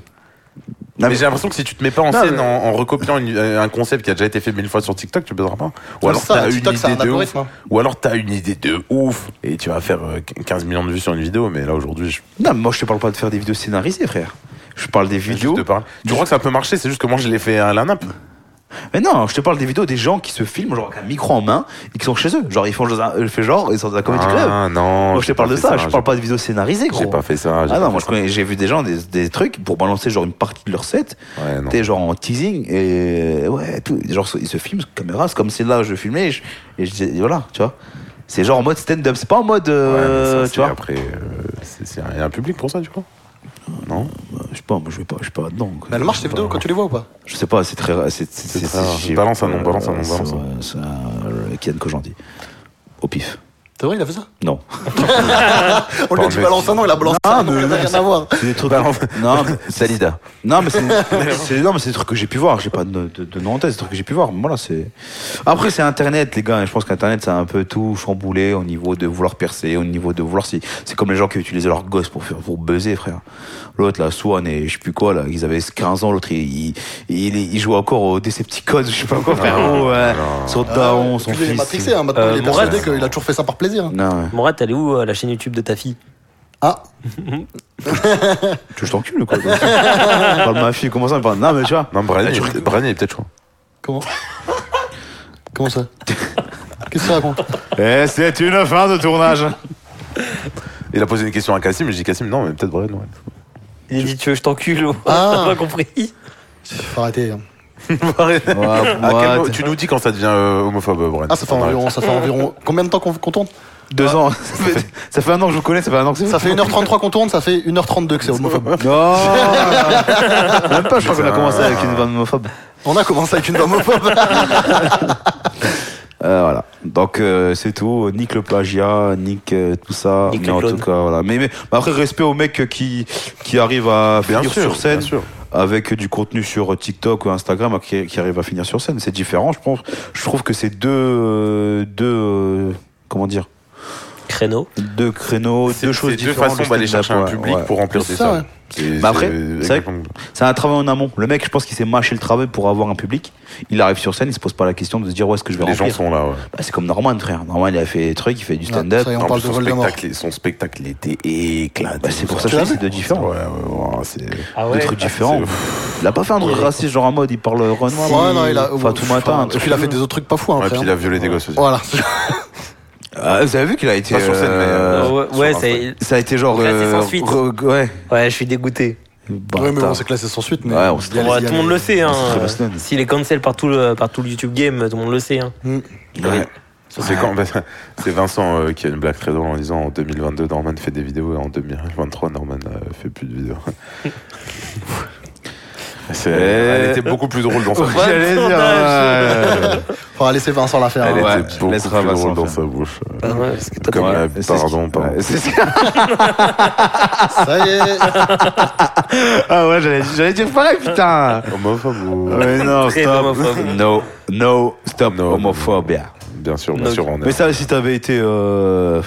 [SPEAKER 4] Non,
[SPEAKER 3] mais j'ai l'impression que si tu te mets pas en
[SPEAKER 4] Non,
[SPEAKER 3] scène
[SPEAKER 4] mais-
[SPEAKER 3] en, en recopiant une- euh, un concept qui a déjà été fait mille fois sur TikTok, tu baiseras pas. Ou
[SPEAKER 6] Ouais,
[SPEAKER 3] alors
[SPEAKER 6] c'est ça,
[SPEAKER 3] t'as une
[SPEAKER 6] TikTok, c'est un
[SPEAKER 3] idée de ouf.
[SPEAKER 6] algorithme, hein.
[SPEAKER 3] Ou alors t'as une idée de ouf et tu vas faire euh, 15 millions de vues sur une vidéo. Mais là aujourd'hui, je
[SPEAKER 4] Non, mais moi je te parle pas de faire des vidéos scénarisées, frère. Je parle des
[SPEAKER 3] Juste
[SPEAKER 4] vidéos.
[SPEAKER 3] de parler. Tu crois que ça peut marcher C'est juste que moi je l'ai fait à la nappe.
[SPEAKER 4] Mais non, je te parle des vidéos des gens qui se filment genre avec un micro en main et qui sont chez eux. Genre ils font dans un- ils font genre ils sont dans un comedy club.
[SPEAKER 3] Ah non.
[SPEAKER 4] moi je te
[SPEAKER 3] j'ai
[SPEAKER 4] parle
[SPEAKER 3] pas
[SPEAKER 4] de
[SPEAKER 3] fait
[SPEAKER 4] ça, je
[SPEAKER 3] j'ai-
[SPEAKER 4] parle pas de vidéos scénarisées gros.
[SPEAKER 3] J'ai pas fait ça. j'ai
[SPEAKER 4] Ah
[SPEAKER 3] pas
[SPEAKER 4] non,
[SPEAKER 3] fait
[SPEAKER 4] moi je
[SPEAKER 3] ça.
[SPEAKER 4] connais, j'ai vu des gens des, des trucs pour balancer genre une partie de leur set,
[SPEAKER 3] Ouais, non.
[SPEAKER 4] t'es genre en teasing et ouais tout, genre ils se filment caméra, c'est comme si là je filmais et je, et je- et voilà, tu vois. C'est genre en mode stand-up, c'est pas en mode euh,
[SPEAKER 3] Ouais, mais ça,
[SPEAKER 4] tu
[SPEAKER 3] c'est
[SPEAKER 4] vois.
[SPEAKER 3] Après, euh, c'est c'est un il y a un public pour ça, tu crois Non
[SPEAKER 4] Je sais pas, moi je vais pas, je suis pas là-dedans. quoi.
[SPEAKER 6] Mais elles marchent tes vidéos quand tu les vois ou pas
[SPEAKER 4] Je sais pas, c'est très rare. C'est
[SPEAKER 3] C'est
[SPEAKER 4] c'est-
[SPEAKER 3] très rare.
[SPEAKER 4] j'ai-
[SPEAKER 3] Balance un nom, balance un nom,
[SPEAKER 4] c'est-
[SPEAKER 3] balance un
[SPEAKER 4] C'est un euh, Kian Kojandi. Au pif.
[SPEAKER 6] C'est vrai, il a fait ça
[SPEAKER 4] Non.
[SPEAKER 6] On lui a
[SPEAKER 3] Pardon,
[SPEAKER 6] dit
[SPEAKER 3] mais-
[SPEAKER 6] balance un nom, il a balancé un nom, il n'a rien à voir.
[SPEAKER 4] C'est des trucs. Non, (laughs) mais- Dalida. Non, mais c'est Bah, c'est- non, mais c'est des trucs que j'ai pu voir. J'ai pas de, de, de nom en tête, c'est des trucs que j'ai pu voir. Voilà, c'est. Après, c'est Internet, les gars. et Je pense qu'Internet, ça a un peu tout chamboulé au niveau de vouloir percer, au niveau de vouloir si. C'est comme les gens qui utilisaient leur gosse pour faire, pour buzzer, frère. L'autre, là, Swan et je sais plus quoi, là, ils avaient 15 ans. L'autre, il, il, il, il jouait encore au Decepticons, je sais pas quoi, frérot. ouais. Son daron, son
[SPEAKER 6] Puis Il est
[SPEAKER 4] fils.
[SPEAKER 6] matrixé, hein, maintenant
[SPEAKER 5] Euh,
[SPEAKER 6] il est
[SPEAKER 5] mon
[SPEAKER 6] persuadé
[SPEAKER 5] rêve-
[SPEAKER 6] qu'il a toujours fait ça par plaisir.
[SPEAKER 4] Non, ouais.
[SPEAKER 5] Mourad, elle est où euh, la chaîne YouTube de ta fille
[SPEAKER 6] Ah,
[SPEAKER 4] Tu veux que je t'encule ou quoi (laughs) toi Parle de ma fille, comment ça elle parle Non, mais tu vois.
[SPEAKER 3] Non, Brian,
[SPEAKER 4] Ah,
[SPEAKER 3] il
[SPEAKER 4] tu
[SPEAKER 3] est- Brian, il est peut-être chaud.
[SPEAKER 6] comment (laughs) Comment ça Qu'est-ce que tu racontes Ah,
[SPEAKER 4] Et Eh, c'est une fin de tournage.
[SPEAKER 3] Il a posé une question à Cassim, et je dis Cassim, non, mais peut-être Brian, ouais.
[SPEAKER 5] Il dit tu veux que je t'encule ou-
[SPEAKER 6] Ah.
[SPEAKER 5] (laughs) T'as pas compris
[SPEAKER 6] Faut arrêter. hein.
[SPEAKER 3] (laughs) À quel moment-
[SPEAKER 4] what
[SPEAKER 3] tu nous dis quand ça devient euh, homophobe, euh, Brian
[SPEAKER 6] Ah, ça fait,
[SPEAKER 3] On arrête.
[SPEAKER 6] environ, ça fait environ. Combien de temps qu'on qu'on tourne
[SPEAKER 4] Deux ans. (laughs) Ça fait, ça fait un an que je vous connais, Bah. ça fait un an que c'est
[SPEAKER 6] Ça
[SPEAKER 4] (laughs)
[SPEAKER 6] fait 1h33 qu'on tourne, ça fait 1h32 que c'est homophobe.
[SPEAKER 4] Non (laughs) Même pas, je crois qu'on a commencé avec une vanne homophobe.
[SPEAKER 6] On a commencé avec une homophobe.
[SPEAKER 4] Euh, voilà. Donc, euh, c'est tout. Nique le plagiat, nique euh, tout ça.
[SPEAKER 5] Nique
[SPEAKER 4] mais
[SPEAKER 5] le
[SPEAKER 4] en
[SPEAKER 5] clone.
[SPEAKER 4] tout cas, voilà. Mais, mais- mais après, respect aux mecs qui, qui arrivent à
[SPEAKER 3] Bien
[SPEAKER 4] finir
[SPEAKER 3] sûr,
[SPEAKER 4] sur scène.
[SPEAKER 3] bien sûr.
[SPEAKER 4] avec du contenu sur TikTok ou Instagram qui, qui arrive à finir sur scène. C'est différent, je pense. Je trouve que c'est deux, euh, deux, euh, comment dire,
[SPEAKER 5] Créneau.
[SPEAKER 4] deux créneaux,
[SPEAKER 3] C'est-
[SPEAKER 4] deux choses
[SPEAKER 3] c'est deux
[SPEAKER 4] différentes.
[SPEAKER 3] façons
[SPEAKER 4] de
[SPEAKER 3] d'aller
[SPEAKER 4] stand-up,
[SPEAKER 3] chercher un
[SPEAKER 4] ouais,
[SPEAKER 3] public
[SPEAKER 4] ouais.
[SPEAKER 3] pour remplir des
[SPEAKER 6] C'est ça,
[SPEAKER 3] salles.
[SPEAKER 6] ouais.
[SPEAKER 3] C'est-
[SPEAKER 4] Bah après,
[SPEAKER 3] c'est-
[SPEAKER 4] c'est C'est un travail en amont. Le mec, je pense qu'il s'est mâché le travail pour avoir un public. Il arrive sur scène, il se pose pas la question de se dire où est-ce que je vais
[SPEAKER 3] Les gens
[SPEAKER 4] remplir.
[SPEAKER 3] sont là, ouais.
[SPEAKER 4] Bah, c'est comme Norman, frère. Norman, il a fait des trucs, il fait du
[SPEAKER 6] Ouais,
[SPEAKER 4] stand-up.
[SPEAKER 6] ça y est, on
[SPEAKER 3] En
[SPEAKER 6] parle
[SPEAKER 3] plus,
[SPEAKER 6] de
[SPEAKER 3] son
[SPEAKER 6] Voldemort.
[SPEAKER 3] spectacle, son spectacle était éclaté.
[SPEAKER 4] Bah, c'est pour ça
[SPEAKER 6] Tu l'as
[SPEAKER 4] que je dis que c'est deux
[SPEAKER 3] Ouais,
[SPEAKER 4] différents.
[SPEAKER 3] ouais, ouais, c'est.
[SPEAKER 5] Ah
[SPEAKER 4] Deux trucs différents. Il a pas fait un truc raciste, genre en mode il parle renoir.
[SPEAKER 6] Ouais, non, il a. oh,
[SPEAKER 4] Enfin, tout matin. un
[SPEAKER 6] Et puis
[SPEAKER 4] truc.
[SPEAKER 6] il a fait des autres trucs pas fous, hein,
[SPEAKER 3] Ouais,
[SPEAKER 6] après,
[SPEAKER 3] Ah, puis il
[SPEAKER 6] hein.
[SPEAKER 3] a violé des gosses aussi.
[SPEAKER 6] Voilà.
[SPEAKER 4] Ah, vous avez vu qu'il a été.
[SPEAKER 3] Pas sur scène, mais,
[SPEAKER 4] euh,
[SPEAKER 3] euh,
[SPEAKER 5] Ouais,
[SPEAKER 3] sur
[SPEAKER 5] ouais,
[SPEAKER 3] un
[SPEAKER 5] c'est-
[SPEAKER 4] Ça a été genre.
[SPEAKER 5] Ouais, c'est
[SPEAKER 4] euh,
[SPEAKER 5] sans suite.
[SPEAKER 4] re- ouais.
[SPEAKER 5] ouais, je suis dégoûté.
[SPEAKER 6] (laughs) Ouais, mais
[SPEAKER 4] Bâtard.
[SPEAKER 6] bon, c'est classé sans suite. Mais
[SPEAKER 4] Ouais, on se
[SPEAKER 6] il y a
[SPEAKER 5] Bon,
[SPEAKER 6] les- il y a
[SPEAKER 5] tout le monde
[SPEAKER 6] les-
[SPEAKER 5] le sait. Hein.
[SPEAKER 4] c'est très personnel.
[SPEAKER 5] S'il est cancel par tout, le, par tout le YouTube game, tout le monde le sait. Hein.
[SPEAKER 6] Mm.
[SPEAKER 4] Ouais.
[SPEAKER 3] Ça, C'est quand bah, (laughs) C'est Vincent euh, qui a une blague très drôle en disant en 2022 Norman fait des vidéos et en 2023 Norman euh, fait plus de
[SPEAKER 4] (laughs)
[SPEAKER 3] vidéos. C'est- Elle était beaucoup plus drôle dans sa bouche.
[SPEAKER 4] J'allais dire, ouais.
[SPEAKER 6] Faudra laisser Vincent la faire.
[SPEAKER 3] Elle
[SPEAKER 6] hein.
[SPEAKER 4] ouais,
[SPEAKER 3] était
[SPEAKER 4] je
[SPEAKER 3] beaucoup plus
[SPEAKER 4] laisserai Vincent
[SPEAKER 3] drôle dans
[SPEAKER 4] faire.
[SPEAKER 3] sa bouche. euh,
[SPEAKER 5] Ah ouais, parce que toi,
[SPEAKER 3] Comme
[SPEAKER 4] Ouais,
[SPEAKER 3] la-
[SPEAKER 4] c'est ce
[SPEAKER 3] pardon,
[SPEAKER 4] qui-
[SPEAKER 3] pardon.
[SPEAKER 4] ouais, c'est ce qui-
[SPEAKER 6] Ça y est.
[SPEAKER 4] Ah ouais, j'allais- j'allais dire pareil, putain.
[SPEAKER 3] Homophobe ou-
[SPEAKER 4] Ouais, non,
[SPEAKER 5] Très
[SPEAKER 4] stop.
[SPEAKER 5] homophobe.
[SPEAKER 4] No, no, stop,
[SPEAKER 3] Non,
[SPEAKER 4] homophobia.
[SPEAKER 3] Bien sûr, bien
[SPEAKER 5] Non.
[SPEAKER 3] sûr, on
[SPEAKER 4] Mais
[SPEAKER 3] est.
[SPEAKER 4] ça, si t'avais été. euh,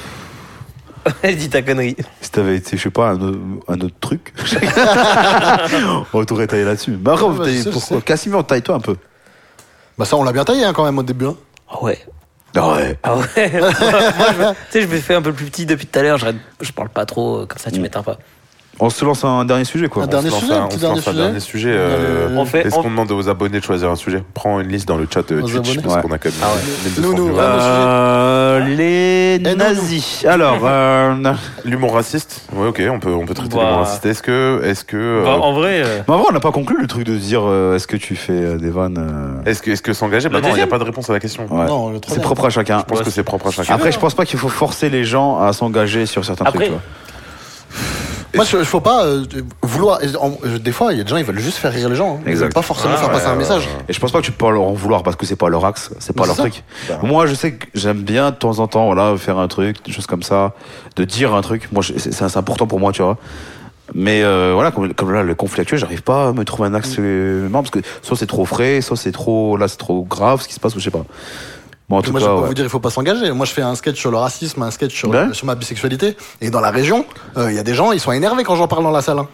[SPEAKER 5] (laughs) Elle dit ta connerie.
[SPEAKER 4] si t'avais été, je sais pas, un, au- un autre (laughs) truc. on t'aurait taillé là-dessus. Mais après,
[SPEAKER 6] Ouais, bah, je sais, je
[SPEAKER 4] pourquoi
[SPEAKER 6] sais.
[SPEAKER 4] Casimir, on taille toi un peu.
[SPEAKER 6] Bah, ça, on l'a bien taillé hein, quand même au début. hein.
[SPEAKER 5] Ah ouais.
[SPEAKER 4] Ouais.
[SPEAKER 5] Ah ouais. (laughs) Moi, je- tu sais, je me fais un peu plus petit depuis tout à l'heure. Je, je parle pas trop, euh, comme
[SPEAKER 6] Mm.
[SPEAKER 5] ça tu m'éteins pas.
[SPEAKER 4] On se lance un dernier sujet, quoi.
[SPEAKER 6] Un dernier
[SPEAKER 3] lance
[SPEAKER 6] sujet,
[SPEAKER 3] un-
[SPEAKER 6] un petit
[SPEAKER 3] on se lance
[SPEAKER 6] dernier
[SPEAKER 3] un dernier
[SPEAKER 6] sujet.
[SPEAKER 3] sujet. euh,
[SPEAKER 5] On fait.
[SPEAKER 3] Est-ce
[SPEAKER 5] on-
[SPEAKER 3] qu'on demande aux abonnés de choisir un sujet Prends une liste dans le chat de
[SPEAKER 6] Aux
[SPEAKER 3] Twitch
[SPEAKER 6] abonnés
[SPEAKER 3] parce
[SPEAKER 4] Ouais.
[SPEAKER 3] qu'on a quand même.
[SPEAKER 5] Ah ouais.
[SPEAKER 3] 1200
[SPEAKER 6] Nous, nous,
[SPEAKER 3] viewers.
[SPEAKER 6] ouais.
[SPEAKER 4] Euh, les
[SPEAKER 6] non,
[SPEAKER 4] nazis. Alors, (laughs) euh, non.
[SPEAKER 3] L'humour raciste Ouais, ok, on peut, on peut traiter
[SPEAKER 5] Bah.
[SPEAKER 3] l'humour raciste. Est-ce que. Est-ce que. euh,
[SPEAKER 5] Bah, en vrai, euh,
[SPEAKER 4] Mais en vrai, on n'a pas conclu le truc de se dire euh, est-ce que tu fais euh, des vannes euh,
[SPEAKER 3] Est-ce que, est-ce que s'engager Bah non, il
[SPEAKER 5] Le
[SPEAKER 3] n'y a
[SPEAKER 5] deuxième
[SPEAKER 3] pas de réponse à la question.
[SPEAKER 4] ouais.
[SPEAKER 6] Non, le
[SPEAKER 4] C'est
[SPEAKER 6] troisième.
[SPEAKER 4] propre à chacun.
[SPEAKER 3] Je pense que c'est propre à chacun.
[SPEAKER 4] Après, je pense pas qu'il faut forcer les gens à s'engager sur certains
[SPEAKER 5] Après-
[SPEAKER 4] trucs.
[SPEAKER 6] Moi, je, je faut pas euh, vouloir. et en- je- des fois, il y a des gens, ils veulent juste faire rire les gens. hein. Ils
[SPEAKER 4] Exact.
[SPEAKER 6] veulent Pas forcément
[SPEAKER 3] Ah,
[SPEAKER 6] faire
[SPEAKER 3] ouais,
[SPEAKER 6] passer un
[SPEAKER 3] ouais,
[SPEAKER 6] message.
[SPEAKER 4] Et je pense pas que tu peux leur en vouloir parce que c'est pas leur axe, c'est pas
[SPEAKER 6] Mais
[SPEAKER 4] leur
[SPEAKER 6] c'est ça. Bah.
[SPEAKER 4] truc. Moi, je sais que j'aime bien de temps en temps, voilà, faire un truc, des choses comme ça, de dire un truc. Moi, je- c'est c'est important pour moi, tu vois. Mais euh, voilà, comme, comme là, le conflit actuel, j'arrive pas à me trouver un axe
[SPEAKER 6] Mm.
[SPEAKER 4] euh, marrant, parce que soit c'est trop frais, soit c'est trop, là, c'est trop grave ce qui se passe, ou je sais pas. Bon, en tout
[SPEAKER 6] Moi, je
[SPEAKER 4] cas,
[SPEAKER 6] peux
[SPEAKER 4] ouais.
[SPEAKER 6] vous dire, il faut pas s'engager. Moi, je fais un sketch sur le racisme, un sketch sur, euh,
[SPEAKER 4] Ouais.
[SPEAKER 6] sur ma bisexualité. Et dans la région, euh, il y a des gens, ils sont énervés quand j'en parle dans la salle. hein.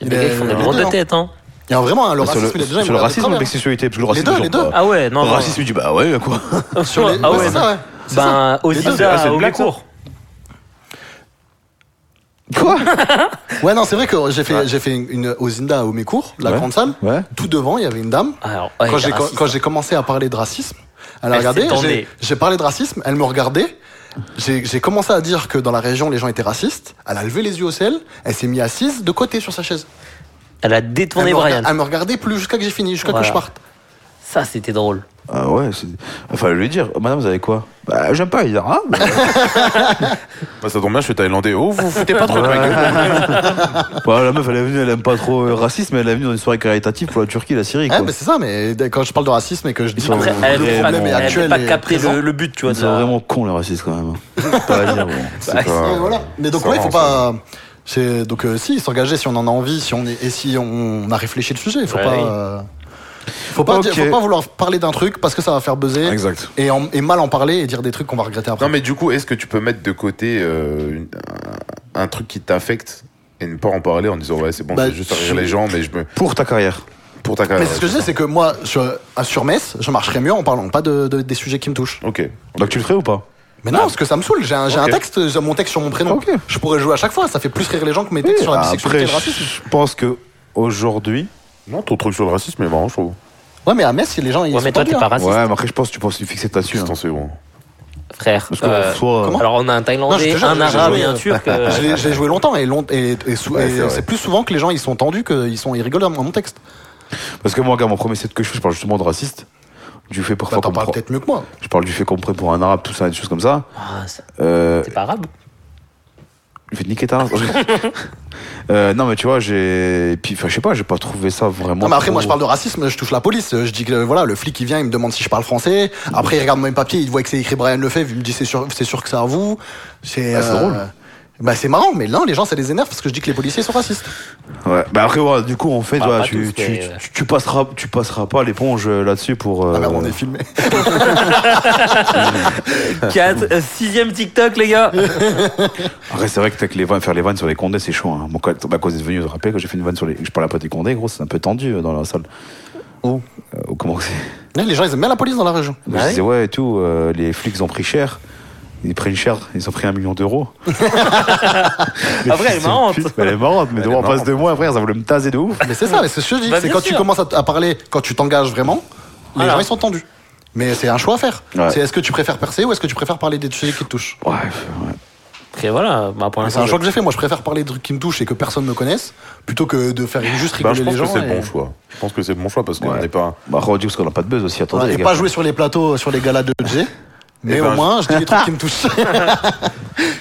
[SPEAKER 5] les gars, ils font des
[SPEAKER 6] euh,
[SPEAKER 5] grandes
[SPEAKER 6] les deux,
[SPEAKER 5] de tête. Hein.
[SPEAKER 6] Il y a vraiment hein, le
[SPEAKER 4] Bah, sur
[SPEAKER 6] racisme, il y a des gens,
[SPEAKER 4] le,
[SPEAKER 6] ils
[SPEAKER 4] sur
[SPEAKER 6] me regardent
[SPEAKER 4] le
[SPEAKER 6] de
[SPEAKER 4] racisme ou
[SPEAKER 6] travers.
[SPEAKER 4] l'homosexualité Parce que le
[SPEAKER 6] Les
[SPEAKER 4] racisme,
[SPEAKER 6] deux,
[SPEAKER 4] ils
[SPEAKER 6] les
[SPEAKER 4] ont
[SPEAKER 6] deux.
[SPEAKER 4] pas-
[SPEAKER 5] Ah ouais, non.
[SPEAKER 4] le
[SPEAKER 5] non.
[SPEAKER 4] racisme, il dit bah ouais, quoi.
[SPEAKER 6] Sur les-
[SPEAKER 5] Ah
[SPEAKER 6] ouais,
[SPEAKER 5] ouais,
[SPEAKER 6] c'est ça, ouais. C'est ça.
[SPEAKER 5] ben,
[SPEAKER 6] Les deux, c'est-
[SPEAKER 5] Ozida,
[SPEAKER 3] c'est une
[SPEAKER 5] au
[SPEAKER 3] blague, ça
[SPEAKER 5] cours.
[SPEAKER 4] Quoi Quoi
[SPEAKER 6] Ouais, non, c'est vrai que j'ai fait, j'ai fait une, une- au Zinda, au Mécourt, la
[SPEAKER 4] Ouais.
[SPEAKER 6] grande salle.
[SPEAKER 4] Ouais.
[SPEAKER 6] Tout devant, il y avait une dame.
[SPEAKER 5] Alors, ouais,
[SPEAKER 6] quand j'ai
[SPEAKER 5] raciste.
[SPEAKER 6] quand j'ai commencé à parler de racisme, elle a
[SPEAKER 5] Elle s'est
[SPEAKER 6] regardé,
[SPEAKER 5] tournée.
[SPEAKER 6] j'ai- j'ai parlé de racisme, elle me regardait. J'ai j'ai commencé à dire que dans la région les gens étaient racistes. Elle a levé les yeux au ciel, elle s'est mise assise de côté sur sa chaise.
[SPEAKER 5] Elle a
[SPEAKER 6] Elle
[SPEAKER 5] détourné
[SPEAKER 6] me,
[SPEAKER 5] Brian.
[SPEAKER 6] rega- elle me regardait plus jusqu'à que j'ai fini, jusqu'à
[SPEAKER 5] Voilà.
[SPEAKER 6] que je parte.
[SPEAKER 5] Ça, c'était drôle.
[SPEAKER 4] Ah ouais, c'est- enfin lui dire, madame, vous avez quoi Bah j'aime pas, il dit, ah, bah,
[SPEAKER 3] Bah, ça tombe bien, je suis thaïlandais. Oh, vous vous
[SPEAKER 5] (laughs)
[SPEAKER 3] foutez pas trop de ma
[SPEAKER 4] (laughs)
[SPEAKER 3] gueule.
[SPEAKER 4] bah, la meuf elle est venue, elle aime pas trop euh, racisme, mais elle est venue dans une soirée caritative pour la Turquie, la Syrie. Quoi.
[SPEAKER 6] Ouais, Eh, Ah, mais c'est ça, mais dès- quand je parle de racisme et que je dis que
[SPEAKER 4] sont-
[SPEAKER 5] Après,
[SPEAKER 4] Le
[SPEAKER 5] elle n'avait pas,
[SPEAKER 4] problème est
[SPEAKER 5] elle avait
[SPEAKER 6] actuel
[SPEAKER 5] pas
[SPEAKER 6] et
[SPEAKER 5] capté
[SPEAKER 6] présent.
[SPEAKER 5] le, le but, tu vois.
[SPEAKER 4] Ils
[SPEAKER 5] de
[SPEAKER 4] sont
[SPEAKER 5] la-
[SPEAKER 4] vraiment cons les racistes quand même. hein.
[SPEAKER 6] (laughs)
[SPEAKER 4] Pas à dire, bon.
[SPEAKER 3] C'est pas-
[SPEAKER 6] Ouais, voilà. Mais donc,
[SPEAKER 3] Ah, Ça
[SPEAKER 6] ouais, il
[SPEAKER 3] va,
[SPEAKER 6] faut
[SPEAKER 3] ça
[SPEAKER 6] pas. c'est- Donc, euh, si, s'engager si on en a envie, si on est, et si on a réfléchi le sujet, il faut
[SPEAKER 5] Ouais,
[SPEAKER 6] pas.
[SPEAKER 5] oui.
[SPEAKER 6] euh, Faut pas,
[SPEAKER 4] Ok.
[SPEAKER 6] dire- faut pas vouloir parler d'un truc parce que ça va faire buzzer
[SPEAKER 3] Exact.
[SPEAKER 6] et, en- et mal en parler et dire des trucs qu'on va regretter après.
[SPEAKER 3] Non, mais du coup, est-ce que tu peux mettre de côté euh, une- un, un truc qui t'affecte et ne pas en parler en disant ouais, c'est bon,
[SPEAKER 6] Bah,
[SPEAKER 3] je vais juste à rire
[SPEAKER 6] je-
[SPEAKER 3] les gens, mais je me.
[SPEAKER 4] Pour ta carrière.
[SPEAKER 3] Pour ta carrière.
[SPEAKER 6] Mais c'est ce que je dis, c'est que moi, sur, à- sur Metz, je marcherais mieux en parlant pas de, de- des sujets qui me touchent.
[SPEAKER 3] Ok.
[SPEAKER 4] Donc tu le ferais ou pas
[SPEAKER 6] Mais non, parce que ça me saoule. J'ai un, j'ai un
[SPEAKER 3] Ah. Ok.
[SPEAKER 6] texte, j'ai mon texte sur mon prénom.
[SPEAKER 4] Ok.
[SPEAKER 6] Je pourrais jouer à chaque fois. Ça fait plus rire les gens que mes textes
[SPEAKER 3] bah,
[SPEAKER 6] sur la bisexualité et
[SPEAKER 4] Bah, Après,
[SPEAKER 6] le racisme.
[SPEAKER 4] je pense que aujourd'hui.
[SPEAKER 3] Non, ton truc sur le racisme est marrant, je trouve.
[SPEAKER 6] Ouais, mais à Metz, les gens, ils
[SPEAKER 5] Ouais,
[SPEAKER 6] sont
[SPEAKER 5] mais toi, t'es
[SPEAKER 6] tendus,
[SPEAKER 5] pas
[SPEAKER 6] hein.
[SPEAKER 5] raciste,
[SPEAKER 4] Ouais, mais après, je pense que tu penses que tu fixes là-dessus. hein.
[SPEAKER 3] Putain, c'est bon.
[SPEAKER 5] frère.
[SPEAKER 4] Parce que
[SPEAKER 5] Euh,
[SPEAKER 4] soit-
[SPEAKER 6] comment
[SPEAKER 5] alors, on a un Thaïlandais,
[SPEAKER 6] Non, je te jure,
[SPEAKER 5] un
[SPEAKER 6] j'ai
[SPEAKER 5] Arabe
[SPEAKER 6] joué,
[SPEAKER 5] et un
[SPEAKER 6] euh,
[SPEAKER 5] Turc. euh,
[SPEAKER 6] (laughs) Je l'ai- je l'ai joué longtemps et, long- et, et sou-
[SPEAKER 3] Ouais,
[SPEAKER 6] et
[SPEAKER 3] c'est vrai.
[SPEAKER 6] c'est plus souvent que les gens ils sont tendus qu'ils sont ils rigolent à mon texte.
[SPEAKER 4] Parce que moi, regarde, mon premier set que je fais, je parle justement de raciste. Du fait parfois
[SPEAKER 6] Bah, T'en
[SPEAKER 4] qu'on me
[SPEAKER 6] parles
[SPEAKER 4] prend-
[SPEAKER 6] peut-être mieux que moi.
[SPEAKER 4] Je parle du fait qu'on me prend pour un arabe, tout ça, des choses comme ça.
[SPEAKER 5] ah, ça-
[SPEAKER 4] Euh,
[SPEAKER 5] T'es
[SPEAKER 6] (laughs)
[SPEAKER 5] pas arabe
[SPEAKER 4] je vais te niquer ta race. (laughs) Euh, non, mais tu vois, j'ai. et Puis, enfin, je sais pas, j'ai pas trouvé ça vraiment.
[SPEAKER 6] non, mais après,
[SPEAKER 4] trop-
[SPEAKER 6] moi, je parle de racisme, je touche la police. Je dis que euh, voilà, le flic, il vient, il me demande si je parle français. Après, il regarde mes papiers, il voit que c'est écrit Brian Lefebvre, il me dit c'est sûr, c'est sûr que c'est à vous. C'est euh,
[SPEAKER 4] Ah, c'est drôle.
[SPEAKER 6] Bah, c'est marrant, mais non, les gens, ça les énerve parce que je dis que les policiers sont racistes.
[SPEAKER 4] Ouais. Bah, après, voilà, du coup, en fait,
[SPEAKER 5] Bah,
[SPEAKER 4] voilà,
[SPEAKER 5] pas
[SPEAKER 4] tu,
[SPEAKER 5] tous,
[SPEAKER 4] tu,
[SPEAKER 5] mais,
[SPEAKER 4] tu-
[SPEAKER 5] ouais.
[SPEAKER 4] tu passeras, tu passeras pas l'éponge euh, là-dessus pour. euh,
[SPEAKER 6] Ah, merde, on est filmé.
[SPEAKER 5] 4, 6ème TikTok, les gars
[SPEAKER 4] Après, c'est vrai que t'as que les vannes, faire les vannes sur les condés, c'est chaud. Hein. Mon co- ma cause est venue, je te rappelle que j'ai fait une vanne sur les. Je parle pas des condés, gros, c'est un peu tendu euh, dans la salle.
[SPEAKER 6] Où
[SPEAKER 4] Euh, Ou comment c'est
[SPEAKER 6] Ouais, Les gens, ils aiment bien la police dans la région.
[SPEAKER 5] Ah
[SPEAKER 4] Je disais, ouais, et tout, euh, les flics ont pris cher. Ils prennent cher, ils ont pris un million d'euros.
[SPEAKER 5] (laughs)
[SPEAKER 4] (laughs)
[SPEAKER 5] Après, Ah, elle est marrante.
[SPEAKER 4] Putain, Elle est marrante, mais
[SPEAKER 3] Elle
[SPEAKER 4] de
[SPEAKER 3] est
[SPEAKER 4] en face
[SPEAKER 3] marrante.
[SPEAKER 4] de moi, frère, ça voulait me taser de ouf.
[SPEAKER 6] Mais c'est ça, mais c'est ce que je dis.
[SPEAKER 5] Bah,
[SPEAKER 6] c'est
[SPEAKER 5] bien
[SPEAKER 6] quand tu
[SPEAKER 5] sûr.
[SPEAKER 6] commences à, t- à parler, quand tu t'engages vraiment, les
[SPEAKER 5] Voilà.
[SPEAKER 6] gens, ils sont tendus. Mais c'est un choix à faire.
[SPEAKER 4] Ouais.
[SPEAKER 6] C'est est-ce que tu préfères percer ou est-ce que tu préfères parler des sujets qui te touchent
[SPEAKER 4] Ouais, ouais.
[SPEAKER 5] Après, voilà, bah, pour
[SPEAKER 6] Mais C'est un
[SPEAKER 5] l'instant,
[SPEAKER 6] choix que j'ai fait. Moi, je préfère parler de trucs qui me touchent et que personne ne me connaisse plutôt que de faire juste
[SPEAKER 3] Bah,
[SPEAKER 6] rigoler
[SPEAKER 3] je pense
[SPEAKER 6] les gens.
[SPEAKER 3] que c'est le
[SPEAKER 6] et-
[SPEAKER 3] bon choix. Je pense que c'est le bon choix parce qu'on
[SPEAKER 4] Ouais.
[SPEAKER 3] n'est pas.
[SPEAKER 4] Bah, redis, parce qu'on n'a pas de buzz aussi, attendez.
[SPEAKER 6] Voilà,
[SPEAKER 4] les
[SPEAKER 6] et
[SPEAKER 4] gars.
[SPEAKER 6] pas jouer sur les plateaux, euh, sur les galas de G. Mais
[SPEAKER 3] Eh
[SPEAKER 6] au
[SPEAKER 3] ben,
[SPEAKER 6] moins, je dis les trucs qui me touchent.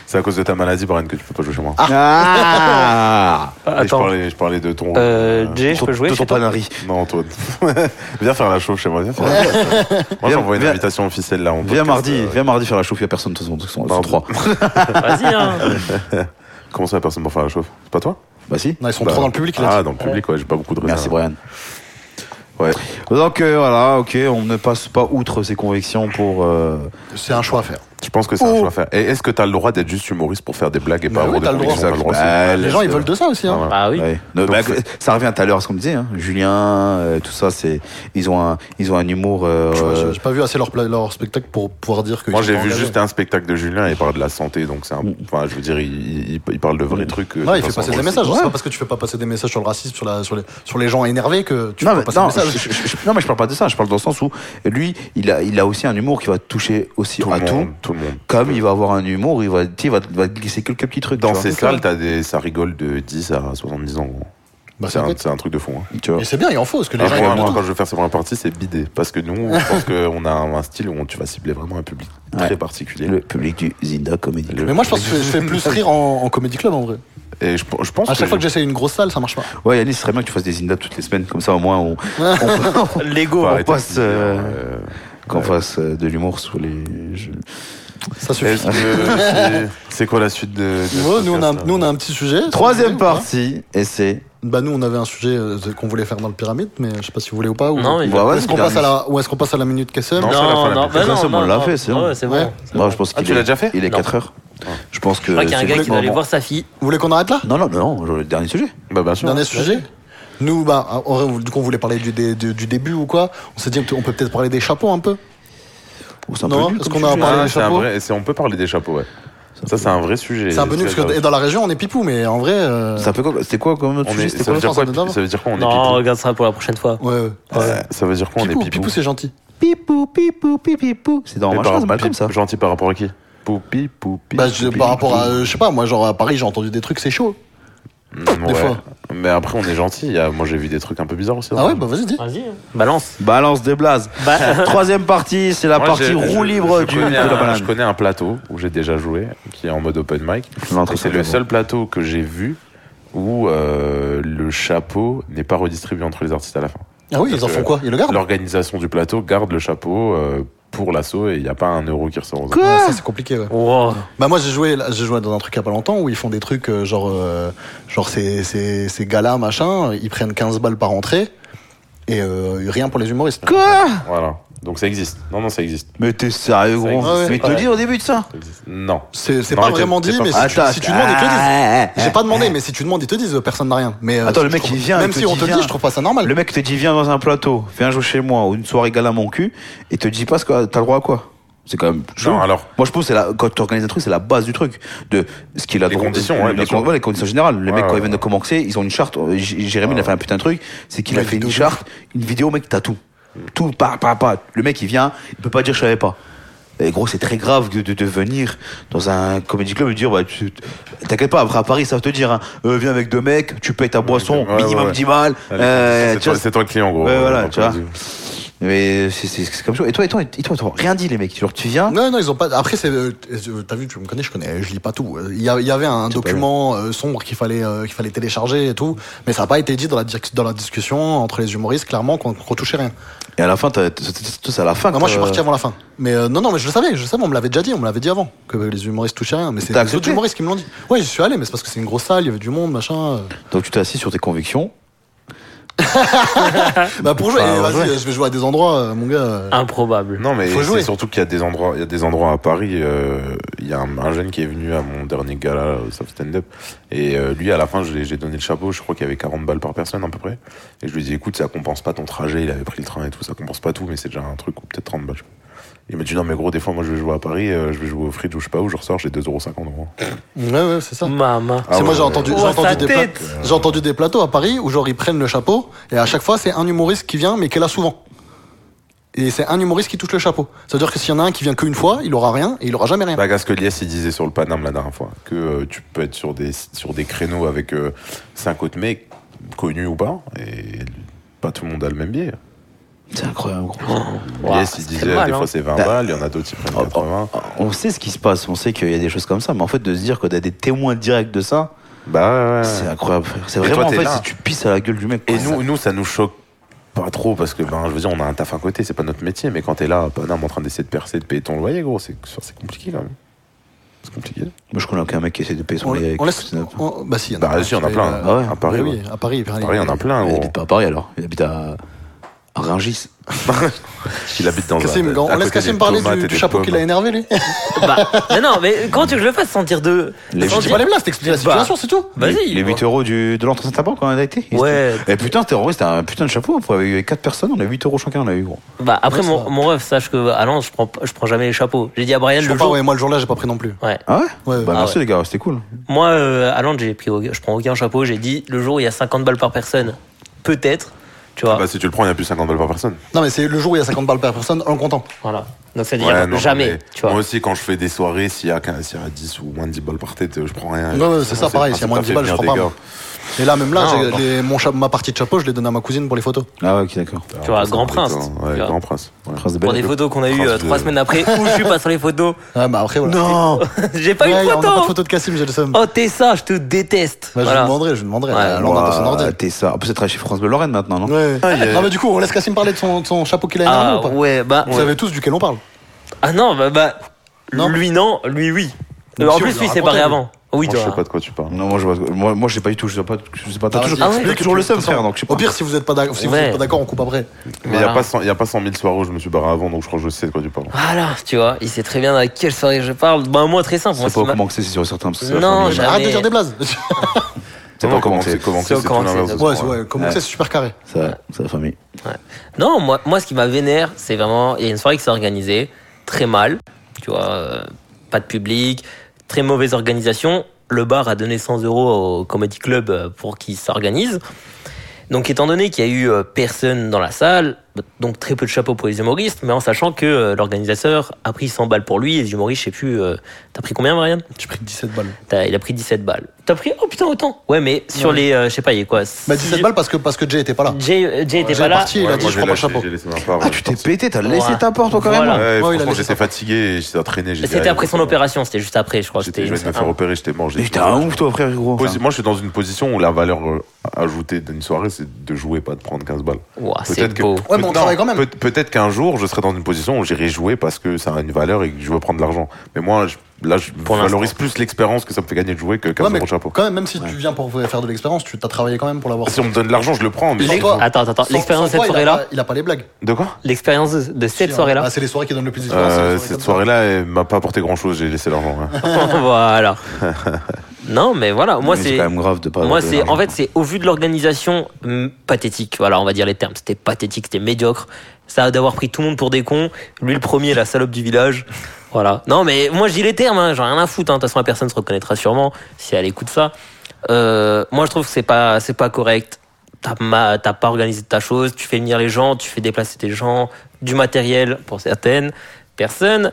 [SPEAKER 3] C'est à cause de ta maladie, Brian, que tu peux pas jouer chez moi.
[SPEAKER 6] (laughs)
[SPEAKER 4] Ah
[SPEAKER 5] Ah,
[SPEAKER 3] Et je,
[SPEAKER 5] attends.
[SPEAKER 3] parlais, je parlais de ton.
[SPEAKER 5] Euh, Jay, je
[SPEAKER 4] Ton-
[SPEAKER 5] peux jouer
[SPEAKER 4] de
[SPEAKER 5] chez
[SPEAKER 4] ton
[SPEAKER 5] toi
[SPEAKER 4] panari.
[SPEAKER 3] Non, Antoine. (laughs) viens faire la chauve chez moi. Viens faire la chauve. moi,
[SPEAKER 4] Viens-
[SPEAKER 3] j'envoie une
[SPEAKER 4] viens-
[SPEAKER 3] invitation officielle là. en
[SPEAKER 4] Viens
[SPEAKER 3] podcast,
[SPEAKER 4] mardi,
[SPEAKER 3] euh,
[SPEAKER 4] viens mardi faire la chauffe, il y a personne de toute façon, parce qu'ils sont- ils sont
[SPEAKER 3] Pardon.
[SPEAKER 4] trois.
[SPEAKER 5] Vas-y, hein
[SPEAKER 6] (laughs)
[SPEAKER 3] Comment ça, personne pour faire la chauffe C'est pas toi
[SPEAKER 4] Bah si.
[SPEAKER 6] Non, ils sont
[SPEAKER 3] Bah,
[SPEAKER 6] trop dans le public là.
[SPEAKER 3] Ah, dans le public, ouais, j'ai pas beaucoup de
[SPEAKER 4] Merci
[SPEAKER 3] réserves.
[SPEAKER 4] Brian.
[SPEAKER 3] Ouais.
[SPEAKER 4] Donc euh, voilà, ok, on ne passe pas outre ses convictions pour. euh,
[SPEAKER 6] C'est un choix à faire.
[SPEAKER 3] Je pense que c'est un choix à faire. Et est-ce que t'as le droit d'être juste humoriste pour faire des blagues et pas
[SPEAKER 6] Oh.
[SPEAKER 3] avoir
[SPEAKER 6] Bah oui,
[SPEAKER 3] des
[SPEAKER 6] t'as le droit.
[SPEAKER 3] convictions, t'as
[SPEAKER 4] Bah,
[SPEAKER 3] le droit, c'est-
[SPEAKER 6] Les gens, ils veulent de ça aussi. hein.
[SPEAKER 3] Ah, voilà.
[SPEAKER 5] Bah oui.
[SPEAKER 4] Ouais. Non,
[SPEAKER 3] Donc,
[SPEAKER 4] bah,
[SPEAKER 3] c'est-
[SPEAKER 4] ça revient tout à l'heure à ce qu'on me disait, hein. Julien, euh, tout ça, c'est ils ont un ils ont un humour. euh,
[SPEAKER 6] Je- je- J'ai pas vu assez leur, pla- leur spectacle pour pouvoir dire que.
[SPEAKER 3] Moi,
[SPEAKER 6] ils
[SPEAKER 3] j'ai
[SPEAKER 6] sont
[SPEAKER 3] vu
[SPEAKER 6] engagés.
[SPEAKER 3] juste un spectacle de Julien, il parle de la santé, donc c'est un. Enfin, je veux dire, il, il- il parle de vrais trucs. euh,
[SPEAKER 6] Mm. Non,
[SPEAKER 3] de
[SPEAKER 6] il fait
[SPEAKER 3] façon
[SPEAKER 6] passer des
[SPEAKER 3] drôle.
[SPEAKER 6] messages. hein.
[SPEAKER 4] Ouais.
[SPEAKER 6] C'est pas parce que tu fais pas passer des messages sur le racisme, sur, la, sur, les, sur les gens énervés que tu
[SPEAKER 4] non,
[SPEAKER 6] peux
[SPEAKER 4] mais,
[SPEAKER 6] pas passer
[SPEAKER 4] non,
[SPEAKER 6] des messages.
[SPEAKER 4] je- je- je- non, mais je parle pas de ça, je parle dans le sens où lui, il a, il a aussi un humour qui va toucher aussi
[SPEAKER 3] Tout
[SPEAKER 4] à
[SPEAKER 3] le monde,
[SPEAKER 4] tout.
[SPEAKER 3] tout le monde.
[SPEAKER 4] Comme il va avoir un humour, il va, tu sais, il va, il va te glisser quelques petits trucs.
[SPEAKER 3] Dans
[SPEAKER 4] tu vois.
[SPEAKER 3] ces salles, t'as des, ça rigole de 10 à 70 ans. gros.
[SPEAKER 6] Bah,
[SPEAKER 3] c'est,
[SPEAKER 6] c'est
[SPEAKER 3] un,
[SPEAKER 6] fait.
[SPEAKER 3] c'est un truc de fou. hein.
[SPEAKER 4] Tu vois.
[SPEAKER 6] Et c'est bien, il en faut, parce que les gens.
[SPEAKER 3] Après,
[SPEAKER 6] ils
[SPEAKER 3] Ah, moi,
[SPEAKER 6] aiment
[SPEAKER 3] quand
[SPEAKER 6] tout.
[SPEAKER 3] je veux faire ces premières parties, c'est bidé. Parce que
[SPEAKER 6] (laughs)
[SPEAKER 3] nous, je pense qu'on a un, un style où on- tu vas cibler vraiment un public très
[SPEAKER 4] Ouais.
[SPEAKER 3] particulier.
[SPEAKER 4] Le public du Zinda Comedy Club.
[SPEAKER 6] Mais moi, je pense que je fais plus rire en, en comédie club en vrai.
[SPEAKER 3] Et je, je pense
[SPEAKER 6] À chaque
[SPEAKER 3] que,
[SPEAKER 6] fois que j'essaye une grosse salle, ça marche pas.
[SPEAKER 4] Ouais, Yannis, ce serait bien que tu fasses des Zinda toutes les semaines, comme ça au moins on, on-
[SPEAKER 5] Lego.
[SPEAKER 3] faut
[SPEAKER 4] on
[SPEAKER 3] arrêter
[SPEAKER 4] passe,
[SPEAKER 3] de dire,
[SPEAKER 4] euh, qu'on
[SPEAKER 3] Ouais.
[SPEAKER 4] fasse euh, de l'humour sur les. jeux.
[SPEAKER 6] Ça
[SPEAKER 3] euh,
[SPEAKER 6] suffit.
[SPEAKER 3] est-ce que c'est, c'est quoi la suite de, de ce
[SPEAKER 6] Ouais, nous, on a, un-
[SPEAKER 3] podcast,
[SPEAKER 6] nous, on a
[SPEAKER 3] là
[SPEAKER 6] un petit sujet.
[SPEAKER 4] Troisième
[SPEAKER 6] Vous voulez ou pas
[SPEAKER 4] partie, et c'est.
[SPEAKER 6] Bah nous on avait un sujet euh, qu'on voulait faire dans le pyramide, mais je sais pas si vous voulez ou pas. Ou...
[SPEAKER 5] Non, mais-
[SPEAKER 4] Ouais, ouais,
[SPEAKER 6] est-ce qu'on
[SPEAKER 4] dernier.
[SPEAKER 6] passe à la ou est-ce qu'on passe à la minute question
[SPEAKER 3] Non, c'est la fin, la
[SPEAKER 5] bah
[SPEAKER 4] petite somme, on l'a
[SPEAKER 5] non.
[SPEAKER 4] fait, c'est bon.
[SPEAKER 5] Ouais, c'est
[SPEAKER 6] Ouais. Euh,
[SPEAKER 5] bon. c'est
[SPEAKER 4] Non,
[SPEAKER 5] bon.
[SPEAKER 4] je pense
[SPEAKER 3] Ah,
[SPEAKER 4] qu'il
[SPEAKER 3] tu
[SPEAKER 4] est-
[SPEAKER 3] l'as déjà fait
[SPEAKER 4] Il est
[SPEAKER 5] Non.
[SPEAKER 4] 4 heures. Je pense que.
[SPEAKER 5] Je crois qu'il y a un
[SPEAKER 4] c'est
[SPEAKER 5] gars
[SPEAKER 4] le
[SPEAKER 5] qui doit aller
[SPEAKER 4] moment.
[SPEAKER 5] voir sa fille.
[SPEAKER 6] Vous voulez qu'on arrête là
[SPEAKER 4] Non, non, non, le dernier sujet.
[SPEAKER 3] Bah, bien sûr.
[SPEAKER 6] Dernier sujet. Nous bah en vrai, du coup on voulait parler du, dé- du, du début ou quoi On s'est dit on peut peut-être parler des chapeaux un peu.
[SPEAKER 4] Ou c'est un
[SPEAKER 6] Non,
[SPEAKER 4] peu nul
[SPEAKER 6] parce
[SPEAKER 4] comme
[SPEAKER 6] qu'on a
[SPEAKER 4] sujet.
[SPEAKER 6] parlé
[SPEAKER 3] Ah,
[SPEAKER 6] des
[SPEAKER 3] c'est un
[SPEAKER 6] chapeaux.
[SPEAKER 3] vrai- c'est- on peut parler des chapeaux, ouais. Ça, c'est un vrai sujet.
[SPEAKER 6] C'est un peu nul, parce que et dans la région, on est pipou, mais en vrai. euh,
[SPEAKER 4] C'est un peu quoi C'était quoi comme autre
[SPEAKER 3] On est-
[SPEAKER 4] sujet C'était
[SPEAKER 3] ça,
[SPEAKER 6] quoi
[SPEAKER 3] veut
[SPEAKER 6] le
[SPEAKER 3] dire
[SPEAKER 6] sens
[SPEAKER 3] quoi,
[SPEAKER 6] de d'avant
[SPEAKER 3] ça veut dire quoi on
[SPEAKER 5] non, on
[SPEAKER 3] est
[SPEAKER 5] regarde ça pour la prochaine fois.
[SPEAKER 6] Ouais, ouais.
[SPEAKER 3] pipou Euh, Ça veut dire quoi on est
[SPEAKER 6] Pipou,
[SPEAKER 3] pipou
[SPEAKER 6] pipou, c'est gentil.
[SPEAKER 4] Pipou, pipou, pipou, pipou. C'est dans
[SPEAKER 3] Mais
[SPEAKER 4] ma
[SPEAKER 3] par-
[SPEAKER 4] chose, mal
[SPEAKER 3] pi-
[SPEAKER 4] comme ça.
[SPEAKER 3] Gentil par rapport à qui Poupi, poupi.
[SPEAKER 6] Bah, je-
[SPEAKER 3] poupi,
[SPEAKER 6] par rapport à,
[SPEAKER 3] poupi.
[SPEAKER 6] euh, je sais pas, moi, genre à Paris, j'ai entendu des trucs, c'est chaud.
[SPEAKER 3] Mm,
[SPEAKER 6] des
[SPEAKER 3] ouais.
[SPEAKER 6] fois.
[SPEAKER 3] Mais après, on est gentil. Il y a- Moi, j'ai vu des trucs un peu bizarres aussi. hein.
[SPEAKER 6] Ah ouais, bah vas-y, dis.
[SPEAKER 5] Vas-y. hein. Balance.
[SPEAKER 4] Balance des blazes.
[SPEAKER 5] Bah-
[SPEAKER 4] (laughs) Troisième partie, c'est la
[SPEAKER 3] Moi,
[SPEAKER 4] partie
[SPEAKER 3] j'ai-
[SPEAKER 4] roue
[SPEAKER 3] je-
[SPEAKER 4] libre
[SPEAKER 3] je
[SPEAKER 4] du,
[SPEAKER 3] connais
[SPEAKER 4] de
[SPEAKER 3] un-
[SPEAKER 4] la
[SPEAKER 3] Je
[SPEAKER 4] banane.
[SPEAKER 3] connais un plateau où j'ai déjà joué, qui est en mode open mic. Et C'est le seul plateau que j'ai vu où euh, le chapeau n'est pas redistribué entre les artistes à la fin.
[SPEAKER 6] Ah oui, ils en
[SPEAKER 3] Parce que
[SPEAKER 6] font quoi Ils le gardent
[SPEAKER 3] L'organisation du plateau garde le chapeau euh, pour l'assaut et il n'y a pas un euro qui ressort. aux autres.
[SPEAKER 6] Ah, ça c'est compliqué. Ouais.
[SPEAKER 5] Wow.
[SPEAKER 6] Bah moi j'ai joué, là, j'ai joué dans un truc il y a pas longtemps où ils font des trucs euh, genre, euh, genre ces, ces, ces gars-là machin, ils prennent 15 balles par entrée et euh, rien pour les humoristes.
[SPEAKER 3] Voilà. Donc ça existe. Non, non, ça existe.
[SPEAKER 4] Mais t'es sérieux,
[SPEAKER 3] Ça
[SPEAKER 4] gros
[SPEAKER 6] existe.
[SPEAKER 4] Mais te
[SPEAKER 3] Ouais.
[SPEAKER 4] le dis au début de ça.
[SPEAKER 3] Ça existe. Non.
[SPEAKER 6] C'est c'est
[SPEAKER 3] Non,
[SPEAKER 6] pas
[SPEAKER 3] mais
[SPEAKER 6] vraiment
[SPEAKER 3] Bah, t'es-
[SPEAKER 6] dit,
[SPEAKER 3] t'es
[SPEAKER 6] mais
[SPEAKER 3] pas-
[SPEAKER 6] si, tu- si tu demandes, ils te
[SPEAKER 4] ah,
[SPEAKER 6] le disent.
[SPEAKER 4] te
[SPEAKER 6] J'ai pas demandé, mais si tu demandes, ils te disent euh, personne n'a rien. Mais euh,
[SPEAKER 4] Attends, le
[SPEAKER 6] je
[SPEAKER 4] mec,
[SPEAKER 6] trouve-
[SPEAKER 4] il vient,
[SPEAKER 6] Même
[SPEAKER 4] il te
[SPEAKER 6] si on te
[SPEAKER 4] dit,
[SPEAKER 6] le
[SPEAKER 4] viens.
[SPEAKER 6] dit, je trouve pas ça normal.
[SPEAKER 4] Le mec hein. te dit viens dans un plateau, viens jouer chez moi ou une soirée gala mon cul et te dit pas ce que t'as le droit à quoi. C'est quand même. chelou.
[SPEAKER 3] Non, alors.
[SPEAKER 4] Moi je pense que c'est la- quand tu organises un truc, c'est la base du truc. De ce qu'il a
[SPEAKER 3] Les
[SPEAKER 4] droit-
[SPEAKER 3] conditions,
[SPEAKER 4] le-
[SPEAKER 3] ouais,
[SPEAKER 4] les
[SPEAKER 3] bien
[SPEAKER 4] con-
[SPEAKER 3] sûr.
[SPEAKER 4] ouais, les conditions générales. Les
[SPEAKER 3] Ouais,
[SPEAKER 4] mecs, quand
[SPEAKER 3] ouais.
[SPEAKER 4] ils viennent de commencer, ils ont une charte. Euh, J- Jérémy, il a fait un putain de truc, c'est qu'il
[SPEAKER 6] Ouais,
[SPEAKER 4] a fait une
[SPEAKER 6] vidéo,
[SPEAKER 4] charte, une vidéo, mec, t'as tout. Tout, pas, pas, pas. Le mec, il vient, il peut pas dire je savais pas. Et gros, c'est très grave de, de, de venir dans un comédie club et dire bah, tu- T'inquiète pas, après à Paris, ça va te dire hein, Euh, viens avec deux mecs, tu payes ta boisson,
[SPEAKER 3] ouais, ouais,
[SPEAKER 4] minimum
[SPEAKER 3] ouais.
[SPEAKER 4] 10 balles. euh,
[SPEAKER 3] Ah, C'est
[SPEAKER 4] tu vois,
[SPEAKER 3] toi, c'est toi le client, en gros.
[SPEAKER 4] Ouais, voilà,
[SPEAKER 3] Donc,
[SPEAKER 4] tu vois. mais c'est- c'est c'est comme ça. Et toi, et toi, et toi, ils t'ont rien dit, les mecs. Genre, tu viens.
[SPEAKER 6] Non, non, ils ont pas. Après, c'est. euh, euh, T'as vu, tu me connais, je connais, je lis pas tout. Il y, a- il y avait un document euh, sombre qu'il fallait, euh, qu'il fallait télécharger et tout, mais ça n'a pas été dit dans la, direc- dans la discussion entre les humoristes, clairement, qu'on qu'on retouchait rien.
[SPEAKER 4] Et à la fin, t'as- t'as- t'as- c'est à la fin.
[SPEAKER 6] Non,
[SPEAKER 4] que
[SPEAKER 6] Ah, moi, je suis
[SPEAKER 4] t'as-
[SPEAKER 6] parti avant la fin. Mais euh, non, non, mais je le savais, je le savais, on me l'avait déjà dit, on me l'avait dit avant, que les humoristes touchaient rien. Mais c'est les
[SPEAKER 4] T'as
[SPEAKER 6] autres
[SPEAKER 4] accepté
[SPEAKER 6] humoristes qui me l'ont dit. Ouais, je suis allé, mais c'est parce que c'est une grosse salle, il y avait du monde, machin. euh.
[SPEAKER 4] Donc, tu t'es assis sur tes convictions.
[SPEAKER 6] Bah, pour jouer,
[SPEAKER 4] Bah,
[SPEAKER 6] eh,
[SPEAKER 4] on va
[SPEAKER 6] vas-y,
[SPEAKER 4] jouer.
[SPEAKER 6] je vais jouer à des endroits, euh, mon gars. euh.
[SPEAKER 5] Ah. Improbable.
[SPEAKER 3] Non, mais
[SPEAKER 6] Faut jouer.
[SPEAKER 3] c'est surtout qu'il y a des endroits, il y a des endroits à Paris. euh, Il y a un, un jeune qui est venu à mon dernier gala euh, Soft Stand Up et euh, lui à la fin je l'ai- j'ai donné le chapeau. Je crois qu'il y avait 40 balles par personne à peu près. Et je lui ai dit écoute ça compense pas ton trajet. Il avait pris le train et tout, ça compense pas tout, mais c'est déjà un truc ou peut-être 30 balles. je sais pas. Il m'a dit non mais gros des fois moi je vais jouer à Paris, euh, je vais jouer au Fridge ou je sais pas où, je ressors j'ai 2,50€ euros.
[SPEAKER 6] Ouais, ouais, c'est ça.
[SPEAKER 5] Maman.
[SPEAKER 6] C'est
[SPEAKER 3] Ah
[SPEAKER 6] moi
[SPEAKER 3] ouais,
[SPEAKER 6] j'ai entendu,
[SPEAKER 5] ouais.
[SPEAKER 6] j'ai
[SPEAKER 5] Mm. Oh,
[SPEAKER 6] entendu
[SPEAKER 5] sa
[SPEAKER 6] des
[SPEAKER 5] tête
[SPEAKER 6] plate- j'ai entendu des plateaux à Paris où genre ils prennent le chapeau et à chaque fois c'est un humoriste qui vient mais qui est là souvent. Et c'est un humoriste qui touche le chapeau. Ça veut dire que s'il y en a un qui vient qu'une fois, il aura rien et il aura jamais rien.
[SPEAKER 3] Bah, Gasquelias, il disait sur le Paname la dernière fois que euh, tu peux être sur des, sur des créneaux avec euh, cinq autres mecs, connus ou pas, et pas tout le monde a le même biais.
[SPEAKER 4] C'est incroyable, gros.
[SPEAKER 5] Ouah,
[SPEAKER 3] Yes, il
[SPEAKER 5] c'est
[SPEAKER 3] disait
[SPEAKER 5] mal,
[SPEAKER 3] des
[SPEAKER 5] hein.
[SPEAKER 3] fois c'est 20
[SPEAKER 4] Bah,
[SPEAKER 3] balles, il y en a d'autres qui prennent
[SPEAKER 4] oh,
[SPEAKER 3] 80.
[SPEAKER 4] On sait ce qui se passe, on sait qu'il y a des choses comme ça, mais en fait, de se dire qu'on a des témoins directs de ça,
[SPEAKER 3] Bah ouais, ouais.
[SPEAKER 4] c'est incroyable, frère. C'est
[SPEAKER 3] Et
[SPEAKER 4] vraiment,
[SPEAKER 3] toi,
[SPEAKER 4] en
[SPEAKER 3] t'es
[SPEAKER 4] fait,
[SPEAKER 3] là.
[SPEAKER 4] si tu pisses à la gueule du mec.
[SPEAKER 3] Et
[SPEAKER 4] quoi, ça-
[SPEAKER 3] nous, nous, ça nous choque pas trop parce que, ben, je veux dire, on a un taf à côté, c'est pas notre métier, mais quand t'es là à Paname en train d'essayer de percer, de payer ton loyer, gros, c'est c'est compliqué quand même. C'est compliqué.
[SPEAKER 4] Moi, je connais aucun mec qui essaie de payer son
[SPEAKER 6] On,
[SPEAKER 4] loyer
[SPEAKER 6] on
[SPEAKER 4] avec
[SPEAKER 6] laisse.
[SPEAKER 4] Snap.
[SPEAKER 6] on- bah si, il y en a.
[SPEAKER 3] Bah, si, on a
[SPEAKER 6] Mais,
[SPEAKER 3] plein.
[SPEAKER 6] euh,
[SPEAKER 4] Ah ouais.
[SPEAKER 3] À Paris,
[SPEAKER 6] oui,
[SPEAKER 3] ouais.
[SPEAKER 6] à Paris,
[SPEAKER 3] À Paris, Ah, on a plein,
[SPEAKER 4] Il
[SPEAKER 3] gros.
[SPEAKER 4] habite pas à Paris alors, il habite à. à Rungis.
[SPEAKER 3] Il habite dans
[SPEAKER 6] Cassim,
[SPEAKER 3] un.
[SPEAKER 6] on
[SPEAKER 3] à
[SPEAKER 6] laisse
[SPEAKER 3] côté
[SPEAKER 6] Cassim
[SPEAKER 3] des
[SPEAKER 6] parler
[SPEAKER 3] tomates
[SPEAKER 6] du,
[SPEAKER 3] et
[SPEAKER 6] du
[SPEAKER 3] des
[SPEAKER 6] chapeau qui
[SPEAKER 3] pommes.
[SPEAKER 6] l'a énervé lui.
[SPEAKER 5] Bah, mais non, mais comment tu veux que je le fasse sentir deux
[SPEAKER 4] Les
[SPEAKER 6] On dit
[SPEAKER 5] sentir-
[SPEAKER 6] pas
[SPEAKER 5] Bah,
[SPEAKER 6] Ah. les blagues, t'expliques la situation, c'est tout.
[SPEAKER 5] Vas-y.
[SPEAKER 4] Les
[SPEAKER 5] moi.
[SPEAKER 4] 8 euros du, de l'entrée Saint-Tabac quand on a été
[SPEAKER 5] Ouais.
[SPEAKER 4] Et putain, c'était en vrai, c'était un putain de chapeau. hein, On avait 4 personnes, on a 8 euros chacun, on a eu gros.
[SPEAKER 5] Bah, après,
[SPEAKER 6] Ouais, ça
[SPEAKER 5] mon,
[SPEAKER 6] va.
[SPEAKER 5] mon ref, sache que à Lens, je prends, pas- je prends jamais les chapeaux. J'ai dit à Brian
[SPEAKER 6] Je
[SPEAKER 5] le
[SPEAKER 6] crois pas,
[SPEAKER 5] jour.
[SPEAKER 6] ouais, moi le jour-là j'ai pas pris non plus.
[SPEAKER 5] Ouais.
[SPEAKER 4] Ah ouais
[SPEAKER 6] Ouais,
[SPEAKER 4] Bah
[SPEAKER 6] ouais.
[SPEAKER 4] merci les gars, c'était cool.
[SPEAKER 5] Moi, euh, à Londres, j'ai pris, au- je prends aucun chapeau. J'ai dit, le jour où il y a 50 balles par personne, peut-être, tu vois.
[SPEAKER 3] Bah, si tu le prends, il y a plus 50 balles par personne.
[SPEAKER 6] Non mais c'est le jour où il y a 50 balles par personne, en comptant.
[SPEAKER 5] voilà. Donc ça veut
[SPEAKER 3] Ouais,
[SPEAKER 5] dire
[SPEAKER 3] non,
[SPEAKER 5] jamais,
[SPEAKER 3] mais
[SPEAKER 5] tu vois.
[SPEAKER 3] Moi aussi, quand je fais des soirées, s'il y, a qu'un- s'il y a 10 ou moins de 10 balles par tête, je prends rien.
[SPEAKER 6] Non, non, c'est ça, pareil, s'il y a moins de 10 balles, je prends pas, moi. Et là même là,
[SPEAKER 3] Non,
[SPEAKER 6] j'ai
[SPEAKER 3] non.
[SPEAKER 6] les- mon cha- ma partie de chapeau, je l'ai donné à ma cousine pour les photos.
[SPEAKER 4] Ah ouais, ok, d'accord.
[SPEAKER 5] Tu vois, Grand Prince,
[SPEAKER 3] Ouais,
[SPEAKER 5] tu vois.
[SPEAKER 3] Grand Prince. ouais.
[SPEAKER 4] Prince de
[SPEAKER 5] Pour
[SPEAKER 4] Bel
[SPEAKER 5] des
[SPEAKER 4] Air.
[SPEAKER 5] photos qu'on a eues
[SPEAKER 3] Prince
[SPEAKER 5] euh, trois
[SPEAKER 3] de-
[SPEAKER 5] semaines après, où je suis pas sur les photos. (laughs)
[SPEAKER 6] Ah bah après voilà.
[SPEAKER 4] Non
[SPEAKER 5] J'ai pas
[SPEAKER 6] Ouais,
[SPEAKER 5] eu de
[SPEAKER 6] On a pas de
[SPEAKER 5] photo.
[SPEAKER 6] photo de Cassim, j'ai le seum.
[SPEAKER 5] Oh, t'es ça, je te déteste.
[SPEAKER 6] Bah, Je
[SPEAKER 5] Voilà.
[SPEAKER 6] lui demanderai, je lui demanderai.
[SPEAKER 5] Ouais,
[SPEAKER 6] Elle en a dans son ordi.
[SPEAKER 4] Ouah, bah, T'es ça. En plus, c'est travaille chez France Bleu Lorraine maintenant, non
[SPEAKER 6] Ouais.
[SPEAKER 3] Ah, il y a-
[SPEAKER 6] Non, mais du coup, on laisse Cassim parler de son, de son chapeau qu'il a énervé
[SPEAKER 5] Ah
[SPEAKER 6] ou pas
[SPEAKER 5] ouais, bah.
[SPEAKER 6] Vous savez tous duquel on parle.
[SPEAKER 5] Ah non, bah, bah
[SPEAKER 6] Non.
[SPEAKER 5] lui non, lui oui.
[SPEAKER 6] Donc,
[SPEAKER 5] Euh, en
[SPEAKER 6] si, on
[SPEAKER 5] plus
[SPEAKER 6] lui
[SPEAKER 5] lui
[SPEAKER 6] a
[SPEAKER 5] c'est barré
[SPEAKER 6] raconté,
[SPEAKER 5] avant. Oui,
[SPEAKER 3] Moi, je
[SPEAKER 5] toi.
[SPEAKER 3] sais pas de quoi tu parles.
[SPEAKER 4] Non, moi je vois. Moi, moi je sais pas du tout. Je sais pas. Je sais pas. T'as
[SPEAKER 6] Ah,
[SPEAKER 4] toujours,
[SPEAKER 6] je-
[SPEAKER 5] ah ouais.
[SPEAKER 4] t'as toujours le seum, frère. Donc je sais pas.
[SPEAKER 6] Au pire, si vous n'êtes pas d'accord, si vous
[SPEAKER 5] Ouais.
[SPEAKER 6] êtes pas d'accord, on coupe après.
[SPEAKER 3] Mais il n'y a,
[SPEAKER 5] Voilà.
[SPEAKER 3] pas cent- y a pas 100 000 soirées où je me suis barré avant, donc je crois que je sais de quoi tu parles.
[SPEAKER 5] Voilà, tu vois, il sait très bien à quelle soirée je parle. Bah moi très simple,
[SPEAKER 4] Je
[SPEAKER 5] moi
[SPEAKER 4] sais
[SPEAKER 5] c'est
[SPEAKER 4] pas
[SPEAKER 5] ma-
[SPEAKER 4] comment que c'est, c'est sûr et certain. Parce que c'est
[SPEAKER 5] Non,
[SPEAKER 4] la famille.
[SPEAKER 5] j'ai-
[SPEAKER 6] Arrête
[SPEAKER 5] mais-
[SPEAKER 6] de dire des blagues.
[SPEAKER 4] C'est
[SPEAKER 3] Non,
[SPEAKER 4] pas comment que c'est.
[SPEAKER 3] Comment
[SPEAKER 5] C'est
[SPEAKER 3] c'est c'est
[SPEAKER 5] au
[SPEAKER 3] tout
[SPEAKER 5] commencer,
[SPEAKER 3] l'inverse.
[SPEAKER 5] c'est-
[SPEAKER 3] de hein.
[SPEAKER 6] ouais,
[SPEAKER 3] ce qu'on
[SPEAKER 6] ouais, comment
[SPEAKER 4] Ouais.
[SPEAKER 6] c'est, c'est super carré.
[SPEAKER 4] C'est vrai, c'est la famille.
[SPEAKER 5] Non, moi, moi ce qui m'a vénère, c'est vraiment il y a une soirée qui s'est organisée très mal, tu vois, euh, pas de public, très mauvaise organisation. Le bar a donné 100 euros au Comedy Club euh, pour qu'il s'organise. Donc, étant donné qu'il y a eu euh, personne dans la salle, donc très peu de chapeaux pour les humoristes, mais en sachant que euh, l'organisateur a pris 100 balles pour lui et les humoristes, je sais plus, euh, t'as pris combien, Marianne
[SPEAKER 6] J'ai pris 17 balles.
[SPEAKER 5] T'as- Il a pris 17 balles. T'as pris, oh putain, autant Ouais, mais sur les, euh, je sais pas, il y a quoi
[SPEAKER 6] Bah,
[SPEAKER 5] six-
[SPEAKER 6] 17 balles parce que, parce que Jay était pas là.
[SPEAKER 5] Jay, euh, Jay était
[SPEAKER 6] Jay
[SPEAKER 5] pas
[SPEAKER 6] est
[SPEAKER 5] là.
[SPEAKER 6] parti, il a
[SPEAKER 3] moi,
[SPEAKER 6] dit je
[SPEAKER 3] j'ai
[SPEAKER 6] prends pas le
[SPEAKER 3] lâché,
[SPEAKER 6] chapeau.
[SPEAKER 3] j'ai laissé ma part,
[SPEAKER 4] Ah,
[SPEAKER 3] ouais,
[SPEAKER 4] tu
[SPEAKER 3] je
[SPEAKER 4] t'es
[SPEAKER 3] pense.
[SPEAKER 4] pété, t'as
[SPEAKER 5] Voilà.
[SPEAKER 4] laissé ta porte, toi,
[SPEAKER 5] Voilà.
[SPEAKER 4] carrément.
[SPEAKER 3] Ouais,
[SPEAKER 6] il a
[SPEAKER 3] franchement,
[SPEAKER 6] laissé
[SPEAKER 3] j'étais
[SPEAKER 6] sa part.
[SPEAKER 3] fatigué et j'étais à traîner. j'étais
[SPEAKER 5] C'était
[SPEAKER 3] à-
[SPEAKER 5] après son opération, c'était juste après, je crois.
[SPEAKER 3] J'étais, je venais de me faire opérer, j'étais mort.
[SPEAKER 4] Mais
[SPEAKER 3] j'étais-
[SPEAKER 4] t'es un ouf, toi, frère, gros.
[SPEAKER 3] Posi- Moi, je suis dans une position où la valeur euh, ajoutée d'une soirée, c'est de jouer, pas de prendre 15 balles.
[SPEAKER 5] Ouah, Ah, c'est
[SPEAKER 3] Peut-être que-
[SPEAKER 5] beau.
[SPEAKER 6] Ouais, mais on
[SPEAKER 3] Non,
[SPEAKER 6] travaille quand même.
[SPEAKER 3] peut- Peut-être qu'un jour, je serai dans une position où j'irai jouer parce que ça a une valeur et que je veux prendre de l'argent. Mais moi, je- là, je
[SPEAKER 5] Pour
[SPEAKER 3] valorise plus l'expérience que ça me fait gagner de jouer que 15
[SPEAKER 6] Ouais, mais
[SPEAKER 3] euros de chapeau.
[SPEAKER 6] quand même, même si tu viens pour faire de l'expérience, tu t'as travaillé quand même pour l'avoir.
[SPEAKER 3] Si on me donne de l'argent, je le prends. Mais
[SPEAKER 6] Les-
[SPEAKER 3] je-
[SPEAKER 6] toi.
[SPEAKER 5] Attends, attends, attends.
[SPEAKER 6] Sans-
[SPEAKER 5] L'expérience
[SPEAKER 6] sans
[SPEAKER 5] de cette
[SPEAKER 6] toi, il a
[SPEAKER 5] soirée-là,
[SPEAKER 6] pas- Il a pas les blagues.
[SPEAKER 3] De quoi
[SPEAKER 5] l'expérience de- de cette
[SPEAKER 6] Si, hein. (laughs)
[SPEAKER 5] soirée-là. (laughs)
[SPEAKER 6] Ah, c'est les soirées qui donnent le plus d'expérience. c'est les
[SPEAKER 3] Euh,
[SPEAKER 6] soirées
[SPEAKER 3] Cette
[SPEAKER 6] comme ça.
[SPEAKER 3] soirée-là, elle m'a pas apporté grand-chose. J'ai laissé l'argent.
[SPEAKER 4] (laughs)
[SPEAKER 3] hein.
[SPEAKER 5] voilà. Non, mais voilà, moi
[SPEAKER 4] Mais
[SPEAKER 5] c'est.
[SPEAKER 4] quand même grave de pas.
[SPEAKER 5] Moi,
[SPEAKER 4] de-
[SPEAKER 5] c'est en fait, c'est au vu de l'organisation hum, pathétique. Voilà, on va dire les termes. C'était pathétique, c'était médiocre. Ça a d'avoir pris tout le monde pour des cons. Lui, le premier, la salope du village. Voilà. Non, mais moi, je dis les termes. Hein, J'en ai rien à foutre. hein. De toute façon, la personne se reconnaîtra sûrement si elle écoute ça. Euh, moi, je trouve que c'est pas, c'est pas correct. T'as ma- t'as pas organisé ta chose. Tu fais venir les gens, tu fais déplacer des gens, du matériel pour certaines personnes.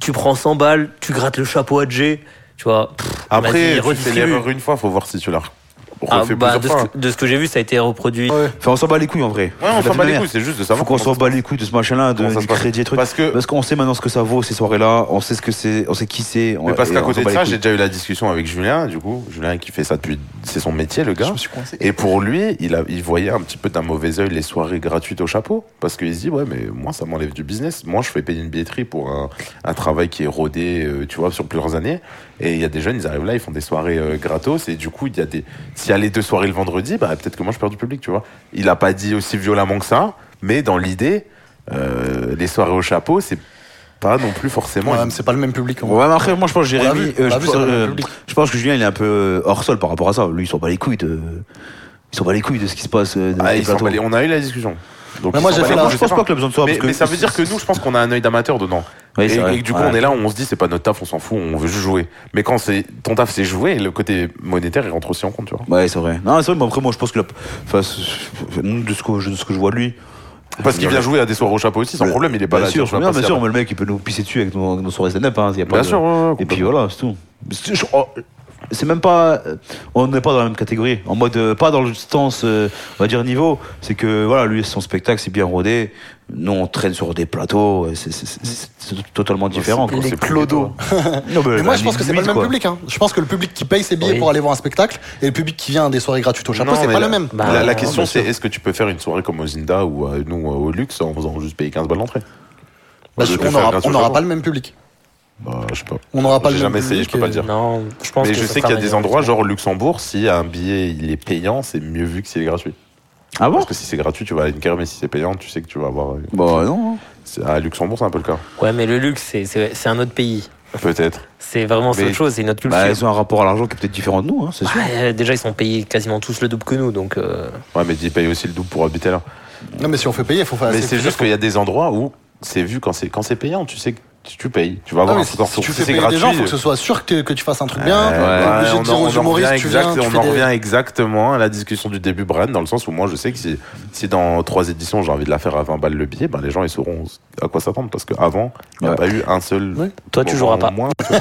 [SPEAKER 5] Tu prends 100 balles, tu grattes le chapeau à G. Tu vois. Pff, vas-y,
[SPEAKER 3] Après, tu fais
[SPEAKER 5] redistribue.
[SPEAKER 3] l'erreur une fois, faut voir si tu la refais
[SPEAKER 5] Ah, bah, de,
[SPEAKER 3] plusieurs
[SPEAKER 5] ce
[SPEAKER 3] fois. hein.
[SPEAKER 5] que, de ce que j'ai vu, ça a été reproduit.
[SPEAKER 6] Ouais.
[SPEAKER 4] Enfin, on s'en bat les couilles en vrai.
[SPEAKER 3] Ouais, on
[SPEAKER 4] Bah, De
[SPEAKER 3] s'en
[SPEAKER 4] toute
[SPEAKER 3] bat les
[SPEAKER 4] manière.
[SPEAKER 3] couilles, c'est juste de
[SPEAKER 4] Faut
[SPEAKER 3] savoir.
[SPEAKER 4] qu'on
[SPEAKER 3] comment
[SPEAKER 4] s'en bat les couilles de ce machin-là, de,
[SPEAKER 3] Comment ça
[SPEAKER 4] du
[SPEAKER 3] se passe
[SPEAKER 4] crédit et trucs.
[SPEAKER 3] Parce que-
[SPEAKER 4] qu'on sait maintenant ce que ça vaut ces soirées-là, on sait ce que c'est, on sait qui c'est. on-
[SPEAKER 3] Mais parce
[SPEAKER 4] et
[SPEAKER 3] qu'à
[SPEAKER 4] on
[SPEAKER 3] côté
[SPEAKER 4] s'en
[SPEAKER 3] de
[SPEAKER 4] bat
[SPEAKER 3] ça,
[SPEAKER 4] les
[SPEAKER 3] j'ai déjà eu la discussion avec Julien, du coup, Julien qui fait ça depuis, c'est son métier, le
[SPEAKER 6] Je
[SPEAKER 3] gars.
[SPEAKER 6] me suis coincé.
[SPEAKER 3] Et pour lui, il, a, il voyait un petit peu d'un mauvais œil les soirées gratuites au chapeau, parce qu'il se dit ouais, mais moi ça m'enlève du business. Moi, je fais payer une billetterie pour un, un travail qui est rodé, euh, tu vois, sur plusieurs années. Et il y a des jeunes, ils arrivent là, ils font des soirées euh, gratos, et du coup, il y a des, s'il y a les deux soirées le vendredi, bah peut-être que moi je perds du public, tu vois. Il a pas dit aussi violemment que ça, mais dans l'idée, euh, les soirées au chapeau, c'est pas non plus forcément.
[SPEAKER 6] Ouais, mais c'est pas le même public. en
[SPEAKER 4] couilles. Ouais, mais après, moi je pense que
[SPEAKER 6] On l'a
[SPEAKER 4] Jérémy.
[SPEAKER 6] vu, on
[SPEAKER 4] euh,
[SPEAKER 6] l'a
[SPEAKER 4] je,
[SPEAKER 6] vu,
[SPEAKER 4] pense,
[SPEAKER 6] c'est pas le
[SPEAKER 4] euh,
[SPEAKER 6] public.
[SPEAKER 4] je pense que Julien, il est un peu euh, hors sol par rapport à ça. Lui, il s'en bat les couilles de. Il s'en bat les couilles de ce qui se passe. euh, dans
[SPEAKER 3] Ah,
[SPEAKER 4] les
[SPEAKER 3] ils s'en
[SPEAKER 4] plateaux.
[SPEAKER 3] bat les- on a eu la discussion. Donc,
[SPEAKER 6] Mais
[SPEAKER 3] ils
[SPEAKER 6] moi,
[SPEAKER 3] s'en
[SPEAKER 6] j'ai
[SPEAKER 3] battent
[SPEAKER 6] fait
[SPEAKER 3] les
[SPEAKER 6] la-
[SPEAKER 3] couilles,
[SPEAKER 4] Je
[SPEAKER 3] sais
[SPEAKER 4] pense
[SPEAKER 3] pas.
[SPEAKER 4] pas que le besoin de ça.
[SPEAKER 3] mais,
[SPEAKER 4] parce que
[SPEAKER 3] mais ça veut dire que nous, je pense qu'on a un œil d'amateur dedans.
[SPEAKER 4] Oui,
[SPEAKER 3] et,
[SPEAKER 4] c'est vrai.
[SPEAKER 3] et que du coup,
[SPEAKER 4] Ouais.
[SPEAKER 3] on est là, on se dit, c'est pas notre taf, on s'en fout, on veut juste jouer. Mais quand c'est ton taf, c'est jouer, le côté monétaire, il rentre aussi en compte, tu vois.
[SPEAKER 4] Ouais, c'est vrai. Non, c'est vrai, mais après, moi, je pense que. la- Enfin, c'est- de ce que, je- de ce que je vois de lui.
[SPEAKER 3] Parce qu'il vient jouer à des soirées au chapeau aussi, sans
[SPEAKER 4] Le-
[SPEAKER 3] problème, il est pas
[SPEAKER 4] bien
[SPEAKER 3] là.
[SPEAKER 4] sûr,
[SPEAKER 3] tu vois,
[SPEAKER 4] bien,
[SPEAKER 3] pas
[SPEAKER 4] bien
[SPEAKER 3] si-
[SPEAKER 4] sûr, mais le mec il peut nous pisser dessus avec nos, nos soirées stand-up. hein, y a pas
[SPEAKER 3] Bien
[SPEAKER 4] de-
[SPEAKER 3] sûr, ouais, ouais,
[SPEAKER 4] Et puis
[SPEAKER 3] complètement.
[SPEAKER 4] voilà, c'est tout. C'est- je- oh, C'est même pas. euh, On n'est pas dans la même catégorie. En mode, euh, pas dans le sens, euh, on va dire niveau. C'est que voilà, lui, son spectacle, c'est bien rodé. Nous, on traîne sur des plateaux. euh, C'est- c'est- C'est c'est totalement différent. quoi.
[SPEAKER 3] Bah, c'est
[SPEAKER 4] C'est-
[SPEAKER 3] plus
[SPEAKER 6] clodos.
[SPEAKER 4] Non, mais
[SPEAKER 6] Mais moi,
[SPEAKER 4] la
[SPEAKER 6] je pense que c'est pas le
[SPEAKER 4] limite,
[SPEAKER 6] même
[SPEAKER 4] quoi.
[SPEAKER 6] public. hein. Je pense que le public qui paye ses billets
[SPEAKER 5] Oui.
[SPEAKER 6] pour aller voir un spectacle et le public qui vient à des soirées gratuites au chapeau,
[SPEAKER 3] Non,
[SPEAKER 6] c'est
[SPEAKER 3] mais
[SPEAKER 6] pas
[SPEAKER 3] la-
[SPEAKER 6] le même.
[SPEAKER 5] Bah,
[SPEAKER 3] la, la
[SPEAKER 5] non,
[SPEAKER 3] question,
[SPEAKER 5] bien
[SPEAKER 3] c'est
[SPEAKER 5] sûr.
[SPEAKER 3] est-ce que tu peux faire une soirée comme au Zinda ou euh, nous euh, au Luxe en faisant juste payer 15 balles d'entrée
[SPEAKER 6] Parce
[SPEAKER 3] Je
[SPEAKER 6] qu'on
[SPEAKER 3] préfère
[SPEAKER 6] aura-
[SPEAKER 3] gratuit
[SPEAKER 6] Bah, on
[SPEAKER 3] au
[SPEAKER 6] n'aura
[SPEAKER 3] chapeau.
[SPEAKER 6] pas le même public.
[SPEAKER 3] Bah, je sais pas.
[SPEAKER 6] On n'aura pas
[SPEAKER 3] J'ai
[SPEAKER 6] le même
[SPEAKER 3] jamais essayé,
[SPEAKER 6] public
[SPEAKER 3] je peux pas
[SPEAKER 6] et-
[SPEAKER 3] le dire.
[SPEAKER 5] Non, je pense
[SPEAKER 3] Mais
[SPEAKER 5] que
[SPEAKER 3] je
[SPEAKER 5] ça
[SPEAKER 3] sais qu'il y a
[SPEAKER 5] sera
[SPEAKER 3] des
[SPEAKER 5] meilleur.
[SPEAKER 3] endroits, genre Luxembourg, si un billet il est payant, c'est mieux vu que s'il est gratuit.
[SPEAKER 4] Ah bon
[SPEAKER 3] Parce que si c'est gratuit, tu vas à une carrière, mais si c'est payant, tu sais que tu vas avoir. euh,
[SPEAKER 4] Bah non.
[SPEAKER 3] c'est- À Luxembourg, c'est un peu le cas.
[SPEAKER 5] Ouais, mais le luxe, c'est- c'est c'est un autre pays.
[SPEAKER 3] Peut-être.
[SPEAKER 5] C'est vraiment c'est
[SPEAKER 3] Mais-
[SPEAKER 5] autre chose, c'est une autre culture.
[SPEAKER 4] Bah, ils ont un rapport à l'argent qui est peut-être différent de nous, hein, c'est
[SPEAKER 6] Bah,
[SPEAKER 4] sûr.
[SPEAKER 5] Ouais, euh, déjà, ils sont payés quasiment tous le double que nous, donc. euh,
[SPEAKER 3] Ouais, mais ils payent aussi le double pour habiter là.
[SPEAKER 6] Non, mais si on fait payer, il faut faire.
[SPEAKER 3] mais c'est juste qu'il y a des endroits où c'est vu quand c'est quand c'est payant, tu sais que tu, tu payes, tu vas
[SPEAKER 6] Ah
[SPEAKER 3] avoir
[SPEAKER 6] oui,
[SPEAKER 3] un
[SPEAKER 6] si,
[SPEAKER 3] retour.
[SPEAKER 6] si tu
[SPEAKER 3] Si
[SPEAKER 6] fais
[SPEAKER 3] c'est
[SPEAKER 6] payer des gens, faut que
[SPEAKER 3] gratuit,
[SPEAKER 6] ce soit sûr que, que tu fasses un truc
[SPEAKER 3] euh,
[SPEAKER 6] bien. T'es
[SPEAKER 3] ouais,
[SPEAKER 6] obligé
[SPEAKER 3] on
[SPEAKER 6] de dire
[SPEAKER 3] en-
[SPEAKER 6] aux
[SPEAKER 3] on en revient
[SPEAKER 6] humoristes, tu viens,
[SPEAKER 3] exact-
[SPEAKER 6] tu
[SPEAKER 3] on
[SPEAKER 6] fais
[SPEAKER 3] en
[SPEAKER 6] des-
[SPEAKER 3] revient exactement à la discussion du début, Bran, dans le sens où moi je sais que si, si dans trois éditions j'ai envie de la faire à 20 balles le billet, ben les gens ils sauront à quoi s'attendre parce qu'avant il n'y a
[SPEAKER 4] Ouais.
[SPEAKER 3] pas eu un seul.
[SPEAKER 6] Oui.
[SPEAKER 5] Toi, tu joueras pas.
[SPEAKER 3] Moins. Mm.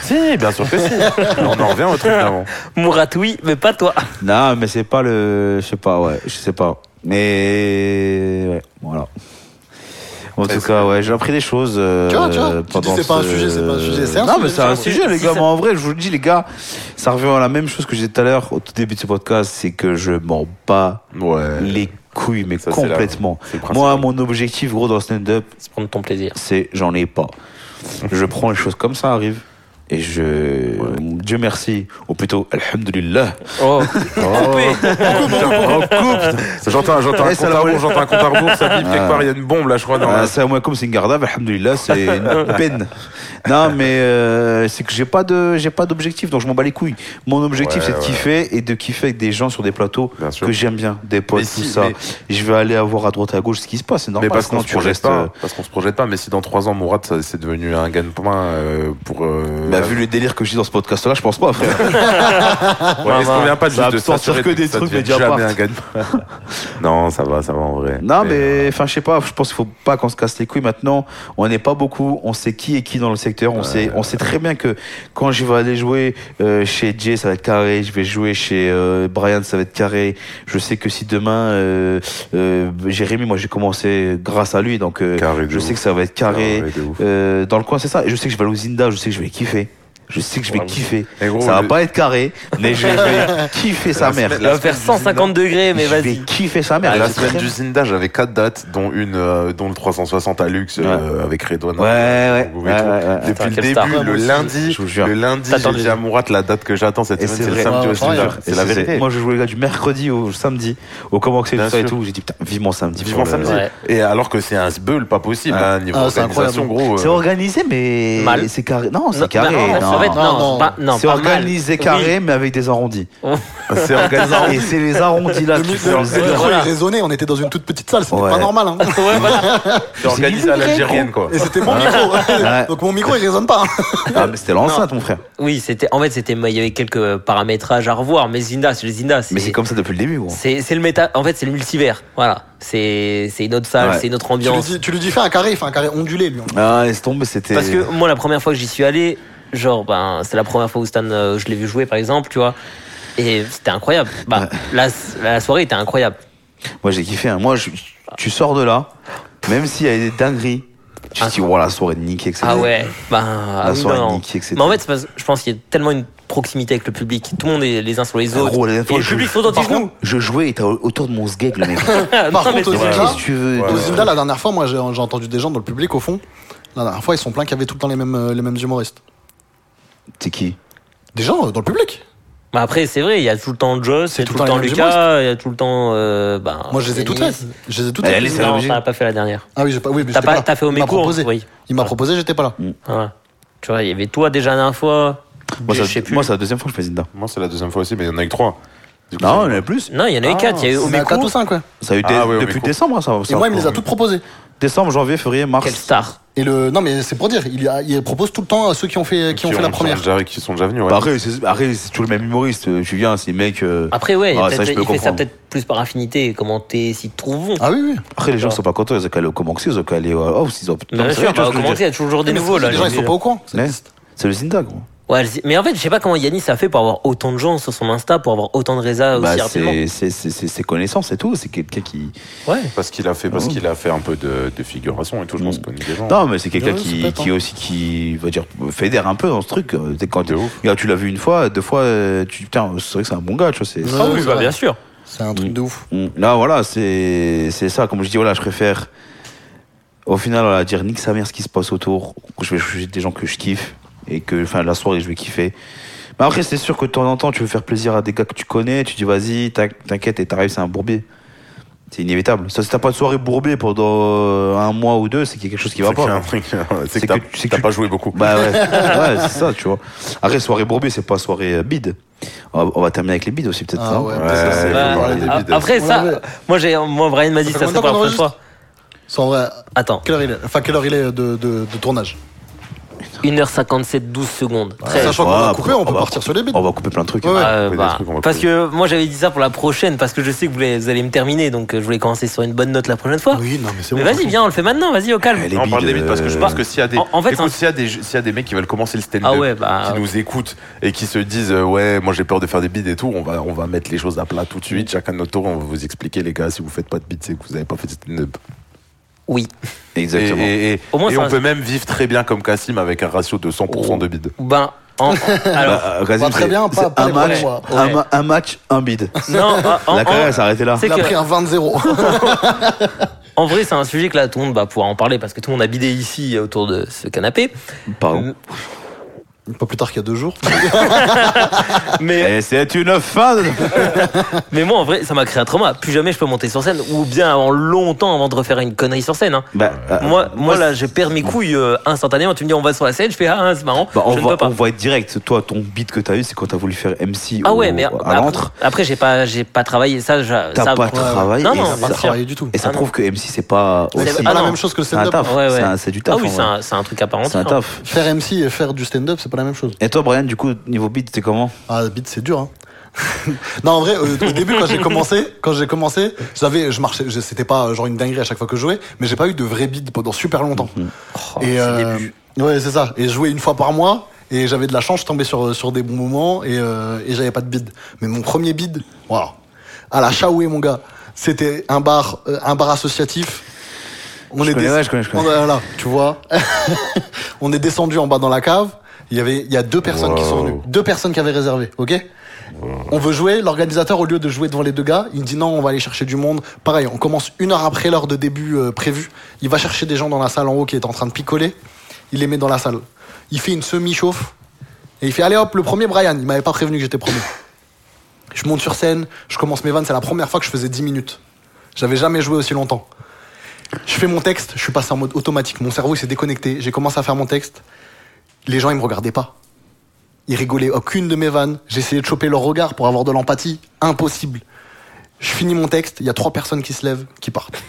[SPEAKER 3] si, ben.
[SPEAKER 5] (laughs)
[SPEAKER 3] bien sûr que
[SPEAKER 6] (laughs)
[SPEAKER 3] si. on en revient au truc d'avant.
[SPEAKER 5] Mourat, oui, mais pas toi.
[SPEAKER 4] Non, mais c'est pas le. Je sais pas, ouais, je sais pas. Mais. Ouais, voilà. En
[SPEAKER 3] Ouais,
[SPEAKER 4] tout
[SPEAKER 3] c'est-
[SPEAKER 4] cas, ouais, j'ai appris des choses. euh,
[SPEAKER 6] Tu vois, tu vois, tu dis
[SPEAKER 4] pendant
[SPEAKER 6] c'est pas un
[SPEAKER 4] ce-
[SPEAKER 6] sujet, c'est pas un sujet, c'est un
[SPEAKER 4] non,
[SPEAKER 6] sujet,
[SPEAKER 4] mais c'est un
[SPEAKER 6] c'est un
[SPEAKER 4] sujet, les
[SPEAKER 5] si
[SPEAKER 4] gars.
[SPEAKER 5] ça-
[SPEAKER 4] Mais en vrai, je vous le dis, les gars, ça revient à la même chose que j'ai dit tout à l'heure au tout début de ce podcast c'est que je m'en bats
[SPEAKER 3] Ouais.
[SPEAKER 4] les couilles, mais
[SPEAKER 3] Ça, c'est la-
[SPEAKER 4] complètement.
[SPEAKER 3] c'est le principe.
[SPEAKER 4] Moi, mon objectif, gros, dans le stand-up,
[SPEAKER 5] C'est prendre ton plaisir.
[SPEAKER 4] c'est j'en ai
[SPEAKER 6] (laughs)
[SPEAKER 4] pas. Je prends les choses comme ça arrive. Et je. Dieu merci. Ou plutôt, Alhamdulillah.
[SPEAKER 5] (laughs) Oh,
[SPEAKER 4] (laughs)
[SPEAKER 3] On coupe. J'entends j'entends un
[SPEAKER 4] Ouais,
[SPEAKER 3] compte
[SPEAKER 4] ça
[SPEAKER 3] à
[SPEAKER 4] l'a
[SPEAKER 3] rebours, j'entends un compte à rebours, ça pipe
[SPEAKER 4] Ah.
[SPEAKER 3] quelque part, il y a une bombe là, je crois. Dans
[SPEAKER 4] Ah,
[SPEAKER 3] la- (laughs)
[SPEAKER 4] ça, moi, comme c'est une garde à vue, alhamdoulilah, c'est une peine. Non, mais euh, c'est que j'ai pas de, j'ai pas d'objectif, donc je m'en bats les couilles. Mon objectif,
[SPEAKER 3] Ouais,
[SPEAKER 4] c'est de
[SPEAKER 3] ouais.
[SPEAKER 4] kiffer et de kiffer avec des gens sur des plateaux
[SPEAKER 3] Bien sûr.
[SPEAKER 4] que j'aime bien, des potes,
[SPEAKER 3] Mais
[SPEAKER 4] tout
[SPEAKER 3] si,
[SPEAKER 4] ça.
[SPEAKER 3] mais-
[SPEAKER 4] Je vais aller avoir à droite et à gauche ce qui se passe, c'est normal.
[SPEAKER 3] mais parce
[SPEAKER 4] sinon
[SPEAKER 3] qu'on se
[SPEAKER 4] tu
[SPEAKER 3] projette
[SPEAKER 4] restes, euh,
[SPEAKER 3] pas, parce qu'on se projette pas. Mais si dans trois ans Mourad ça- c'est devenu un gagne-pain euh, pour, euh,
[SPEAKER 4] Bah, vu le délire que je dis dans ce podcast-là, je pense pas, frère.
[SPEAKER 3] Ouais, est-ce qu'on vient pas juste
[SPEAKER 4] Ça va
[SPEAKER 3] de
[SPEAKER 4] sortir
[SPEAKER 3] saturer
[SPEAKER 4] que
[SPEAKER 3] tout,
[SPEAKER 4] des
[SPEAKER 3] ça
[SPEAKER 4] trucs
[SPEAKER 3] devient
[SPEAKER 4] Mediapart.
[SPEAKER 3] jamais un gagne-pain (laughs) Non, ça va, ça va en vrai.
[SPEAKER 4] Non,
[SPEAKER 3] euh,
[SPEAKER 4] mais enfin, je sais pas. Je pense qu'il faut pas qu'on se casse les couilles. Maintenant, on n'est pas beaucoup. On sait qui est qui dans le secteur. On sait, on sait très bien que quand je vais aller jouer euh, chez Jay, ça va être carré. Je vais jouer chez euh, Brian, ça va être carré. Je sais que si demain euh, euh, Jérémy, moi j'ai commencé grâce à lui, donc euh,
[SPEAKER 3] Carré de
[SPEAKER 4] je sais
[SPEAKER 3] ouf.
[SPEAKER 4] que ça va être carré.
[SPEAKER 3] Carré de ouf.
[SPEAKER 4] Euh, dans le coin, c'est ça. Et je sais que je vais aller au Zinda. Je sais que je vais kiffer. Je sais que je vais
[SPEAKER 3] Bravo.
[SPEAKER 4] kiffer.
[SPEAKER 3] Eh, gros,
[SPEAKER 4] ça va
[SPEAKER 3] le-
[SPEAKER 4] pas être carré, mais
[SPEAKER 3] (laughs)
[SPEAKER 4] je vais kiffer sa mère.
[SPEAKER 5] Il va faire 150 degrés, mais
[SPEAKER 4] je vais
[SPEAKER 5] vas-y.
[SPEAKER 4] kiffer sa mère.
[SPEAKER 3] Ah, la
[SPEAKER 4] Je sais
[SPEAKER 3] semaine
[SPEAKER 4] très
[SPEAKER 3] du Zinda, j'avais quatre dates, dont une, euh, dont le 360 à luxe euh, avec Redouane.
[SPEAKER 4] Ouais, ouais,
[SPEAKER 3] Gougou et
[SPEAKER 4] ouais,
[SPEAKER 3] tout.
[SPEAKER 4] ouais, ouais.
[SPEAKER 3] Depuis
[SPEAKER 5] Attends,
[SPEAKER 3] le
[SPEAKER 5] quelle
[SPEAKER 3] début,
[SPEAKER 5] star.
[SPEAKER 6] Ouais, moi
[SPEAKER 3] le
[SPEAKER 6] aussi,
[SPEAKER 3] lundi,
[SPEAKER 4] je vous jure.
[SPEAKER 3] le lundi,
[SPEAKER 5] T'attends
[SPEAKER 3] j'ai
[SPEAKER 5] le-
[SPEAKER 3] dit à Mourad la date que j'attends cette
[SPEAKER 4] Et
[SPEAKER 3] semaine,
[SPEAKER 4] c'est
[SPEAKER 3] c'est le
[SPEAKER 4] vrai.
[SPEAKER 3] samedi au
[SPEAKER 6] Ouais, ouais,
[SPEAKER 3] Zinda.
[SPEAKER 6] ouais.
[SPEAKER 3] C'est la vérité.
[SPEAKER 4] Moi, je jouais là du mercredi au samedi, au comment que c'est
[SPEAKER 3] Bien
[SPEAKER 4] tout ça et
[SPEAKER 3] sûr.
[SPEAKER 4] tout. J'ai dit putain, vivement samedi. Oh
[SPEAKER 3] Vivement
[SPEAKER 4] pour le-
[SPEAKER 3] samedi.
[SPEAKER 5] Ouais.
[SPEAKER 3] Et alors que c'est un sbeul pas possible,
[SPEAKER 4] Ouais.
[SPEAKER 3] hein, niveau
[SPEAKER 6] Ah, c'est
[SPEAKER 3] organisation,
[SPEAKER 6] incroyable.
[SPEAKER 3] gros. euh,
[SPEAKER 4] C'est organisé, mais
[SPEAKER 5] Mal.
[SPEAKER 4] c'est carré. Non,
[SPEAKER 5] Non,
[SPEAKER 4] c'est carré.
[SPEAKER 5] bah, en fait,
[SPEAKER 4] non.
[SPEAKER 5] en fait,
[SPEAKER 6] Non,
[SPEAKER 5] non,
[SPEAKER 6] non.
[SPEAKER 5] pas- non,
[SPEAKER 4] c'est
[SPEAKER 5] pas mal.
[SPEAKER 4] organisé carré, mais avec des arrondis.
[SPEAKER 3] C'est
[SPEAKER 4] (laughs)
[SPEAKER 3] organisé.
[SPEAKER 4] Et c'est les arrondis là
[SPEAKER 6] Le
[SPEAKER 4] qui
[SPEAKER 6] micro,
[SPEAKER 4] font
[SPEAKER 6] le
[SPEAKER 4] le
[SPEAKER 6] micro,
[SPEAKER 4] zèle.
[SPEAKER 5] Voilà.
[SPEAKER 6] il résonnait, on était dans une toute petite salle, c'était
[SPEAKER 4] Ouais.
[SPEAKER 6] pas normal.
[SPEAKER 4] (laughs)
[SPEAKER 6] hein.
[SPEAKER 3] C'est organisé à l'algérienne, quoi.
[SPEAKER 6] Et c'était mon micro. (laughs) Donc mon micro, il résonne pas. hein.
[SPEAKER 4] Ah, mais c'était l'enceinte, mon frère.
[SPEAKER 5] Oui, c'était en fait c'était il y avait quelques paramétrages à revoir, mais Zinda, c'est le Zinda,
[SPEAKER 4] Mais c'est comme ça depuis le début, gros.
[SPEAKER 5] c'est c'est le méta, en fait c'est le multivers, voilà. C'est c'est une autre salle,
[SPEAKER 4] Ouais.
[SPEAKER 5] c'est une autre
[SPEAKER 6] Tu lui,
[SPEAKER 5] ambiance.
[SPEAKER 6] dis, tu lui dis, fais un carré, il fait un carré ondulé, lui. hein.
[SPEAKER 4] Ah, laisse tomber, c'était.
[SPEAKER 5] Parce que moi la première fois que j'y suis allé, genre ben c'est la première fois où Stan euh, je l'ai vu jouer par exemple, tu vois. Et c'était incroyable. Bah la, la soirée était incroyable.
[SPEAKER 4] Moi, j'ai kiffé. hein. Moi, je- tu sors de là, même s'il y a des dingueries, tu te dis, voilà, la soirée nique, etc.
[SPEAKER 5] Ah ouais, ben
[SPEAKER 4] La
[SPEAKER 5] oui,
[SPEAKER 4] soirée
[SPEAKER 5] non, non.
[SPEAKER 4] niquée, etc.
[SPEAKER 5] Mais en fait, c'est parce- je pense qu'il y a tellement une proximité avec le public, tout le monde est les uns sur les
[SPEAKER 4] Ah,
[SPEAKER 5] autres.
[SPEAKER 4] gros, la dernière
[SPEAKER 5] et
[SPEAKER 4] fois,
[SPEAKER 5] le
[SPEAKER 4] je-
[SPEAKER 5] public sont dans tes
[SPEAKER 4] par
[SPEAKER 5] genoux.
[SPEAKER 4] contre, Je jouais et t'as autour de mon sgeg, le mec.
[SPEAKER 6] Par
[SPEAKER 5] (laughs) Non, mais
[SPEAKER 6] contre, au
[SPEAKER 5] c'est vrai.
[SPEAKER 6] Zinda,
[SPEAKER 4] Qu'est-ce que tu veux
[SPEAKER 6] au
[SPEAKER 4] toi
[SPEAKER 6] Zinda, la dernière fois, moi, j'ai j'ai entendu des gens dans le public, au fond. La dernière fois, ils sont pleins qu'il y avait tout le temps les mêmes, euh, les mêmes humoristes.
[SPEAKER 4] T'es qui
[SPEAKER 6] Des gens euh, dans le public
[SPEAKER 5] Bah après, c'est vrai, il y a tout le temps Joss, il y a tout le temps
[SPEAKER 6] les mêmes
[SPEAKER 5] Lucas, il y a tout le temps. euh, bah,
[SPEAKER 6] Moi, je les ai
[SPEAKER 5] Denis.
[SPEAKER 6] toutes faites. Je les ai toutes
[SPEAKER 4] Elle
[SPEAKER 6] faites.
[SPEAKER 4] est- c'est
[SPEAKER 5] Non,
[SPEAKER 4] obligé.
[SPEAKER 5] t'en as pas fait la dernière.
[SPEAKER 6] Ah oui, j'ai pas, oui, mais
[SPEAKER 5] T'as
[SPEAKER 6] j'étais pas
[SPEAKER 5] pas,
[SPEAKER 6] là.
[SPEAKER 5] t'as fait
[SPEAKER 6] Il m'a
[SPEAKER 5] Omecourt
[SPEAKER 6] proposé.
[SPEAKER 5] Oui.
[SPEAKER 6] Il m'a proposé, j'étais pas là.
[SPEAKER 5] Voilà. Tu vois, il y avait toi déjà la dernière fois.
[SPEAKER 4] Moi,
[SPEAKER 5] je
[SPEAKER 4] ça-
[SPEAKER 5] sais plus.
[SPEAKER 4] moi, c'est la deuxième fois que je fais Zinda.
[SPEAKER 3] Moi, c'est la deuxième fois aussi, mais il y en a eu que trois. Du coup,
[SPEAKER 4] Non,
[SPEAKER 3] c'est-
[SPEAKER 4] il y en a plus.
[SPEAKER 5] Non, il y en a eu
[SPEAKER 3] Ah,
[SPEAKER 5] quatre. Il y a eu
[SPEAKER 6] On est à
[SPEAKER 5] Omecourt.
[SPEAKER 6] 4 ou 5, ouais.
[SPEAKER 4] Ça a eu
[SPEAKER 3] Ah
[SPEAKER 4] dé-
[SPEAKER 3] ouais, ouais, mais
[SPEAKER 4] depuis
[SPEAKER 3] cool.
[SPEAKER 4] décembre, hein, ça. ça-
[SPEAKER 6] Et moi, il me les a toutes proposées.
[SPEAKER 4] Décembre, janvier, février, mars.
[SPEAKER 5] Quelle star.
[SPEAKER 6] Et le, non, mais c'est pour dire, il, y a- il propose tout le temps à ceux qui ont fait, qui ont fait la première.
[SPEAKER 3] Qui, sont déjà- qui sont déjà venus, ouais.
[SPEAKER 4] Bah, après, c'est après, c'est toujours le même humoriste. euh, Tu viens, c'est les mecs. euh,
[SPEAKER 5] Après, ouais,
[SPEAKER 4] Ah,
[SPEAKER 5] peut-être-
[SPEAKER 4] ça, je
[SPEAKER 5] il
[SPEAKER 4] peux
[SPEAKER 5] fait ça
[SPEAKER 4] comprendre.
[SPEAKER 5] peut-être plus par affinité. Comment t'es, s'ils te trouvent.
[SPEAKER 6] Ah oui, oui.
[SPEAKER 4] Après, les gens sont pas contents. Ils ont qu'à aller au Comanxi, ils ont qu'à aller au House. Ils ont.
[SPEAKER 5] Bien
[SPEAKER 4] C'est vrai,
[SPEAKER 5] sûr,
[SPEAKER 4] tu vois
[SPEAKER 5] bah,
[SPEAKER 4] ce que je veux
[SPEAKER 5] comment
[SPEAKER 4] dire.
[SPEAKER 5] il y a toujours des
[SPEAKER 6] Mais
[SPEAKER 5] nouveaux
[SPEAKER 6] c'est-
[SPEAKER 5] là.
[SPEAKER 6] Les gens,
[SPEAKER 5] je
[SPEAKER 6] ils
[SPEAKER 5] veux
[SPEAKER 6] sont
[SPEAKER 5] dire.
[SPEAKER 6] pas au courant.
[SPEAKER 4] Mais C'est le Zinda, gros.
[SPEAKER 5] Ouais, je- mais en fait, je sais pas comment Yanis a fait pour avoir autant de gens sur son Insta, pour avoir autant de résa Ah, aussi
[SPEAKER 4] Bah,
[SPEAKER 5] rapidement.
[SPEAKER 4] c'est- c'est c'est- c'est ses connaissances et tout. C'est quelqu'un qui.
[SPEAKER 5] Ouais.
[SPEAKER 3] Parce qu'il a fait, parce
[SPEAKER 4] Ah ouais.
[SPEAKER 3] qu'il a fait un peu de, de figuration et tout, je pense
[SPEAKER 4] Mm.
[SPEAKER 3] qu'on est des gens.
[SPEAKER 4] Non, mais c'est quelqu'un
[SPEAKER 6] Ouais, c'est
[SPEAKER 4] qui,
[SPEAKER 6] pas
[SPEAKER 4] qui aussi qui va dire fédère un peu dans ce truc. euh, t'es- Quand
[SPEAKER 3] De
[SPEAKER 4] t'es-
[SPEAKER 3] ouf.
[SPEAKER 4] regarde, tu l'as vu une fois, deux fois, euh, tu putain, c'est vrai que c'est un bon gars, tu vois. c'est-
[SPEAKER 5] Ah oui,
[SPEAKER 6] c'est
[SPEAKER 5] bah,
[SPEAKER 6] vrai.
[SPEAKER 5] bien sûr.
[SPEAKER 6] C'est un truc de ouf.
[SPEAKER 4] Mm. Là, voilà, c'est c'est ça. Comme je dis, voilà, je préfère au final voilà, dire nique sa mère ce qui se passe autour. Je vais juger des gens que je kiffe et que, enfin, la soirée, je vais kiffer. Mais après, c'est sûr que de temps en temps, tu veux faire plaisir à des gars que tu connais, tu dis vas-y, t'inqui- t'inquiète, et t'arrives, c'est un bourbier. C'est inévitable. Ça, si t'as pas de soirée bourbier pendant euh, un mois ou deux, c'est qu'il y a quelque chose qui va
[SPEAKER 3] C'est qu'il y a un
[SPEAKER 4] pas.
[SPEAKER 3] truc- (laughs)
[SPEAKER 4] C'est
[SPEAKER 3] C'est que t'as-
[SPEAKER 4] que tu- c'est que
[SPEAKER 3] t'as
[SPEAKER 4] tu-
[SPEAKER 3] pas joué beaucoup.
[SPEAKER 4] Bah ouais, (laughs) ouais c'est ça, tu vois. Après, soirée bourbier, c'est pas soirée euh, bide. On va, on va terminer avec les bides aussi, peut-être.
[SPEAKER 6] Ah
[SPEAKER 4] ça.
[SPEAKER 6] ouais,
[SPEAKER 3] Ouais,
[SPEAKER 6] ça, c'est-
[SPEAKER 3] faut
[SPEAKER 5] Bah,
[SPEAKER 3] parler des
[SPEAKER 5] a-
[SPEAKER 3] bides.
[SPEAKER 5] après
[SPEAKER 6] On
[SPEAKER 5] ça,
[SPEAKER 6] l'avait.
[SPEAKER 5] moi, j'ai, moi Brian m'a dit
[SPEAKER 6] Ça
[SPEAKER 5] ça,
[SPEAKER 6] fait
[SPEAKER 5] c'est
[SPEAKER 6] combien
[SPEAKER 5] pour la
[SPEAKER 6] qu'on
[SPEAKER 5] prochaine fois.
[SPEAKER 6] enregistre C'est en vrai.
[SPEAKER 5] Attends,
[SPEAKER 6] Quelle heure il est, enfin, quelle heure il est de, de- de tournage
[SPEAKER 5] 1h57, 12 secondes. Très-
[SPEAKER 6] Sachant qu'on
[SPEAKER 4] Ouais,
[SPEAKER 6] va
[SPEAKER 4] après,
[SPEAKER 6] couper, on peut
[SPEAKER 4] va-
[SPEAKER 6] partir sur les bides.
[SPEAKER 4] Ah, bah, On va couper plein de trucs.
[SPEAKER 6] Ouais, ouais.
[SPEAKER 5] Euh,
[SPEAKER 3] Après,
[SPEAKER 5] bah,
[SPEAKER 3] des trucs, on va
[SPEAKER 5] parce
[SPEAKER 3] couper.
[SPEAKER 5] que moi j'avais dit ça pour la prochaine, parce que je sais que vous, les- vous allez me terminer, donc euh, je voulais commencer sur une bonne note la prochaine fois.
[SPEAKER 6] Oui, non, mais c'est
[SPEAKER 5] mais
[SPEAKER 6] bon.
[SPEAKER 5] vas-y, viens, on le fait maintenant, vas-y, au calme.
[SPEAKER 4] Elle est-
[SPEAKER 3] Non, on parle des
[SPEAKER 4] bides,
[SPEAKER 3] mythes parce que je
[SPEAKER 4] euh,
[SPEAKER 3] pense que s'il y a des,
[SPEAKER 5] En- en fait,
[SPEAKER 3] écoute,
[SPEAKER 5] un-
[SPEAKER 3] s'il y a des, s'il y a des mecs qui veulent commencer le stand-up,
[SPEAKER 5] Ah ouais, bah,
[SPEAKER 3] qui nous écoutent et qui se disent euh, ouais, moi j'ai peur de faire des bides et tout, on va, on va mettre les choses à plat tout de suite. Chacun de notre tour, on va vous expliquer les gars, si vous faites pas de bides, c'est que vous avez pas fait de stand-up.
[SPEAKER 5] Oui.
[SPEAKER 3] Et,
[SPEAKER 4] Exactement.
[SPEAKER 3] et- et-
[SPEAKER 5] Au moins,
[SPEAKER 3] et
[SPEAKER 5] ça
[SPEAKER 3] on
[SPEAKER 5] reste-
[SPEAKER 3] peut même vivre très bien comme Cassim avec un ratio de 100% de bides.
[SPEAKER 5] Ben,
[SPEAKER 4] (laughs)
[SPEAKER 5] en- alors,
[SPEAKER 4] Bah, euh, Kazim,
[SPEAKER 6] Pas très
[SPEAKER 4] c'est-
[SPEAKER 6] bien, pas-
[SPEAKER 4] c'est
[SPEAKER 6] pas
[SPEAKER 4] un
[SPEAKER 6] les
[SPEAKER 4] match,
[SPEAKER 6] bons, moi.
[SPEAKER 4] un,
[SPEAKER 5] Ouais.
[SPEAKER 4] ma- un match, un bide. (laughs)
[SPEAKER 5] non, ah, en,
[SPEAKER 4] La
[SPEAKER 5] en-
[SPEAKER 4] carrière elle s'arrêtait là.
[SPEAKER 5] c'est
[SPEAKER 6] Il a
[SPEAKER 5] que-
[SPEAKER 6] pris un
[SPEAKER 4] (laughs)
[SPEAKER 6] 20-0.
[SPEAKER 5] en vrai, c'est un sujet que là, tout le monde va pouvoir en parler parce que tout le monde a bidé ici autour de ce canapé.
[SPEAKER 4] Pardon.
[SPEAKER 6] Pas plus tard qu'il y a deux jours.
[SPEAKER 4] Ah,
[SPEAKER 5] Mais,
[SPEAKER 4] Et c'est une fin
[SPEAKER 5] (laughs)
[SPEAKER 4] de-
[SPEAKER 5] mais moi, en vrai, ça m'a créé un trauma. Plus jamais je peux monter sur scène, ou bien avant longtemps avant de refaire une connerie sur scène. hein.
[SPEAKER 4] Bah, euh,
[SPEAKER 5] moi, moi, là, je perds mes couilles euh, instantanément. Tu me dis, on va sur la scène, je fais, ah, c'est marrant,
[SPEAKER 4] bah, on,
[SPEAKER 5] je ne
[SPEAKER 4] voit,
[SPEAKER 5] peux pas.
[SPEAKER 4] on voit direct, toi, ton beat que t'as eu, c'est quand t'as voulu faire MC
[SPEAKER 5] Ah
[SPEAKER 4] au-
[SPEAKER 5] ouais, mais
[SPEAKER 4] à
[SPEAKER 5] après,
[SPEAKER 4] l'antre.
[SPEAKER 5] après, j'ai pas, j'ai pas travaillé ça. je-
[SPEAKER 4] T'as
[SPEAKER 5] ça-
[SPEAKER 4] pas
[SPEAKER 5] ouais.
[SPEAKER 4] travaillé.
[SPEAKER 5] Non,
[SPEAKER 4] et
[SPEAKER 5] non,
[SPEAKER 6] Ça
[SPEAKER 4] ça-
[SPEAKER 6] n'a pas
[SPEAKER 5] c'est sûr.
[SPEAKER 6] travaillé du tout.
[SPEAKER 4] Et ça
[SPEAKER 5] Ah non.
[SPEAKER 4] prouve que MC, c'est pas
[SPEAKER 5] C'est-
[SPEAKER 4] aussi.
[SPEAKER 6] C'est
[SPEAKER 5] ah
[SPEAKER 6] pas la
[SPEAKER 5] non.
[SPEAKER 6] même chose que le
[SPEAKER 4] C'est un
[SPEAKER 6] stand-up.
[SPEAKER 4] taf.
[SPEAKER 5] Ouais, ouais.
[SPEAKER 4] C'est un- C'est du
[SPEAKER 5] Ah
[SPEAKER 4] taf.
[SPEAKER 5] oui,
[SPEAKER 4] en
[SPEAKER 5] c'est
[SPEAKER 4] vrai.
[SPEAKER 5] un, c'est un truc à part
[SPEAKER 4] C'est un
[SPEAKER 5] entière.
[SPEAKER 4] taf.
[SPEAKER 6] Faire MC et faire du stand-up, c'est pas la même chose.
[SPEAKER 4] Et toi, Brian, du coup, niveau beat, t'es comment
[SPEAKER 6] Ah, le beat, c'est dur. Hein. (laughs) non, en vrai, euh, au début, quand j'ai commencé, quand j'ai commencé, j'avais, je marchais, je- c'était pas euh, genre une dinguerie à chaque fois que je jouais, mais j'ai pas eu de vrai beat pendant super longtemps.
[SPEAKER 5] Oh,
[SPEAKER 6] et
[SPEAKER 5] c'est
[SPEAKER 6] euh,
[SPEAKER 5] début.
[SPEAKER 6] ouais, c'est ça. Et je jouais une fois par mois. Et j'avais de la chance, je tombais sur, euh, sur des bons moments et, euh, et j'avais pas de bid. Mais mon premier bid, waouh, à la Chaoué, mon gars, c'était un bar, euh, un bar associatif. On
[SPEAKER 4] Je
[SPEAKER 6] est
[SPEAKER 4] connais,
[SPEAKER 6] des-
[SPEAKER 4] ouais, je connais, je connais.
[SPEAKER 6] on- voilà, tu vois. (laughs) on est descendu en bas dans la cave. Il y avait, il y a deux personnes qui sont venues, deux personnes qui avaient réservé, ok on veut jouer, l'organisateur, au lieu de jouer devant les deux gars, il me dit non, on va aller chercher du monde. Pareil, on commence une heure après l'heure de début euh, prévue. Il va chercher des gens dans la salle en haut qui est en train de picoler. Il les met dans la salle. Il fait une semi-chauffe. Et il fait allez hop, le premier Brian. Il m'avait pas prévenu que j'étais premier. Je monte sur scène, je commence mes vannes. C'est la première fois que je faisais 10 minutes. J'avais jamais joué aussi longtemps. Je fais mon texte, je suis passé en mode automatique. Mon cerveau il s'est déconnecté. J'ai commencé à faire mon texte. Les gens, ils me regardaient pas. Ils rigolaient aucune de mes vannes. J'essayais de choper leur regard pour avoir de l'empathie. Impossible. Je finis mon texte, il y a trois personnes qui se lèvent, qui partent.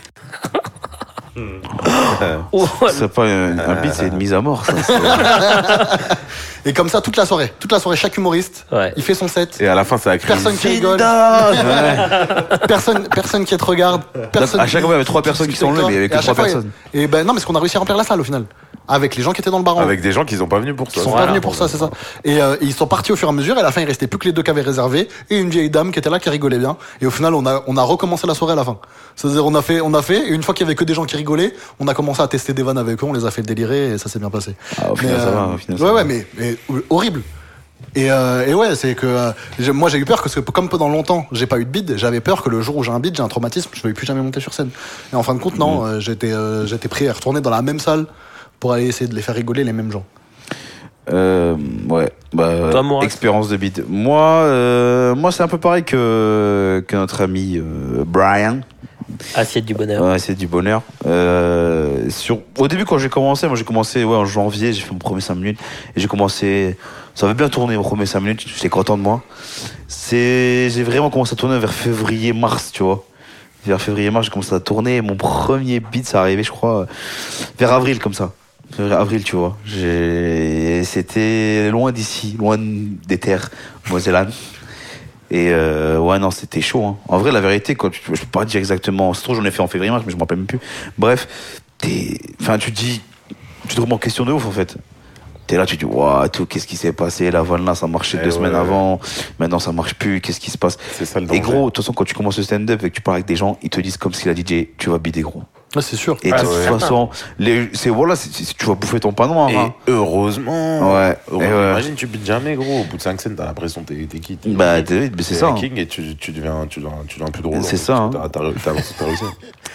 [SPEAKER 5] Oh,
[SPEAKER 4] C'est pas un, un beat, c'est une mise à mort,
[SPEAKER 5] (laughs)
[SPEAKER 4] ça. c'est-
[SPEAKER 6] Et comme ça, toute la soirée. Toute la soirée, chaque humoriste,
[SPEAKER 5] Ouais.
[SPEAKER 6] il fait son set.
[SPEAKER 3] Et à la fin, ça a créé.
[SPEAKER 6] Personne qui rigole,
[SPEAKER 4] Ouais.
[SPEAKER 6] personne, personne qui te regarde. Personne
[SPEAKER 4] à
[SPEAKER 6] qui-
[SPEAKER 4] chaque fois, il y avait trois
[SPEAKER 6] qui
[SPEAKER 4] personnes qui
[SPEAKER 6] discute
[SPEAKER 4] sont
[SPEAKER 6] avec toi.
[SPEAKER 4] levées, mais il y avait que
[SPEAKER 6] Et à
[SPEAKER 4] trois
[SPEAKER 6] chaque fois,
[SPEAKER 4] personnes.
[SPEAKER 6] Et ben non, parce qu'on a réussi à remplir la salle au final. Avec les gens qui étaient dans le bar en haut.
[SPEAKER 3] Avec des gens qui sont pas venus pour
[SPEAKER 6] Ils
[SPEAKER 3] ça.
[SPEAKER 6] sont pas venus pour ça, c'est ça. Et, euh, et ils sont partis au fur et à mesure. Et à la fin, il restait plus que les deux qui avaient réservé et une vieille dame qui était là qui rigolait bien. Et au final, on a, on a recommencé la soirée à la fin. C'est-à-dire, on a fait, on a fait. Et une fois qu'il y avait que des gens qui rigolaient, on a commencé à tester des vannes avec eux. On les a fait délirer et ça s'est bien passé.
[SPEAKER 4] Ah, au final,
[SPEAKER 6] Mais,
[SPEAKER 4] ça va,
[SPEAKER 6] euh,
[SPEAKER 4] au final, ça
[SPEAKER 6] ouais,
[SPEAKER 4] va.
[SPEAKER 6] ouais, mais, mais euh, horrible. Et, euh, et ouais, c'est que euh, j'ai- moi j'ai eu peur parce que comme pendant longtemps j'ai pas eu de bid, j'avais peur que le jour où j'ai un bid, j'ai un traumatisme, je vais plus jamais monter sur scène. Et en fin de compte, non,
[SPEAKER 4] Mm.
[SPEAKER 6] euh, j'étais euh, j'étais prêt à retourner dans la même salle pour aller essayer de les faire rigoler les mêmes gens.
[SPEAKER 4] Euh, ouais. Bah,
[SPEAKER 5] Toi, Mourad
[SPEAKER 4] expérience de beat. Moi, euh, moi c'est un peu pareil que, que notre ami euh, Brian.
[SPEAKER 5] Assiette du bonheur.
[SPEAKER 4] Ouais, c'est du bonheur. Euh, sur, au début, quand j'ai commencé, moi j'ai commencé ouais, en janvier, j'ai fait mon premier 5 minutes. Et j'ai commencé. Ça avait bien tourné, mon premier 5 minutes. J'étais content de moi. C'est, j'ai vraiment commencé à tourner vers février, mars, tu vois. Vers février, mars, j'ai commencé à tourner. Mon premier beat, ça arrivait, je crois, euh, vers avril, comme ça. Vers avril, tu vois. J'ai, c'était loin d'ici, loin des terres, Mosellane. Et euh, ouais, non, c'était chaud. hein. En vrai, la vérité, quoi, tu- je peux pas dire exactement. C'est trop, j'en ai fait en février, mars, mais je me rappelle même plus. Bref, t'es. Enfin, tu te dis. Tu te remets en question de ouf, en fait. T'es là, tu te dis, waouh, tout, qu'est-ce qui s'est passé La vanne là, ça marchait
[SPEAKER 3] Eh
[SPEAKER 4] deux semaines
[SPEAKER 3] ouais.
[SPEAKER 4] avant. Maintenant, ça marche plus. Qu'est-ce qui se passe
[SPEAKER 3] C'est ça le danger.
[SPEAKER 4] Et gros, de toute façon, quand tu commences le stand-up et que tu parles avec des gens, ils te disent comme si la DJ, tu vas bider gros.
[SPEAKER 6] Ouais, c'est sûr.
[SPEAKER 4] Et de
[SPEAKER 3] Ah
[SPEAKER 4] toute
[SPEAKER 3] ouais.
[SPEAKER 4] façon, les, c'est, voilà, c'est- c'est- tu vas bouffer ton pain noir.
[SPEAKER 3] Et
[SPEAKER 4] hein.
[SPEAKER 3] heureusement.
[SPEAKER 4] Ouais.
[SPEAKER 3] Heureusement.
[SPEAKER 4] Et ouais.
[SPEAKER 3] Imagine, tu bites jamais, gros. Au bout de 5 scènes, t'as l'impression que t'es t'es qui t'es-
[SPEAKER 4] Bah, t'es- mais c'est
[SPEAKER 3] t'es
[SPEAKER 4] ça.
[SPEAKER 3] un
[SPEAKER 4] hein.
[SPEAKER 3] king et tu, tu deviens, tu deviens, tu deviens plus drôle.
[SPEAKER 4] C'est
[SPEAKER 3] en fait,
[SPEAKER 4] ça, hein.
[SPEAKER 3] parce que T'as t'as- t'as- t'as réussi.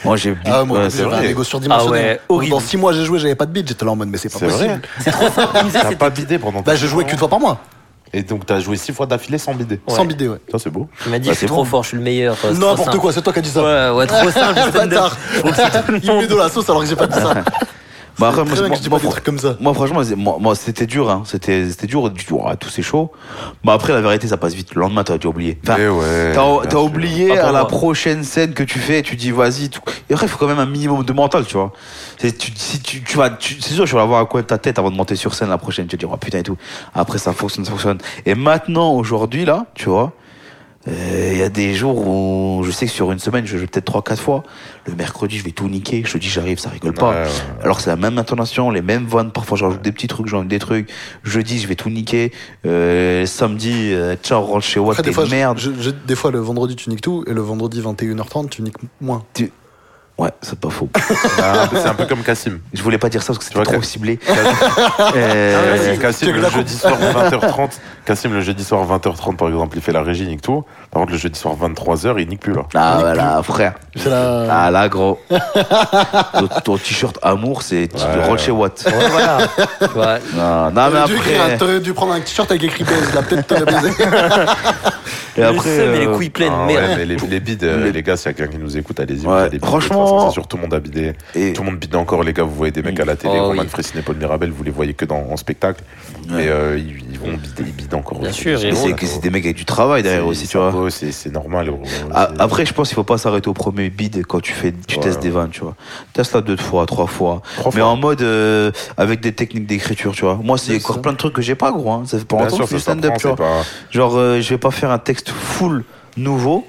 [SPEAKER 4] Moi, j'ai bid-
[SPEAKER 6] Ah, moi,
[SPEAKER 4] ouais,
[SPEAKER 6] j'avais
[SPEAKER 3] vrai.
[SPEAKER 6] un ego surdimensionné.
[SPEAKER 5] Ah ouais,
[SPEAKER 6] Dans-
[SPEAKER 5] horrible.
[SPEAKER 6] Dans 6 mois, j'ai joué, j'avais pas de beat. J'étais là en mode, mais c'est pas
[SPEAKER 3] C'est vrai. hein.
[SPEAKER 6] possible.
[SPEAKER 3] T'as pas bidé pendant.
[SPEAKER 6] Bah, je jouais qu'une fois par mois,
[SPEAKER 3] Et donc, t'as joué 6 fois d'affilée sans bider.
[SPEAKER 5] Ouais.
[SPEAKER 6] sans bidé, ouais.
[SPEAKER 3] Ça, c'est beau.
[SPEAKER 5] Il m'a dit,
[SPEAKER 4] Bah,
[SPEAKER 5] je suis
[SPEAKER 4] c'est
[SPEAKER 5] trop
[SPEAKER 4] bon.
[SPEAKER 5] fort, je suis le meilleur. euh, c'est trop
[SPEAKER 6] N'importe
[SPEAKER 5] simple.
[SPEAKER 6] quoi, c'est toi qui as dit (laughs) ça.
[SPEAKER 5] Ouais, ouais, trop simple.
[SPEAKER 6] Le
[SPEAKER 5] le stand-up.
[SPEAKER 6] bâtard. Il met de la sauce alors que j'ai pas dit ça.
[SPEAKER 4] Bah, après,
[SPEAKER 6] Très bien
[SPEAKER 4] moi,
[SPEAKER 6] que je dis pas des trucs comme ça.
[SPEAKER 4] Moi, franchement, c'est- moi, moi, c'était dur. Hein. C'était, c'était dur. Du tout, tout c'est chaud. Bah, après, la vérité, ça passe vite. Le lendemain, t'as dû oublier. Enfin,
[SPEAKER 3] Eh ouais,
[SPEAKER 4] t'as,
[SPEAKER 3] bien
[SPEAKER 4] t'as
[SPEAKER 3] sûr.
[SPEAKER 4] oublié
[SPEAKER 5] Pas pour
[SPEAKER 4] à la
[SPEAKER 5] moi.
[SPEAKER 4] prochaine scène que tu fais. Tu dis, vas-y. Tout. Et après, il faut quand même un minimum de mental, tu vois. C'est, tu, si tu, tu vas, tu- c'est sûr, tu vas avoir à quoi ta tête avant de monter sur scène la prochaine. Tu vas dire, oh putain et tout. Après, ça fonctionne, ça fonctionne. Et maintenant, aujourd'hui, là, tu vois. euh, Il y a des jours où je sais que sur une semaine, je joue peut-être 3-4 fois. Le mercredi, je vais tout niquer. Je te dis, j'arrive, ça rigole pas.
[SPEAKER 3] Ouais, ouais.
[SPEAKER 4] Alors que c'est la même intonation, les mêmes vannes. Parfois, j'en rajoute des petits trucs, j'en rajoute des trucs. Jeudi, je vais tout niquer. Euh, samedi, euh, ciao, rentre chez moi,
[SPEAKER 6] Après,
[SPEAKER 4] t'es
[SPEAKER 6] des fois, je-
[SPEAKER 4] merde.
[SPEAKER 6] je- je- des fois, le vendredi, tu niques tout, et le vendredi 21h30, tu niques moins.
[SPEAKER 4] Tu- Ouais, c'est
[SPEAKER 3] (laughs)
[SPEAKER 4] pas faux.
[SPEAKER 3] Ah, c'est un peu comme Cassim.
[SPEAKER 4] Je voulais pas dire ça parce que c'était
[SPEAKER 3] vois
[SPEAKER 4] trop
[SPEAKER 3] que- (laughs)
[SPEAKER 4] ciblé.
[SPEAKER 3] Euh,
[SPEAKER 4] Euh,
[SPEAKER 3] Cassim le jeudi soir 20h30. Cassim le jeudi soir 20h30 par exemple, il fait la régie, il nique tout. Par contre le jeudi soir 23h, il nique plus là.
[SPEAKER 4] Ah voilà, frère.
[SPEAKER 6] C'est la.
[SPEAKER 4] Ah là, gros. ton, ton t-shirt amour, c'est
[SPEAKER 3] Ouais.
[SPEAKER 4] de Rocher Watt. (laughs)
[SPEAKER 5] voilà. Tu vois,
[SPEAKER 4] Non, non, ah, mais
[SPEAKER 6] T'aurais dû écrire un-
[SPEAKER 4] après.
[SPEAKER 6] T'aurais dû prendre un t-shirt avec écrit baise, là, peut-être
[SPEAKER 4] (laughs)
[SPEAKER 6] t'aurais baisé.
[SPEAKER 4] Et
[SPEAKER 5] le
[SPEAKER 4] après,
[SPEAKER 5] seum et les
[SPEAKER 4] euh,
[SPEAKER 5] couilles pleines,
[SPEAKER 3] Ah ouais,
[SPEAKER 5] merde.
[SPEAKER 3] mais les, les bides, euh,
[SPEAKER 4] Les-
[SPEAKER 3] les gars, s'il y a quelqu'un qui nous écoute, allez-y. vous
[SPEAKER 4] Ouais,
[SPEAKER 3] avez des bides,
[SPEAKER 4] franchement.
[SPEAKER 3] de toute façon, C'est sûr, tout le monde a bidé.
[SPEAKER 4] Et
[SPEAKER 3] Tout le monde bide encore, les gars. Vous voyez des mecs à la télé,
[SPEAKER 5] Oh,
[SPEAKER 3] Roman
[SPEAKER 5] oui.
[SPEAKER 3] Fresnay, Paul Mirabel, vous les voyez que dans, en spectacle. Mais euh, ils, ils vont bider, ils bident encore.
[SPEAKER 5] Bien sûr,
[SPEAKER 4] mais
[SPEAKER 5] gros,
[SPEAKER 4] c'est que c'est des mecs avec du travail derrière aussi, tu vois.
[SPEAKER 3] C'est c'est normal. gros. C'est-
[SPEAKER 4] Ah, Après, je pense qu'il faut pas s'arrêter au premier bid quand tu fais, tu
[SPEAKER 3] Ouais.
[SPEAKER 4] testes des vannes, tu vois. Teste la deux fois, trois fois.
[SPEAKER 3] Trois
[SPEAKER 4] mais
[SPEAKER 3] fois.
[SPEAKER 4] en mode euh, avec des techniques d'écriture, tu vois. Moi, c'est
[SPEAKER 6] Oui, c'est
[SPEAKER 4] encore
[SPEAKER 6] ça.
[SPEAKER 4] plein de trucs que j'ai pas, gros. hein. Ça fait pas
[SPEAKER 3] Bien
[SPEAKER 4] longtemps que
[SPEAKER 3] sûr,
[SPEAKER 4] je fais
[SPEAKER 3] ça
[SPEAKER 4] du stand-up,
[SPEAKER 3] s'apprend,
[SPEAKER 4] tu vois.
[SPEAKER 3] c'est pas-
[SPEAKER 4] Genre, euh, je vais pas faire un texte full nouveau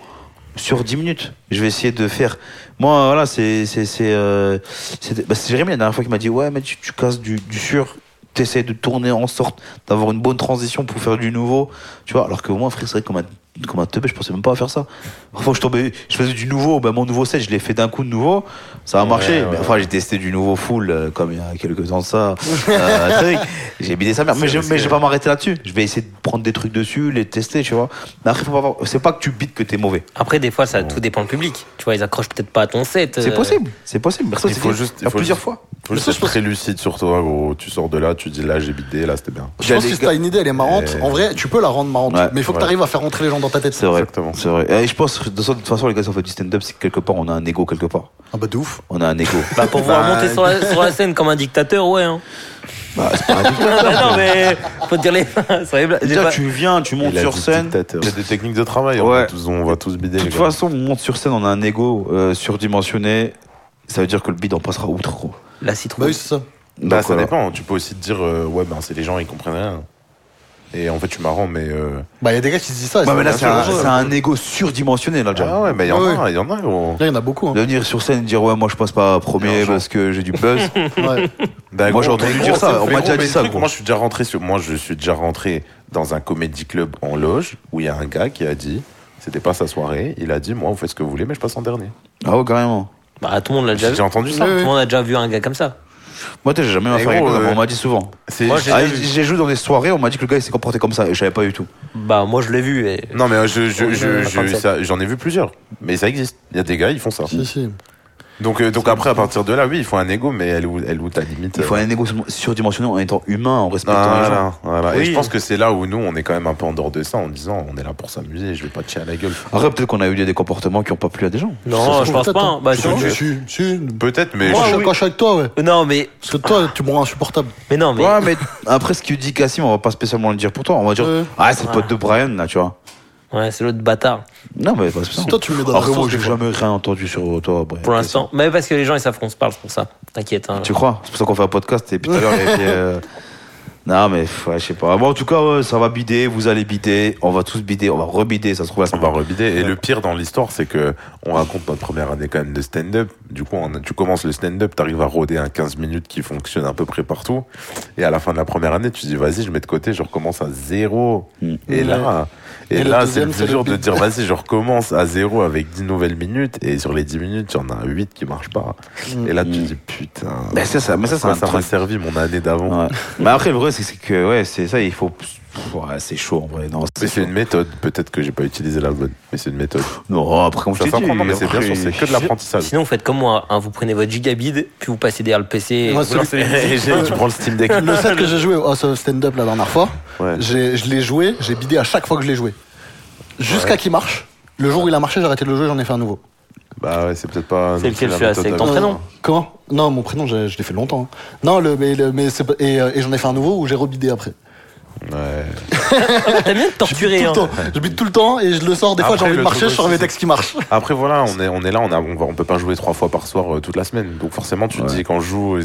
[SPEAKER 4] sur 10 minutes. Je vais essayer de faire. Moi, voilà, c'est. C'est c'est, euh, c'est- bah, c'est Jérémy la dernière fois qui m'a dit Ouais, mais tu, tu casses du, du sur, t'essayes de tourner en sorte d'avoir une bonne transition pour faire du nouveau. Tu vois, alors que moi, frère, c'est vrai que comme un, comme un teubé, je pensais même pas à faire ça. Parfois, je tombais, je faisais du nouveau. Bah, mon nouveau set, je l'ai fait d'un coup de nouveau. Ça a marché. Mais enfin, j'ai testé du nouveau full, euh, comme il y a quelques temps de ça. Euh, c'est vrai que j'ai bidé sa mère. Mais je, mais je vais pas m'arrêter là-dessus. Je vais essayer de prendre des trucs dessus, les tester, tu vois. Mais après, faut pas avoir- c'est pas que tu bides que t'es mauvais.
[SPEAKER 5] Après, des fois, ça tout dépend du public. Tu vois, ils accrochent peut-être pas à ton set.
[SPEAKER 4] C'est
[SPEAKER 5] euh,
[SPEAKER 4] possible, c'est possible. Personne
[SPEAKER 3] Il
[SPEAKER 4] s'est
[SPEAKER 3] faut
[SPEAKER 4] dit-
[SPEAKER 3] juste-
[SPEAKER 4] il y a
[SPEAKER 3] faut
[SPEAKER 4] plusieurs
[SPEAKER 3] juste-
[SPEAKER 4] fois.
[SPEAKER 3] Faut juste être très lucide sur toi, gros. Tu sors de là, tu dis là, j'ai bidé, là, c'était bien.
[SPEAKER 6] Je pense que si t'as une idée, elle est marrante.
[SPEAKER 3] Euh,
[SPEAKER 6] En vrai, tu peux la rendre marrante.
[SPEAKER 4] ouais,
[SPEAKER 6] mais il faut que
[SPEAKER 3] ouais.
[SPEAKER 6] t'arrives à faire rentrer les gens dans ta tête.
[SPEAKER 4] C'est vrai.
[SPEAKER 3] Exactement.
[SPEAKER 4] C'est vrai. Et je pense que de toute façon, les gars, si on fait du stand-up, c'est que quelque part, on a un ego quelque part.
[SPEAKER 6] Ah bah de ouf.
[SPEAKER 4] On a un ego.
[SPEAKER 5] Bah, pour pouvoir monter sur la, sur la scène comme un dictateur, ouais. Hein.
[SPEAKER 4] Bah, c'est pas un ego.
[SPEAKER 5] (laughs) Ah, bah, non, mais faut dire les. (laughs) c'est vrai, j'ai
[SPEAKER 4] Déjà,
[SPEAKER 5] pas-
[SPEAKER 4] tu viens, tu montes
[SPEAKER 3] Il a
[SPEAKER 4] sur
[SPEAKER 3] dit
[SPEAKER 4] scène.
[SPEAKER 3] dictateur. Il y a des techniques de travail. On,
[SPEAKER 4] Ouais.
[SPEAKER 3] va tous, on va tous bider,
[SPEAKER 4] De
[SPEAKER 3] les
[SPEAKER 4] toute
[SPEAKER 3] gars.
[SPEAKER 4] façon, on monte sur scène, on a un ego euh, surdimensionné. Ça veut dire que le bid en passera outre, gros.
[SPEAKER 5] La
[SPEAKER 6] Bah
[SPEAKER 5] citrouille.
[SPEAKER 6] oui, c'est ça.
[SPEAKER 3] Bah,
[SPEAKER 4] Donc, euh,
[SPEAKER 3] ça
[SPEAKER 4] voilà.
[SPEAKER 3] dépend. Tu peux aussi te dire, euh, ouais, ben c'est les gens, ils comprennent rien. Et en fait, tu marrant, mais. euh,
[SPEAKER 6] Bah il y a des gars qui se disent ça. et
[SPEAKER 4] Ouais, mais
[SPEAKER 6] bien
[SPEAKER 4] là, c'est
[SPEAKER 6] sûr,
[SPEAKER 4] un,
[SPEAKER 6] bien sûr.
[SPEAKER 4] c'est un ego surdimensionné, là, déjà.
[SPEAKER 3] Ah ouais, mais il y en
[SPEAKER 6] Ouais,
[SPEAKER 3] a, il y en a, gros.
[SPEAKER 6] Là, il y en a beaucoup. hein.
[SPEAKER 4] De venir sur scène et dire, ouais, moi, je passe pas premier
[SPEAKER 3] Non, genre.
[SPEAKER 4] parce que j'ai du
[SPEAKER 3] (laughs)
[SPEAKER 4] buzz.
[SPEAKER 6] Ouais.
[SPEAKER 3] Bah,
[SPEAKER 4] Moi, j'ai
[SPEAKER 3] gros,
[SPEAKER 4] entendu
[SPEAKER 3] mais
[SPEAKER 4] dire
[SPEAKER 3] gros,
[SPEAKER 4] ça, on
[SPEAKER 3] fait-
[SPEAKER 4] m'a
[SPEAKER 3] mais
[SPEAKER 4] déjà
[SPEAKER 3] gros,
[SPEAKER 4] dit
[SPEAKER 3] mais
[SPEAKER 4] ça,
[SPEAKER 3] le truc,
[SPEAKER 4] gros.
[SPEAKER 3] Moi, je suis déjà rentré sur, moi, je suis déjà rentré dans un comédie club en loge où il y a un gars qui a dit, c'était pas sa soirée, il a dit, moi, vous faites ce que vous voulez, mais je passe en dernier.
[SPEAKER 4] Ah ouais, carrément.
[SPEAKER 5] Bah, tout le monde l'a déjà
[SPEAKER 3] J'ai
[SPEAKER 5] vu.
[SPEAKER 3] déjà entendu ça.
[SPEAKER 5] Tout le monde a déjà vu un gars comme ça.
[SPEAKER 4] Moi, t'as jamais
[SPEAKER 3] Mais
[SPEAKER 4] affaire avec
[SPEAKER 3] gros,
[SPEAKER 4] quelqu'un,
[SPEAKER 3] euh,
[SPEAKER 4] on m'a dit souvent.
[SPEAKER 3] C'est-
[SPEAKER 5] Moi, j'ai-
[SPEAKER 4] Ah,
[SPEAKER 5] déjà vu.
[SPEAKER 4] J'ai joué dans des soirées, on m'a dit que le gars il s'est comporté comme ça et je savais pas du tout.
[SPEAKER 5] Bah, moi, je l'ai vu. Et...
[SPEAKER 3] Non, mais euh, je, je,
[SPEAKER 5] Ouais,
[SPEAKER 3] je,
[SPEAKER 5] la
[SPEAKER 3] je-
[SPEAKER 5] 37.
[SPEAKER 3] ça- j'en ai vu plusieurs. Mais ça existe. Il y a des gars, ils font ça.
[SPEAKER 6] Si, si.
[SPEAKER 3] Donc, euh, donc après, à partir de là, oui, il faut un ego, mais elle est où, elle est où ta limite
[SPEAKER 4] Il faut
[SPEAKER 3] euh,
[SPEAKER 4] un ego surdimensionné en étant humain, en respectant
[SPEAKER 3] Ah,
[SPEAKER 4] les gens.
[SPEAKER 3] voilà, voilà. Et
[SPEAKER 5] Oui.
[SPEAKER 3] je pense que c'est là où nous, on est quand même un peu en dehors de ça en disant, on est là pour s'amuser, je vais pas te chier à la gueule.
[SPEAKER 4] Après, peut-être qu'on a eu des comportements qui ont pas plu à des gens.
[SPEAKER 5] Non,
[SPEAKER 6] Ça se
[SPEAKER 5] je
[SPEAKER 6] trouve,
[SPEAKER 5] pense
[SPEAKER 6] peut-être,
[SPEAKER 5] pas. hein.
[SPEAKER 6] hein.
[SPEAKER 5] Bah,
[SPEAKER 6] Si,
[SPEAKER 5] je-
[SPEAKER 6] si, si, si.
[SPEAKER 3] Peut-être, mais
[SPEAKER 6] Moi,
[SPEAKER 3] je-
[SPEAKER 6] je suis d'accord, je suis avec toi, ouais.
[SPEAKER 5] Non, mais.
[SPEAKER 6] Parce que toi, tu me rends insupportable.
[SPEAKER 5] Mais non, mais.
[SPEAKER 4] Ouais, mais après ce que dit Cassim, on va pas spécialement le dire pour toi. On va dire,
[SPEAKER 6] Ouais.
[SPEAKER 4] ah, c'est le pote de Brian là, tu vois.
[SPEAKER 5] Ouais, c'est l'autre bâtard.
[SPEAKER 4] Non, mais pas spécialement.
[SPEAKER 6] Toi, tu me mets dans
[SPEAKER 3] Ah,
[SPEAKER 6] la
[SPEAKER 4] Après, moi,
[SPEAKER 6] sauce,
[SPEAKER 4] j'ai
[SPEAKER 6] des fois.
[SPEAKER 4] jamais rien entendu sur toi, Brian.
[SPEAKER 5] Pour l'instant. Mais parce que les gens, ils savent qu'on se parle, c'est pour ça. T'inquiète. hein.
[SPEAKER 4] Tu crois C'est pour ça qu'on fait un podcast et puis tout à l'heure, il y avait, euh, Non, mais pff, ouais, je sais pas. Bon, en tout cas, ouais, ça va bider, vous allez bider, on va tous bider, on va rebider, ça se trouve la
[SPEAKER 3] On
[SPEAKER 4] semaine
[SPEAKER 3] va rebider. Et le pire dans l'histoire, c'est que on raconte notre première année quand même de stand-up. Du coup, on a- tu commences le stand-up, t'arrives à roder un 15 minutes qui fonctionne à peu près partout. Et à la fin de la première année, tu dis, vas-y, je mets de côté, je recommence à zéro.
[SPEAKER 4] Mm.
[SPEAKER 3] Et là, et,
[SPEAKER 6] Et le
[SPEAKER 3] là, c'est
[SPEAKER 6] deuxième,
[SPEAKER 3] le
[SPEAKER 6] c'est
[SPEAKER 3] plus
[SPEAKER 6] le
[SPEAKER 3] dur de
[SPEAKER 6] bide.
[SPEAKER 4] (laughs)
[SPEAKER 3] dire, vas-y, je recommence à zéro avec 10 nouvelles minutes. Et sur les 10 minutes, il y en a 8 qui marchent pas. Et là, tu
[SPEAKER 4] Mm.
[SPEAKER 3] dis, putain.
[SPEAKER 4] Mais c'est ça, mais ça, c'est
[SPEAKER 3] moi,
[SPEAKER 4] un
[SPEAKER 3] ça m'a
[SPEAKER 4] truc.
[SPEAKER 3] servi mon année d'avant.
[SPEAKER 4] Ouais. Mais après, le vrai, c'est c'est que, ouais, c'est ça, il faut. Pff, ouais, c'est chaud en vrai. Non,
[SPEAKER 3] Mais
[SPEAKER 4] c'est
[SPEAKER 3] c'est
[SPEAKER 4] chaud.
[SPEAKER 3] une méthode. Peut-être que j'ai pas utilisé la bonne, mais c'est une méthode.
[SPEAKER 4] Non, oh, après, comme je
[SPEAKER 3] Ça
[SPEAKER 4] t'ai dit.
[SPEAKER 3] s'apprend, non, mais c'est bien
[SPEAKER 4] après,
[SPEAKER 3] sûr, c'est que de
[SPEAKER 4] (laughs)
[SPEAKER 3] l'apprentissage.
[SPEAKER 5] Sinon, vous faites comme moi. hein. Vous prenez votre gigabit, puis vous passez derrière le PC. et
[SPEAKER 6] Moi,
[SPEAKER 5] vous
[SPEAKER 6] celui-
[SPEAKER 5] lancez-
[SPEAKER 3] Et j'ai- tu prends le Steam Deck.
[SPEAKER 6] Le set que j'ai joué au ce stand-up la dernière fois,
[SPEAKER 3] Ouais.
[SPEAKER 6] j'ai- je l'ai joué, j'ai bidé à chaque fois que je l'ai joué. Jusqu'à qu'il marche. Le jour où il a marché, j'ai arrêté de le jouer, j'en ai fait un nouveau. Euh,
[SPEAKER 3] Bah ouais, c'est peut-être pas.
[SPEAKER 5] C'est lequel
[SPEAKER 3] la
[SPEAKER 5] celui-là,
[SPEAKER 3] méthode
[SPEAKER 5] c'est
[SPEAKER 3] avec-
[SPEAKER 5] ton prénom
[SPEAKER 6] Comment Non, mon prénom, je, je l'ai fait longtemps. hein. Non, le, mais, le- mais c'est pas- et, euh, et j'en ai fait un nouveau où j'ai rebidé après.
[SPEAKER 3] Ouais.
[SPEAKER 5] T'aimes bien te torturer.
[SPEAKER 6] Tout le
[SPEAKER 5] hein.
[SPEAKER 6] temps. Je bide tout le temps et je le sors. Des fois,
[SPEAKER 3] Après,
[SPEAKER 6] j'ai envie de
[SPEAKER 3] le
[SPEAKER 6] marcher,
[SPEAKER 3] truc
[SPEAKER 6] je sors mes
[SPEAKER 3] aussi,
[SPEAKER 6] textes qui marchent.
[SPEAKER 3] Après voilà, on est, on est là, on, a, on, va, on peut pas jouer trois fois par soir euh, toute la semaine. Donc forcément, tu te dis quand je joue, euh,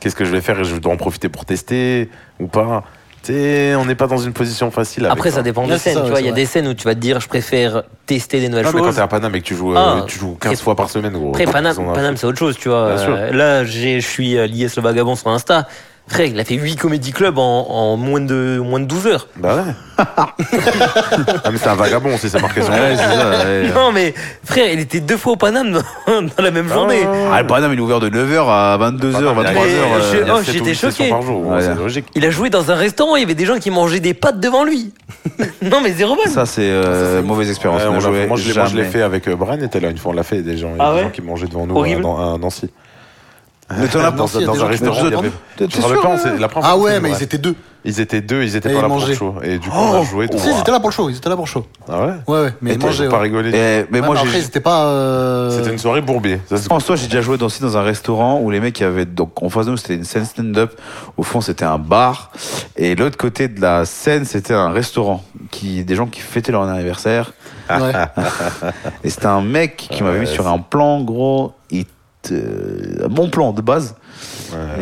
[SPEAKER 3] qu'est-ce que je vais faire et je dois en profiter pour tester ou pas. Tu sais, on n'est pas dans une position facile. avec
[SPEAKER 5] Après, ça dépend des
[SPEAKER 6] Ouais, c'est
[SPEAKER 5] scènes.
[SPEAKER 6] ça,
[SPEAKER 5] Tu
[SPEAKER 6] ouais,
[SPEAKER 5] vois, il y a
[SPEAKER 6] c'est
[SPEAKER 5] des scènes où tu vas te dire, je préfère tester des nouvelles
[SPEAKER 3] Non, mais quand
[SPEAKER 5] choses.
[SPEAKER 3] t'es à Paname et que tu joues, euh,
[SPEAKER 5] Ah.
[SPEAKER 3] tu joues 15 fois par semaine, gros.
[SPEAKER 5] Après,
[SPEAKER 3] Ils
[SPEAKER 6] hein.
[SPEAKER 5] Paname,
[SPEAKER 3] ont un-
[SPEAKER 5] Paname, c'est autre chose, tu vois.
[SPEAKER 3] Bien sûr.
[SPEAKER 5] Euh, là, j'ai- je suis euh, lié sur le vagabond sur Insta. Frère, il a fait 8 comédie clubs en, en moins, de, moins de 12 heures.
[SPEAKER 3] Bah
[SPEAKER 5] (laughs)
[SPEAKER 3] ouais. ah, mais c'est un vagabond aussi, ça marquait son nom.
[SPEAKER 4] Ouais, c'est ça,
[SPEAKER 5] (laughs)
[SPEAKER 4] ouais.
[SPEAKER 5] Non, mais frère, il était deux fois au Paname dans, (laughs) dans la même journée.
[SPEAKER 4] Ah,
[SPEAKER 3] bah,
[SPEAKER 4] le Paname, il est ouvert de 9h à 22h,
[SPEAKER 3] Ah, non, mais
[SPEAKER 4] 23h.
[SPEAKER 3] il a-
[SPEAKER 5] Mais
[SPEAKER 3] euh,
[SPEAKER 5] je-
[SPEAKER 3] il y a
[SPEAKER 5] oh,
[SPEAKER 3] sept
[SPEAKER 5] j'étais
[SPEAKER 3] ou huit sessions
[SPEAKER 5] choqué.
[SPEAKER 3] par jour, ouais,
[SPEAKER 4] Ouais.
[SPEAKER 3] c'est logique.
[SPEAKER 5] Il a joué dans un restaurant, il y avait des gens qui mangeaient des pâtes
[SPEAKER 6] (laughs)
[SPEAKER 5] devant lui. non, mais zéro bonne.
[SPEAKER 4] Ça, c'est euh, mauvaise expérience.
[SPEAKER 3] Ouais, on
[SPEAKER 4] Ne
[SPEAKER 3] l'a-
[SPEAKER 4] jouez
[SPEAKER 3] moi, je l'ai- moi, je l'ai
[SPEAKER 4] jamais.
[SPEAKER 3] fait avec euh, Brian était là une fois, on l'a fait des gens, il y a
[SPEAKER 5] Ah
[SPEAKER 3] des
[SPEAKER 5] ouais
[SPEAKER 3] gens qui mangeaient devant nous
[SPEAKER 5] Horrible.
[SPEAKER 3] euh, dans- à Nancy.
[SPEAKER 4] Mais t'en
[SPEAKER 3] (laughs)
[SPEAKER 4] as
[SPEAKER 3] Dans,
[SPEAKER 6] pensé,
[SPEAKER 3] dans un
[SPEAKER 6] Euh, il y a des gens qui
[SPEAKER 3] restaurant,
[SPEAKER 6] mangeaient
[SPEAKER 3] il y avait-
[SPEAKER 6] devant
[SPEAKER 3] Tu te rappelles pas, on s'est- la première
[SPEAKER 6] Ah
[SPEAKER 3] fois,
[SPEAKER 6] ouais,
[SPEAKER 3] c'est-
[SPEAKER 6] mais ils étaient deux.
[SPEAKER 3] Ils étaient deux, ils Oh étaient
[SPEAKER 6] Et
[SPEAKER 3] pas
[SPEAKER 6] ils
[SPEAKER 3] là pour le
[SPEAKER 6] mangeaient.
[SPEAKER 3] show. Et du coup, on a joué
[SPEAKER 6] Si, ils étaient là pour le show, ils étaient là pour le show.
[SPEAKER 3] Ah ouais
[SPEAKER 6] Ouais, ouais,
[SPEAKER 3] hein. Et
[SPEAKER 6] mais
[SPEAKER 3] euh, toi,
[SPEAKER 6] ils
[SPEAKER 3] ils
[SPEAKER 6] mangeaient.
[SPEAKER 3] ont pas
[SPEAKER 6] ouais.
[SPEAKER 3] rigolé.
[SPEAKER 4] Eh, mais
[SPEAKER 6] Ouais,
[SPEAKER 4] moi,
[SPEAKER 6] mais
[SPEAKER 4] j'ai-
[SPEAKER 6] après, ils étaient pas. euh,
[SPEAKER 3] C'était une soirée bourbier. Ça, c'est-
[SPEAKER 4] En soi, j'ai déjà joué dans, dans un restaurant où les mecs, il y avait, donc en face de nous, c'était une scène stand-up. Au fond, c'était un bar. Et l'autre côté de la scène, c'était un restaurant. Qui, des gens qui fêtaient leur anniversaire.
[SPEAKER 3] (laughs)
[SPEAKER 6] ouais. Ah,
[SPEAKER 4] Et c'était un mec qui m'avait mis sur un plan, gros. Il te- un bon plan de base.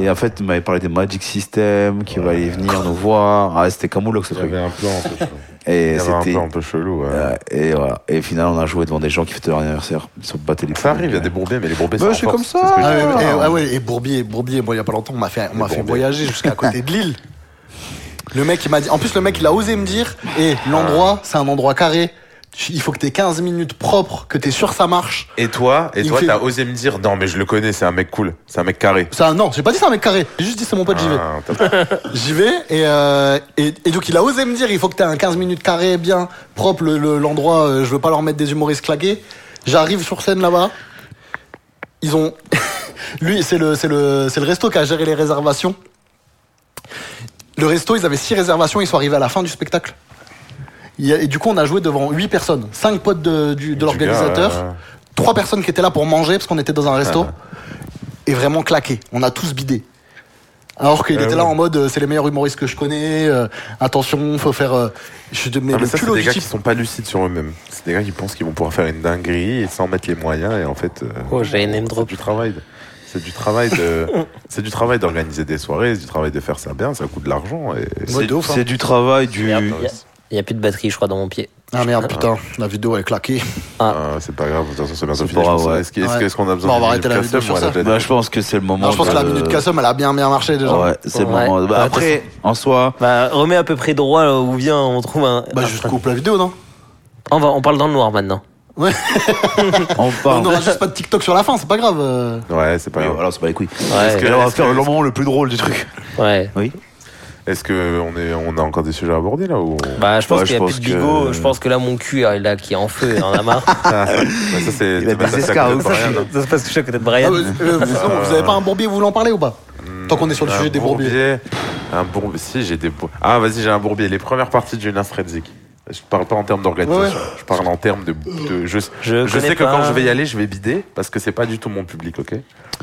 [SPEAKER 4] Et en fait, il m'avait parlé des Magic System, qui va aller venir nous voir. Ah, c'était camoulox ce
[SPEAKER 3] Il y
[SPEAKER 4] truc.
[SPEAKER 3] avait un plan un (laughs) peu, il
[SPEAKER 4] Et
[SPEAKER 3] y avait un
[SPEAKER 4] c'était.
[SPEAKER 3] plan un peu chelou. Ah ouais.
[SPEAKER 4] euh, et voilà. Et finalement, on a joué devant des gens qui fêtaient leur anniversaire. Ils se battaient les
[SPEAKER 3] Ça arrive, il y a
[SPEAKER 4] couilles.
[SPEAKER 3] des bourbiers, mais les bourbiers,
[SPEAKER 4] Bah,
[SPEAKER 3] c'est
[SPEAKER 4] je suis
[SPEAKER 3] en
[SPEAKER 4] comme
[SPEAKER 3] force, c'est
[SPEAKER 4] ça.
[SPEAKER 3] ce que je
[SPEAKER 6] Ah
[SPEAKER 3] dis.
[SPEAKER 6] ouais, ouais, et- ah ouais, et Bourbier, Bourbier, moi il y a pas longtemps, on m'a fait, on m'a fait
[SPEAKER 3] Bourbier.
[SPEAKER 6] voyager jusqu'à côté de
[SPEAKER 3] (laughs)
[SPEAKER 6] Lille. Le mec il m'a dit, en plus le mec il a osé me dire, et
[SPEAKER 3] Ah.
[SPEAKER 6] l'endroit c'est un endroit carré, Tu- il faut que t'aies 15 minutes propres, que t'es sûr que ça marche.
[SPEAKER 3] Et toi, et
[SPEAKER 6] Il
[SPEAKER 3] toi,
[SPEAKER 6] fait-
[SPEAKER 3] t'as osé me dire non, mais je le connais, c'est un mec cool, c'est un mec carré.
[SPEAKER 6] Ça, non, j'ai pas dit ça un mec carré, j'ai juste dit c'est mon pote, j'y vais.
[SPEAKER 3] Ah, t'as-
[SPEAKER 6] J'y vais, et, euh, et, et donc il a osé me dire, il faut que t'aies un 15 minutes carré bien propre, le- le- l'endroit, euh, je veux pas leur mettre des humoristes claqués. J'arrive sur scène là-bas, ils ont... (laughs) Lui, c'est le, c'est le, c'est le resto qui a géré les réservations. Le resto, ils avaient six réservations, ils sont arrivés à la fin du spectacle. Il y a- Et du coup, on a joué devant huit personnes, cinq potes de, du- de
[SPEAKER 3] Du gars, euh,
[SPEAKER 6] l'organisateur, trois personnes qui étaient là pour manger parce qu'on était dans un resto, et vraiment claqué. On a tous bidé. Alors qu'il
[SPEAKER 3] Ah
[SPEAKER 6] était
[SPEAKER 3] ouais.
[SPEAKER 6] là en mode, euh, c'est les meilleurs humoristes que je connais, euh, attention, faut faire. euh, je suis de mais
[SPEAKER 3] Non, mais
[SPEAKER 6] le
[SPEAKER 3] ça, c'est
[SPEAKER 6] culot
[SPEAKER 3] des
[SPEAKER 6] du
[SPEAKER 3] gars qui
[SPEAKER 6] type.
[SPEAKER 3] sont pas lucides sur eux-mêmes. C'est des gars qui pensent qu'ils vont pouvoir faire une dinguerie et sans mettre les moyens. Et en fait, euh,
[SPEAKER 5] Oh, j'ai un name
[SPEAKER 3] c'est
[SPEAKER 5] drop.
[SPEAKER 3] du travail. de- C'est du travail
[SPEAKER 5] (laughs)
[SPEAKER 3] de, c'est du travail d'organiser des soirées, c'est du travail de faire ça bien, ça coûte de l'argent. Et...
[SPEAKER 6] Ouais, de ouf, hein.
[SPEAKER 4] C'est du travail, du.
[SPEAKER 5] Merde, Il y a- il y a plus de batterie, je crois, dans mon pied.
[SPEAKER 6] Ah merde, putain, la vidéo elle est claquée.
[SPEAKER 3] Ah, c'est pas grave, de toute façon, c'est bien
[SPEAKER 4] C'est
[SPEAKER 3] fini, je
[SPEAKER 4] pas grave,
[SPEAKER 3] pense.
[SPEAKER 4] ouais.
[SPEAKER 3] Est-ce, que- est-ce
[SPEAKER 6] Ouais.
[SPEAKER 3] que- est-ce qu'on a besoin
[SPEAKER 6] Bon,
[SPEAKER 3] de
[SPEAKER 6] on va
[SPEAKER 3] minute
[SPEAKER 6] arrêter la vidéo
[SPEAKER 3] custom,
[SPEAKER 6] sur
[SPEAKER 3] ouais,
[SPEAKER 6] ça.
[SPEAKER 3] la date-
[SPEAKER 4] Bah, je pense que c'est le moment.
[SPEAKER 6] Non, je pense
[SPEAKER 4] de-
[SPEAKER 6] que la minute Kassom elle a bien bien marché déjà.
[SPEAKER 4] Ouais, c'est le
[SPEAKER 5] Ouais.
[SPEAKER 4] moment. Bah,
[SPEAKER 5] Ouais,
[SPEAKER 4] après, en soi,
[SPEAKER 5] Bah, remets à peu près droit là, où vient, on trouve un.
[SPEAKER 6] Bah, je coupe la vidéo, non
[SPEAKER 5] on, va, on parle dans le noir maintenant.
[SPEAKER 6] Ouais.
[SPEAKER 4] on
[SPEAKER 3] Ah.
[SPEAKER 6] On
[SPEAKER 4] parle.
[SPEAKER 6] n'aura juste pas de TikTok sur la fin, c'est pas grave. euh.
[SPEAKER 3] Ouais, c'est pas
[SPEAKER 4] Oui,
[SPEAKER 3] grave.
[SPEAKER 4] voilà, c'est pas les couilles.
[SPEAKER 5] Ouais,
[SPEAKER 4] Et là, on va
[SPEAKER 3] est-ce
[SPEAKER 4] faire
[SPEAKER 3] que-
[SPEAKER 4] le moment le plus drôle du truc.
[SPEAKER 5] ouais.
[SPEAKER 4] Oui.
[SPEAKER 3] Est-ce que on est, on a encore des sujets à aborder là
[SPEAKER 6] (laughs)
[SPEAKER 3] ou
[SPEAKER 5] Bah, je pense
[SPEAKER 4] Ouais,
[SPEAKER 5] qu'il y a
[SPEAKER 4] je
[SPEAKER 5] plus de
[SPEAKER 4] pense que-
[SPEAKER 5] bigot. Je pense que là, mon cul, ah, là, qui est en feu, il en a marre.
[SPEAKER 3] Ah, bah, ça c'est
[SPEAKER 4] Il a
[SPEAKER 3] bah,
[SPEAKER 4] des
[SPEAKER 3] ça, c'est à
[SPEAKER 4] escarres.
[SPEAKER 3] côté de Brian, hein.
[SPEAKER 5] Ça se passe que je suis à côté de
[SPEAKER 6] Ah,
[SPEAKER 5] Brian.
[SPEAKER 6] euh, euh, vous, non, vous avez pas un bourbier, vous voulez en parler ou pas Tant qu'on est sur le
[SPEAKER 3] Hmm, Un
[SPEAKER 6] sujet des bourbiers.
[SPEAKER 3] bourbier, Un bourbier. Si, j'ai des. bour- Ah, vas-y, j'ai un bourbier. Les premières parties d'une Instrensic. Je parle pas en termes d'organisation.
[SPEAKER 6] Ouais,
[SPEAKER 3] Je parle en termes de. de- je je sais
[SPEAKER 5] Je connais
[SPEAKER 3] que
[SPEAKER 5] pas.
[SPEAKER 3] quand je vais y aller, je vais bider parce que c'est pas du tout mon public, ok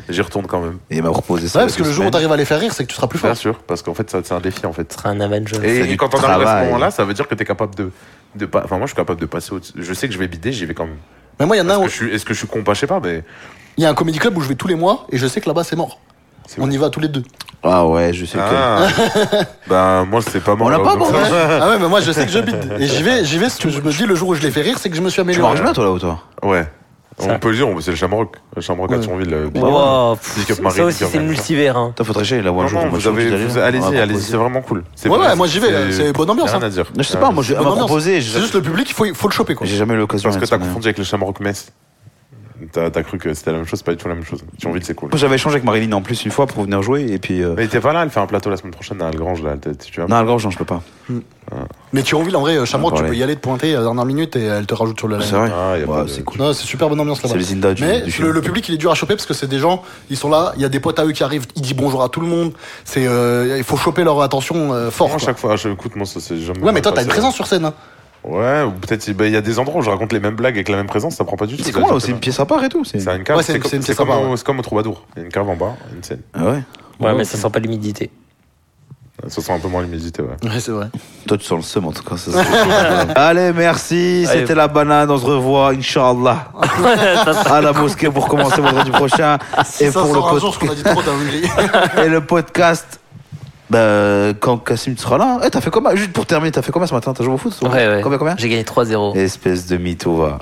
[SPEAKER 3] J'y retourne quand même.
[SPEAKER 4] Et il m'a proposé ça.
[SPEAKER 6] Ouais, parce que le jour où t'arrives à les faire rire, c'est que tu seras plus
[SPEAKER 3] Bien
[SPEAKER 6] fort.
[SPEAKER 3] sûr, parce qu'en fait, ça, c'est un défi en fait.
[SPEAKER 5] Ce sera un Avenger.
[SPEAKER 3] Et,
[SPEAKER 4] C'est
[SPEAKER 3] et
[SPEAKER 4] du
[SPEAKER 3] quand on arrive à ce
[SPEAKER 4] travail.
[SPEAKER 3] moment-là, ça veut dire que t'es capable de. De pas, enfin, moi, je suis capable de passer au Je sais que je vais bider, j'y vais quand même.
[SPEAKER 6] Mais moi, il y en a
[SPEAKER 3] Est-ce
[SPEAKER 6] un,
[SPEAKER 3] que je suis, est-ce que je suis con pas, je sais pas, mais.
[SPEAKER 6] il y a un comédie club où je vais tous les mois et je sais que là-bas c'est mort.
[SPEAKER 3] C'est
[SPEAKER 6] On
[SPEAKER 3] vrai.
[SPEAKER 6] y va tous les deux.
[SPEAKER 4] Ah ouais, je sais que.
[SPEAKER 3] Ah
[SPEAKER 6] (laughs)
[SPEAKER 3] Bah, moi, c'est pas moi.
[SPEAKER 4] On l'a
[SPEAKER 3] là,
[SPEAKER 4] pas
[SPEAKER 3] donc
[SPEAKER 4] abordé.
[SPEAKER 3] ça-
[SPEAKER 6] Ah ouais, mais moi je sais que je bide. Et j'y vais, j'y vais, ce que je me dis le jour où je les fais rire, c'est que je me suis
[SPEAKER 4] Tu m'as
[SPEAKER 6] amélioré.
[SPEAKER 4] rejoint toi là ou toi
[SPEAKER 3] Ouais.
[SPEAKER 5] Ça.
[SPEAKER 3] On peut le dire, on- c'est le Shamrock. Le Shamrock à
[SPEAKER 6] Ouais.
[SPEAKER 3] Thionville. euh, Big Up.
[SPEAKER 5] Wow, pff,
[SPEAKER 3] Big up Marie,
[SPEAKER 5] ça aussi,
[SPEAKER 3] big up
[SPEAKER 5] c'est le
[SPEAKER 3] Marie.
[SPEAKER 5] multivers. Hein.
[SPEAKER 4] Toi, faudrait que j'aille là un
[SPEAKER 3] Non,
[SPEAKER 4] jour.
[SPEAKER 3] non,
[SPEAKER 4] moi,
[SPEAKER 3] vous
[SPEAKER 4] je suis obligé
[SPEAKER 3] avez,
[SPEAKER 4] d'aller,
[SPEAKER 3] vous-
[SPEAKER 4] là. On
[SPEAKER 3] allez-y,
[SPEAKER 4] va
[SPEAKER 3] allez-y,
[SPEAKER 4] proposer.
[SPEAKER 3] c'est vraiment cool. C'est
[SPEAKER 6] Ouais,
[SPEAKER 3] vrai,
[SPEAKER 6] ouais, moi, j'y vais, c'est bonne ambiance,
[SPEAKER 3] Rien
[SPEAKER 6] hein.
[SPEAKER 3] à dire.
[SPEAKER 4] Je sais pas, moi, je- elle
[SPEAKER 6] Bonne
[SPEAKER 4] m'a
[SPEAKER 6] ambiance. C'est
[SPEAKER 4] proposé. je-
[SPEAKER 6] juste le public, il faut, il faut le choper quoi.
[SPEAKER 4] J'ai jamais eu l'occasion.
[SPEAKER 3] Parce que
[SPEAKER 4] elle,
[SPEAKER 3] t'as
[SPEAKER 4] ça,
[SPEAKER 3] confondu avec le Shamrock Metz. T'as t'as cru que c'était la même chose, c'est pas du tout la même chose. Thionville, c'est cool.
[SPEAKER 4] mais- J'avais échangé avec Marilyn en plus une fois pour venir jouer et puis. euh,
[SPEAKER 3] Mais t'es pas là, elle fait un plateau la semaine prochaine à Algrange, là. t'es- Tu vois
[SPEAKER 4] Non, Algorge, non, je peux pas.
[SPEAKER 6] Mais Thionville, en vrai, euh, Shamrock,
[SPEAKER 4] On va
[SPEAKER 6] tu
[SPEAKER 4] parler.
[SPEAKER 6] peux y aller te pointer euh, dernière minute et elle te rajoute sur le
[SPEAKER 4] C'est
[SPEAKER 6] line.
[SPEAKER 4] vrai.
[SPEAKER 3] Ah, y a
[SPEAKER 4] Ouais,
[SPEAKER 3] pas de-
[SPEAKER 4] C'est cool.
[SPEAKER 6] Non, c'est super bonne ambiance là-bas.
[SPEAKER 4] C'est le Zinda du-
[SPEAKER 6] Mais
[SPEAKER 4] du film.
[SPEAKER 6] le, le public, il est dur à choper parce que c'est des gens, ils sont là, il y a des potes à eux qui arrivent, ils disent bonjour à tout le monde. C'est, euh, il faut choper leur attention euh, fort.
[SPEAKER 3] Moi, à
[SPEAKER 6] quoi.
[SPEAKER 3] chaque fois, je écoute, moi, ça c'est jamais.
[SPEAKER 6] Ouais, mais toi, t'as une
[SPEAKER 3] passé.
[SPEAKER 6] présence sur scène. hein.
[SPEAKER 3] Ouais, ou peut-être il bah, il y a des endroits où je raconte les mêmes blagues avec la même présence, ça prend pas du tout.
[SPEAKER 4] C'est
[SPEAKER 3] ça,
[SPEAKER 4] comment là
[SPEAKER 3] j'ai
[SPEAKER 4] C'est une
[SPEAKER 3] pas-
[SPEAKER 4] pièce à part et tout. c'est-
[SPEAKER 3] C'est une cave,
[SPEAKER 6] Ouais, c'est
[SPEAKER 3] c'est
[SPEAKER 6] une-
[SPEAKER 3] comme-
[SPEAKER 6] c'est une
[SPEAKER 3] c'est
[SPEAKER 6] pièce
[SPEAKER 3] comme,
[SPEAKER 6] à part,
[SPEAKER 3] au- c'est comme au Troubadour. Il y a une cave en bas, une scène.
[SPEAKER 4] Ah ouais.
[SPEAKER 5] Ouais, mais ça sent pas l'humidité.
[SPEAKER 3] Ça sent un peu moins l'humidité, ouais.
[SPEAKER 6] Ouais, c'est vrai.
[SPEAKER 4] Toi, tu sens le seum en tout cas. ça, c'est- Allez, merci.
[SPEAKER 5] Allez.
[SPEAKER 4] C'était la banane. On se revoit, Inch'Allah.
[SPEAKER 5] (laughs)
[SPEAKER 4] à la mosquée pour commencer vendredi prochain. et,
[SPEAKER 6] ça
[SPEAKER 4] pour
[SPEAKER 6] sort un
[SPEAKER 4] le
[SPEAKER 6] jour, ce qu'on a
[SPEAKER 4] pod-
[SPEAKER 6] dit trop dinguerie. (laughs)
[SPEAKER 4] et le podcast. bah, quand Cassim sera là. Eh, t'as fait comment Juste pour terminer, t'as fait comment ce matin T'as joué au foot
[SPEAKER 5] Ouais, ouais.
[SPEAKER 4] Combien, combien
[SPEAKER 5] J'ai gagné 3-0.
[SPEAKER 4] Espèce de mytho, va.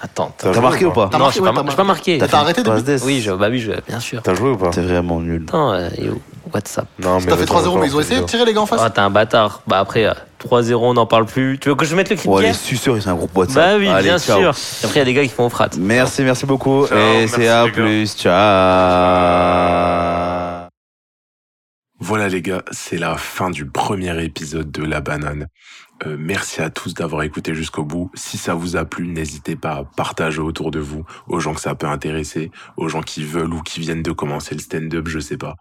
[SPEAKER 5] Attends.
[SPEAKER 4] T'as marqué ou pas
[SPEAKER 6] T'as
[SPEAKER 5] Non,
[SPEAKER 6] marqué,
[SPEAKER 5] j'ai
[SPEAKER 6] ouais,
[SPEAKER 5] pas,
[SPEAKER 6] t'as
[SPEAKER 5] j'ai pas marqué.
[SPEAKER 6] T'as fait arrêté
[SPEAKER 4] Passe des-
[SPEAKER 5] Oui, je, bah oui, je, bien sûr.
[SPEAKER 3] T'as joué ou pas
[SPEAKER 4] T'es vraiment nul.
[SPEAKER 5] Attends, euh, et où WhatsApp.
[SPEAKER 3] Non, mais
[SPEAKER 6] T'as fait
[SPEAKER 3] vas-y,
[SPEAKER 6] 3-0,
[SPEAKER 3] on
[SPEAKER 6] mais ils ont
[SPEAKER 3] va
[SPEAKER 6] essayé de
[SPEAKER 3] voir.
[SPEAKER 6] tirer les gars en face.
[SPEAKER 5] Ah, t'es un bâtard. Bah après, euh, 3-0, on n'en parle plus. Tu veux que je mette le clip
[SPEAKER 4] Oh, les suceurs, c'est un groupe WhatsApp.
[SPEAKER 5] Bah oui,
[SPEAKER 4] Allez,
[SPEAKER 5] bien
[SPEAKER 4] ciao.
[SPEAKER 5] sûr. Après, il y a des gars qui font au frat.
[SPEAKER 4] Merci, merci beaucoup.
[SPEAKER 3] Ciao,
[SPEAKER 4] et
[SPEAKER 3] merci,
[SPEAKER 4] c'est à
[SPEAKER 3] les gars.
[SPEAKER 4] plus. Ciao.
[SPEAKER 1] Voilà les gars, c'est la fin du premier épisode de La Banane. Euh, merci à tous d'avoir écouté jusqu'au bout. Si ça vous a plu, n'hésitez pas à partager autour de vous, aux gens que ça peut intéresser, aux gens qui veulent ou qui viennent de commencer le stand-up, je sais pas.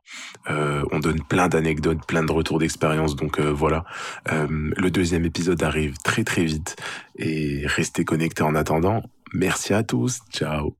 [SPEAKER 1] Euh, on donne plein d'anecdotes, plein de retours d'expérience, donc euh, voilà. Euh, le deuxième épisode arrive très très vite et restez connectés en attendant. Merci à tous, ciao